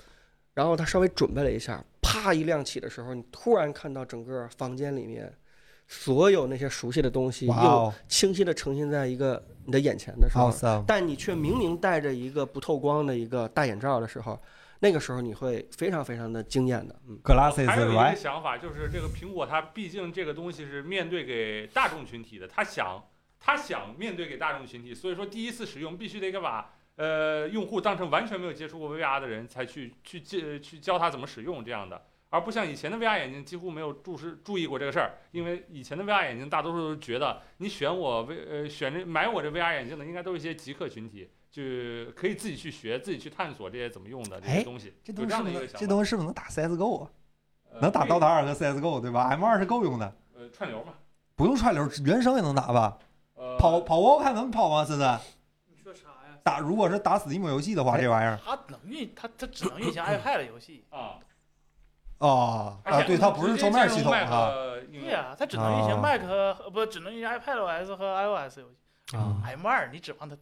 S2: 然后他稍微准备了一下，啪一亮起的时候，你突然看到整个房间里面所有那些熟悉的东西
S1: 哇
S2: 又
S1: 哦
S2: 清晰的呈现在一个你的眼前的时候，
S1: ，awesome！
S2: 但你却明明戴着一个不透光的一个大眼罩的时候，那个时候你会非常非常的惊艳的，嗯，
S1: Glasses
S4: 还有一个
S1: right？
S4: 想法就是，这个苹果它毕竟这个东西是面对给大众群体的，它想它想面对给大众群体，所以说第一次使用必须得给把呃用户当成完全没有接触过 VR 的人才去去去去教他怎么使用这样的，而不像以前的 VR 眼镜几乎没有注视注意过这个事儿，因为以前的 VR 眼镜大多数都是觉得你选我 V 呃选这买我这 VR 眼镜的应该都是一些极客群体。就可以自己去学，自己去探索这些怎么用的这
S1: 哎
S4: 些东西，
S1: 这
S4: 有
S1: 东
S4: 这
S1: 西是不是
S4: 样的一个
S1: 能
S4: 想法。
S1: 这东西是不是能打 CSGO 啊？
S4: 呃
S1: 能打
S4: 对
S1: 刀塔二和 CSGO 对吧？M 二是够用的，
S4: 呃串流嘛，
S1: 不用串流，原声也能打吧？
S4: 呃
S1: 跑跑 WoW 还能跑吗？现在
S3: 你说啥呀？
S1: 打如果是打 Steam 游戏的
S4: 哎
S1: 话，这玩意儿
S3: 他能运，他他只能 运行 iPad 的游戏。
S4: 啊
S1: 哦啊，对，它不是桌面系统啊。。
S3: 对呀、他只能运行
S1: 啊
S3: Mac 和、呃不只能运行 iPadOS 和 iOS 游戏。
S1: 啊
S3: M 2你指望他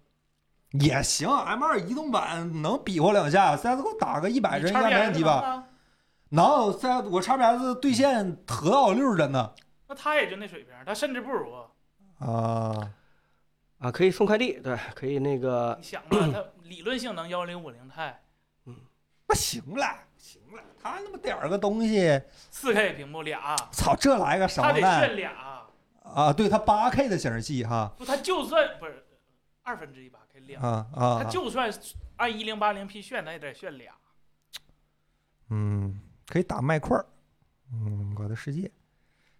S1: 也行，M 二移动版能比划两下，CSGO 打个一百
S3: 你
S1: 帧应该
S3: 叉 P
S1: 没问
S3: S
S1: 题吧？
S3: 吧？
S1: 能，C 我 XPS 对线合到六十帧呢
S3: 那他也就那水平，他甚至不如。
S1: 啊！
S2: 啊，可以送快递，对，可以那个
S3: 你想吧，他理论性能幺零五零 Ti，
S1: 那行了，行了，他那么点儿个东西，
S3: 四 K 屏幕俩，
S1: 操，这来个什
S3: 他
S1: 么
S3: 得
S1: 蛋
S3: 炫俩，
S1: 啊？对，它八 K 的显示器哈
S3: 不，他就算不是二分之一吧，可以俩，
S1: 啊啊
S3: 他，就算按一零八零 P 炫，他也得炫俩。
S1: 嗯，可以打麦块儿，嗯，我的世界，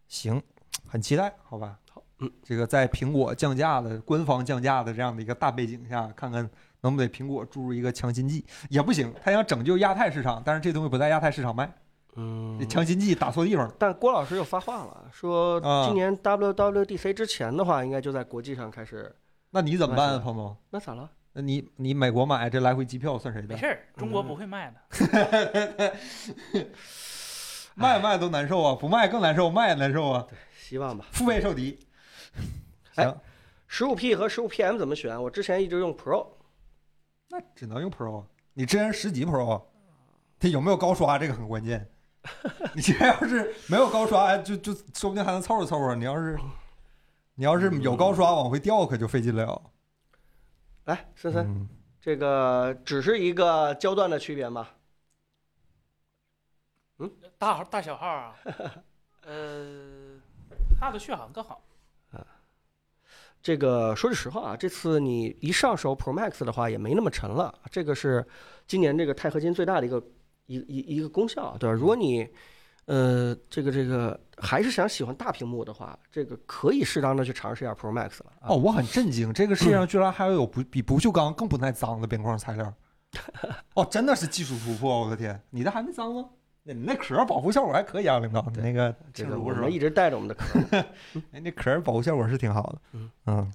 S1: 行，很期待，好吧？
S2: 好，
S1: 嗯，这个在苹果降价的官方降价的这样的一个大背景下，看看能不能给苹果注入一个强心剂也不行，他想拯救亚太市场，但是这东西不在亚太市场卖，
S2: 嗯
S1: 这强心剂打错地方了。
S2: 但郭老师又发话了，说
S1: 啊
S2: 今年 WWDC 之前的话，应该就在国际上开始。
S1: 那你怎么办啊，
S2: 那是
S1: 鹏鹏？
S2: 那咋了？
S1: 那你你美国买这来回机票算谁
S3: 没
S1: 的？嗯
S3: 事儿，中国不会卖的。
S1: 卖卖都难受啊，不卖更难受，卖也难受啊，
S2: 希望吧。
S1: 腹背受敌。
S2: 哎
S1: 行，
S2: 十五 P 和十五 PM 怎么选？我之前一直用 Pro，
S1: 那只能用 Pro 啊。你之前十几 Pro 啊？它有没有高刷这个很关键。 你这要是没有高刷，哎就就说不定还能凑合凑合。你要是你要是有高刷往回掉，可就费劲了。
S2: 来森森，
S1: 嗯，
S2: 这个只是一个焦段的区别吗？
S3: 大号大小 号啊，呃，大的续航更好。
S2: 这个说句实话啊，这次你一上手 Pro Max 的话也没那么沉了，这个是今年这个钛合金最大的一个一一一个功效，啊对吧？如果你呃这个这个还是想喜欢大屏幕的话，这个可以适当的去尝试一下 Pro Max 了啊。
S1: 哦，我很震惊，这个世界上居然还有不比不锈钢更不耐脏的边框材料。 哦，真的是技术突破！我的天，你的还没脏吗？那你那壳儿保护效果还可以啊，领导。你那个
S2: 这
S1: 庆
S2: 个
S1: 祝
S2: 我
S1: 是吧
S2: 们？一直带着我们的壳。
S1: 哎，那壳儿保护效果是挺好的。
S2: 嗯
S1: 嗯，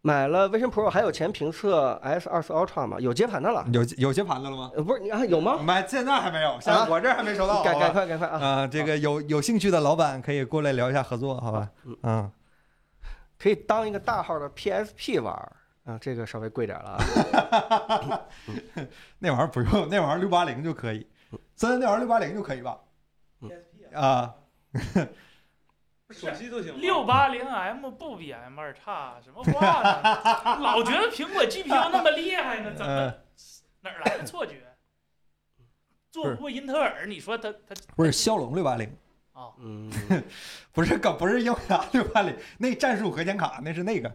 S2: 买了 Vision Pro 还有前评测 S 2 4 Ultra 吗？有接盘的了？
S1: 有有些盘子了吗？
S2: 呃，不是你啊，有吗？
S1: 买现在还没有，现在
S2: 啊
S1: 我这儿还没收到。
S2: 赶
S1: 好吧
S2: 赶快赶快啊！
S1: 嗯啊，这个有有兴趣的老板可以过来聊一下合作，好吧？嗯，
S2: 可以当一个大号的 PSP 玩儿啊，这个稍微贵点儿了啊。
S1: 那玩意儿不用，那玩意儿六八零就可以，真的那玩意儿六八零就可以吧？啊，
S4: 手机都行吗
S3: 六八零 M 不比 M 二差，什么话呢？老觉得苹果 GPU 那么厉害呢，怎么
S1: 嗯，
S3: 哪儿来的错觉？做不过英特尔，你说它它
S1: 不是骁龙六八零，
S3: 啊？
S2: 嗯，
S1: 不是搞不是英伟达 六八零，那战术核显卡那是那个，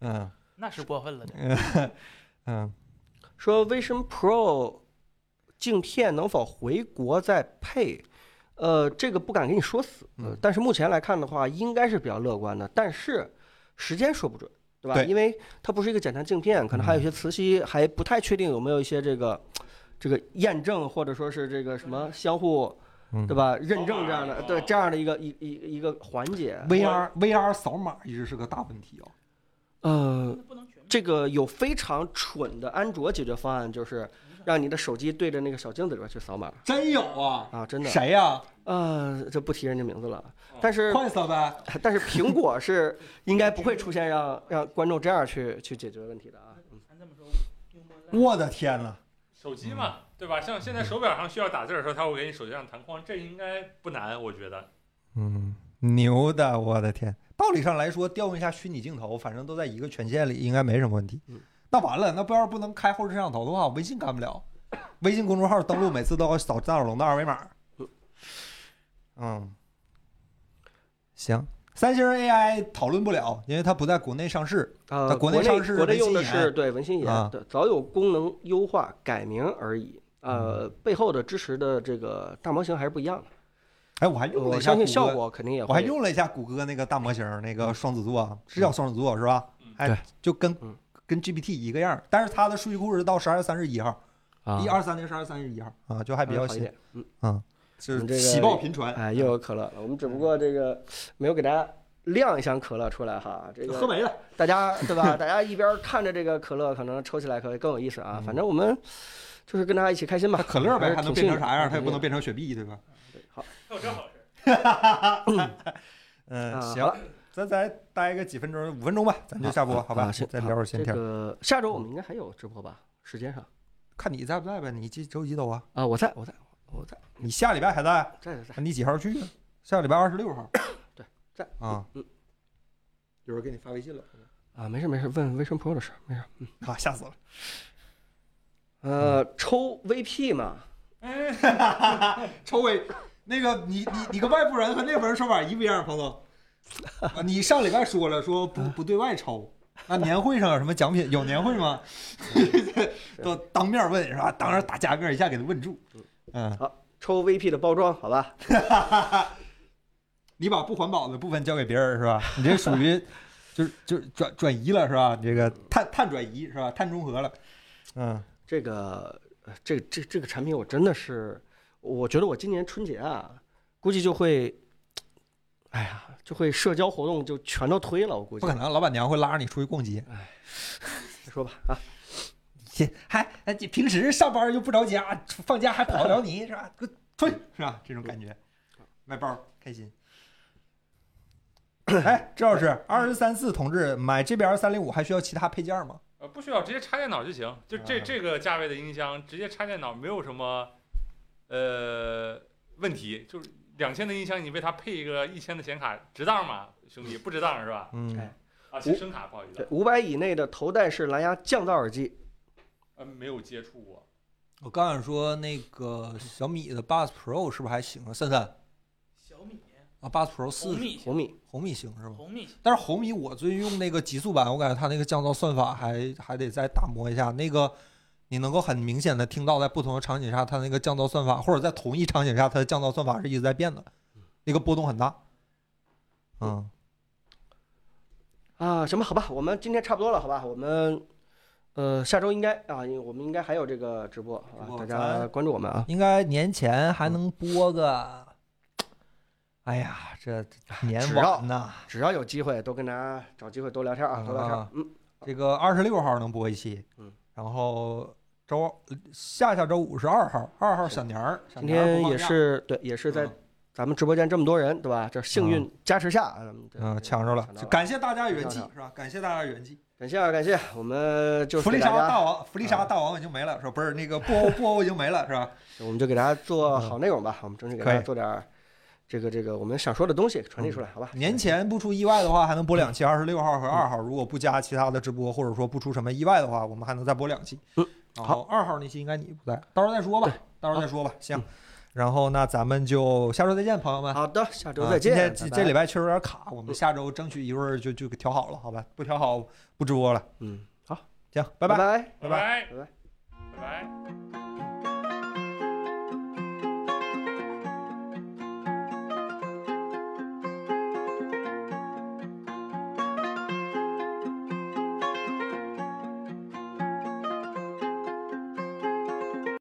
S1: 嗯
S3: 那是过分了，这
S1: 嗯，
S2: 说 Vision Pro 镜片能否回国再配？呃，这个不敢给你说死，呃
S1: 嗯
S2: 但是目前来看的话，应该是比较乐观的，但是时间说不准，对吧？
S1: 对
S2: 因为它不是一个简单镜片，可能还有一些磁吸，还不太确定有没有一些这个这个验证，或者说是这个什么相互，
S1: 嗯
S2: 对吧？认证这样的，
S4: 哦
S2: 对这样的一个一一一个环节。
S1: ，VR VR 扫码一直是个大问题啊、
S2: 呃，
S3: 不能全面。
S2: 这个有非常蠢的安卓解决方案，就是让你的手机对着那个小镜子里边去扫码
S1: 真有啊，
S2: 啊，真的。
S1: 谁呀、
S2: 呃，这不提人家名字了，但是
S1: 快色呗，
S2: 但是苹果是应该不会出现让让观众这样去去解决问题的啊。
S3: 咱这么说，用不了
S1: 我的天呐，
S4: 手机嘛，对吧？像
S1: 嗯
S4: 现在手表上需要打字的时候，它会给你手机上弹框，这应该不难，我觉得。
S1: 嗯，牛的，我的天！道理上来说，调用一下虚拟镜头，反正都在一个权限里，应该没什么问题
S2: 嗯。
S1: 那完了，那不要是不能开后置摄像头的话，微信干不了。微信公众号登录每次都要扫大耳龙的二维码。嗯，行，三星 AI 讨论不了，因为它不在国内上市。
S2: 呃，
S1: 那国
S2: 国
S1: 内
S2: 内
S1: 上市
S2: 国内
S1: 文
S2: 用
S1: 心
S2: 的
S1: 一言
S2: 是对文心一言
S1: 啊，
S2: 对，早有功能优化改名而已。呃，
S1: 嗯
S2: 背后的支持的这个大模型还是不一样的，
S1: 哎，我还用了
S2: 我
S1: 一下
S2: 相
S1: 谷
S2: 信效
S1: 歌，
S2: 果肯定也会。
S1: 我还用了一下谷歌那个大模型，那个双子座啊，是叫双子座是吧
S4: 嗯？
S2: 对
S1: 哎，就跟
S2: 嗯
S1: 跟 GPT 一个样儿，但是它的数据库是到十二月三十一号。
S5: 啊
S1: 一二三零十二三十一号啊，就还比较
S2: 啊好一
S1: 新
S2: 点，，嗯，
S1: 就
S2: 你这
S1: 是
S2: 个
S1: 喜报频传。
S2: 哎，又有可乐了。我们只
S1: 嗯
S2: 不过这个没有给大家亮一箱可乐出来哈，这个
S1: 喝没了，
S2: 大家 对吧？大家一边看着这个可乐，可能抽起来可能更有意思啊。反正我们就是跟大家一起开心吧。
S1: 嗯可乐
S2: 还
S1: 呗，
S2: 是
S1: 还能
S2: 挺
S1: 变成
S2: 幸运
S1: 啥样？
S2: 的
S1: 它也不能变成雪碧， 对吧？
S2: 对好，
S4: 还有这好事？
S1: 嗯，
S2: 啊
S1: 行
S2: 好了，
S1: 咱再待个几分钟，五分钟吧，咱就下播，好吧
S2: 啊行？
S1: 再聊会儿闲嗯
S2: 这
S1: 天儿，
S2: 个下周我们应该还有直播吧？时间上
S1: 看你在不在呗。你这周几走啊？
S2: 啊，我在我在我在
S1: 你下礼拜还在？啊
S2: 在在在
S1: 你几号去啊？下礼拜二十六号。
S2: 对，在
S1: 啊。
S2: 嗯
S1: 一会儿给你发微信了。
S2: 啊，没事没事，问 Vision Pro 的事儿没事。
S1: 啊，吓死了！嗯
S2: 呃，抽 VP 嘛，
S1: 臭伟，那个你你你跟外部人和内部人说法一不一样，彭总？啊你上礼拜说了，说 不不对外抽。那年会上有什么奖品？有年会吗？ 都当面问是吧？当然打价格一下给他问住。嗯，
S2: 抽 VP 的包装，好吧？
S1: 你把不环保的部分交给别人是吧？你这属 于就是就是转转移了是吧？你这个碳碳转移是吧？碳中和了。嗯，
S2: 这个呃这这这个产品我真的是，我觉得我今年春节啊，估计就会，哎呀，就会社交活动就全都推了，我估计
S1: 不可能，老板娘会拉着你出去逛街。
S2: 再说吧啊。
S1: 现 还哎你平时上班又不着家，放假还跑得了你是吧？给我出去是吧？这种感觉，买包开心。哎，周老师，二十三四同志买 GBL 三零五还需要其他配件吗？
S4: 呃，不需要，直接插电脑就行。就这
S1: 啊
S4: 这个价位的音箱，直接插电脑没有什么呃问题。就是两千的音箱，你为它配一个一千的显卡，值当吗，兄弟？不值当是吧？
S1: 嗯，
S4: 啊，其实声卡不好意思
S2: 对
S4: 啊，，
S2: 五百以内的头戴式蓝牙降噪耳机，
S4: 呃，没有接触过。
S1: 我刚想说那个小米的 Buds Pro 是不是还行啊？三三
S3: 小米、
S1: 啊，Buds Pro
S3: 红
S1: 四
S3: 米、
S2: 红米
S1: 红米行是吧？
S3: 红米，
S1: 但是红米我最近用那个极速版，我感觉它那个降噪算法还还得再打磨一下。那个你能够很明显的听到，在不同的场景下，它那个降噪算法，或者在同一场景下，它的降噪算法是一直在变的，那个波动很大。嗯，
S2: 啊，什么好吧，我们今天差不多了，好吧，我们呃下周应该啊，因为我们应该还有这个直播，好
S1: 直播
S2: 吧，大家
S1: 咱
S2: 关注我们啊。
S1: 应该年前还能播个。哎呀，这年
S2: 只要
S1: 晚呐！
S2: 只要有机会，都跟大家找机会多聊天啊，多聊天
S1: 啊。
S2: 嗯，
S1: 这个二十六号能播一期，
S2: 嗯，
S1: 然后周下下周五是二号，二号小年儿，小
S2: 今
S1: 年儿不
S2: 天
S1: 放
S2: 也
S1: 假，
S2: 是对，也是在
S1: 嗯
S2: 咱们直播间这么多人，对吧？这幸运加持下，嗯，对
S1: 嗯，抢着了，
S2: 抢着
S1: 就
S2: 了
S1: 感谢大家元气
S2: 抢着
S1: 是吧？感谢大家元气。
S2: 感谢啊，感谢，我们就是
S1: 弗利
S2: 给
S1: 沙
S2: 大家，嗯
S1: 大王，弗利沙大王已经没了，是吧？不是那个布欧，布欧已经没了，是吧？
S2: 我们就给大家做好内容吧，我们争取给
S1: 嗯
S2: 大
S1: 可
S2: 家
S1: 以嗯
S2: 做点儿这个这个我们想说的东西传递出来，好吧？
S1: 年前不出意外的话，还能播两期，二十六号和二号。如果不加其他的直播，或者说不出什么意外的话，我们还能再播两期。
S2: 嗯，
S1: 好，二号那期应该你不在，到时候再说吧，到时候再说吧。行，然后那咱们就下周再见，朋友们。
S2: 好的，下周
S1: 啊
S2: 再
S1: 今
S2: 见，
S1: 天
S2: 拜
S1: 这这
S2: 拜嗯
S1: 礼拜确实有点卡，我们下周争取一会儿就就给调好了，好吧？不调好不直播了。
S2: 嗯，好，
S1: 行，
S2: 拜
S1: 拜。
S2: 拜。拜
S4: 拜，
S2: 拜
S4: 拜拜。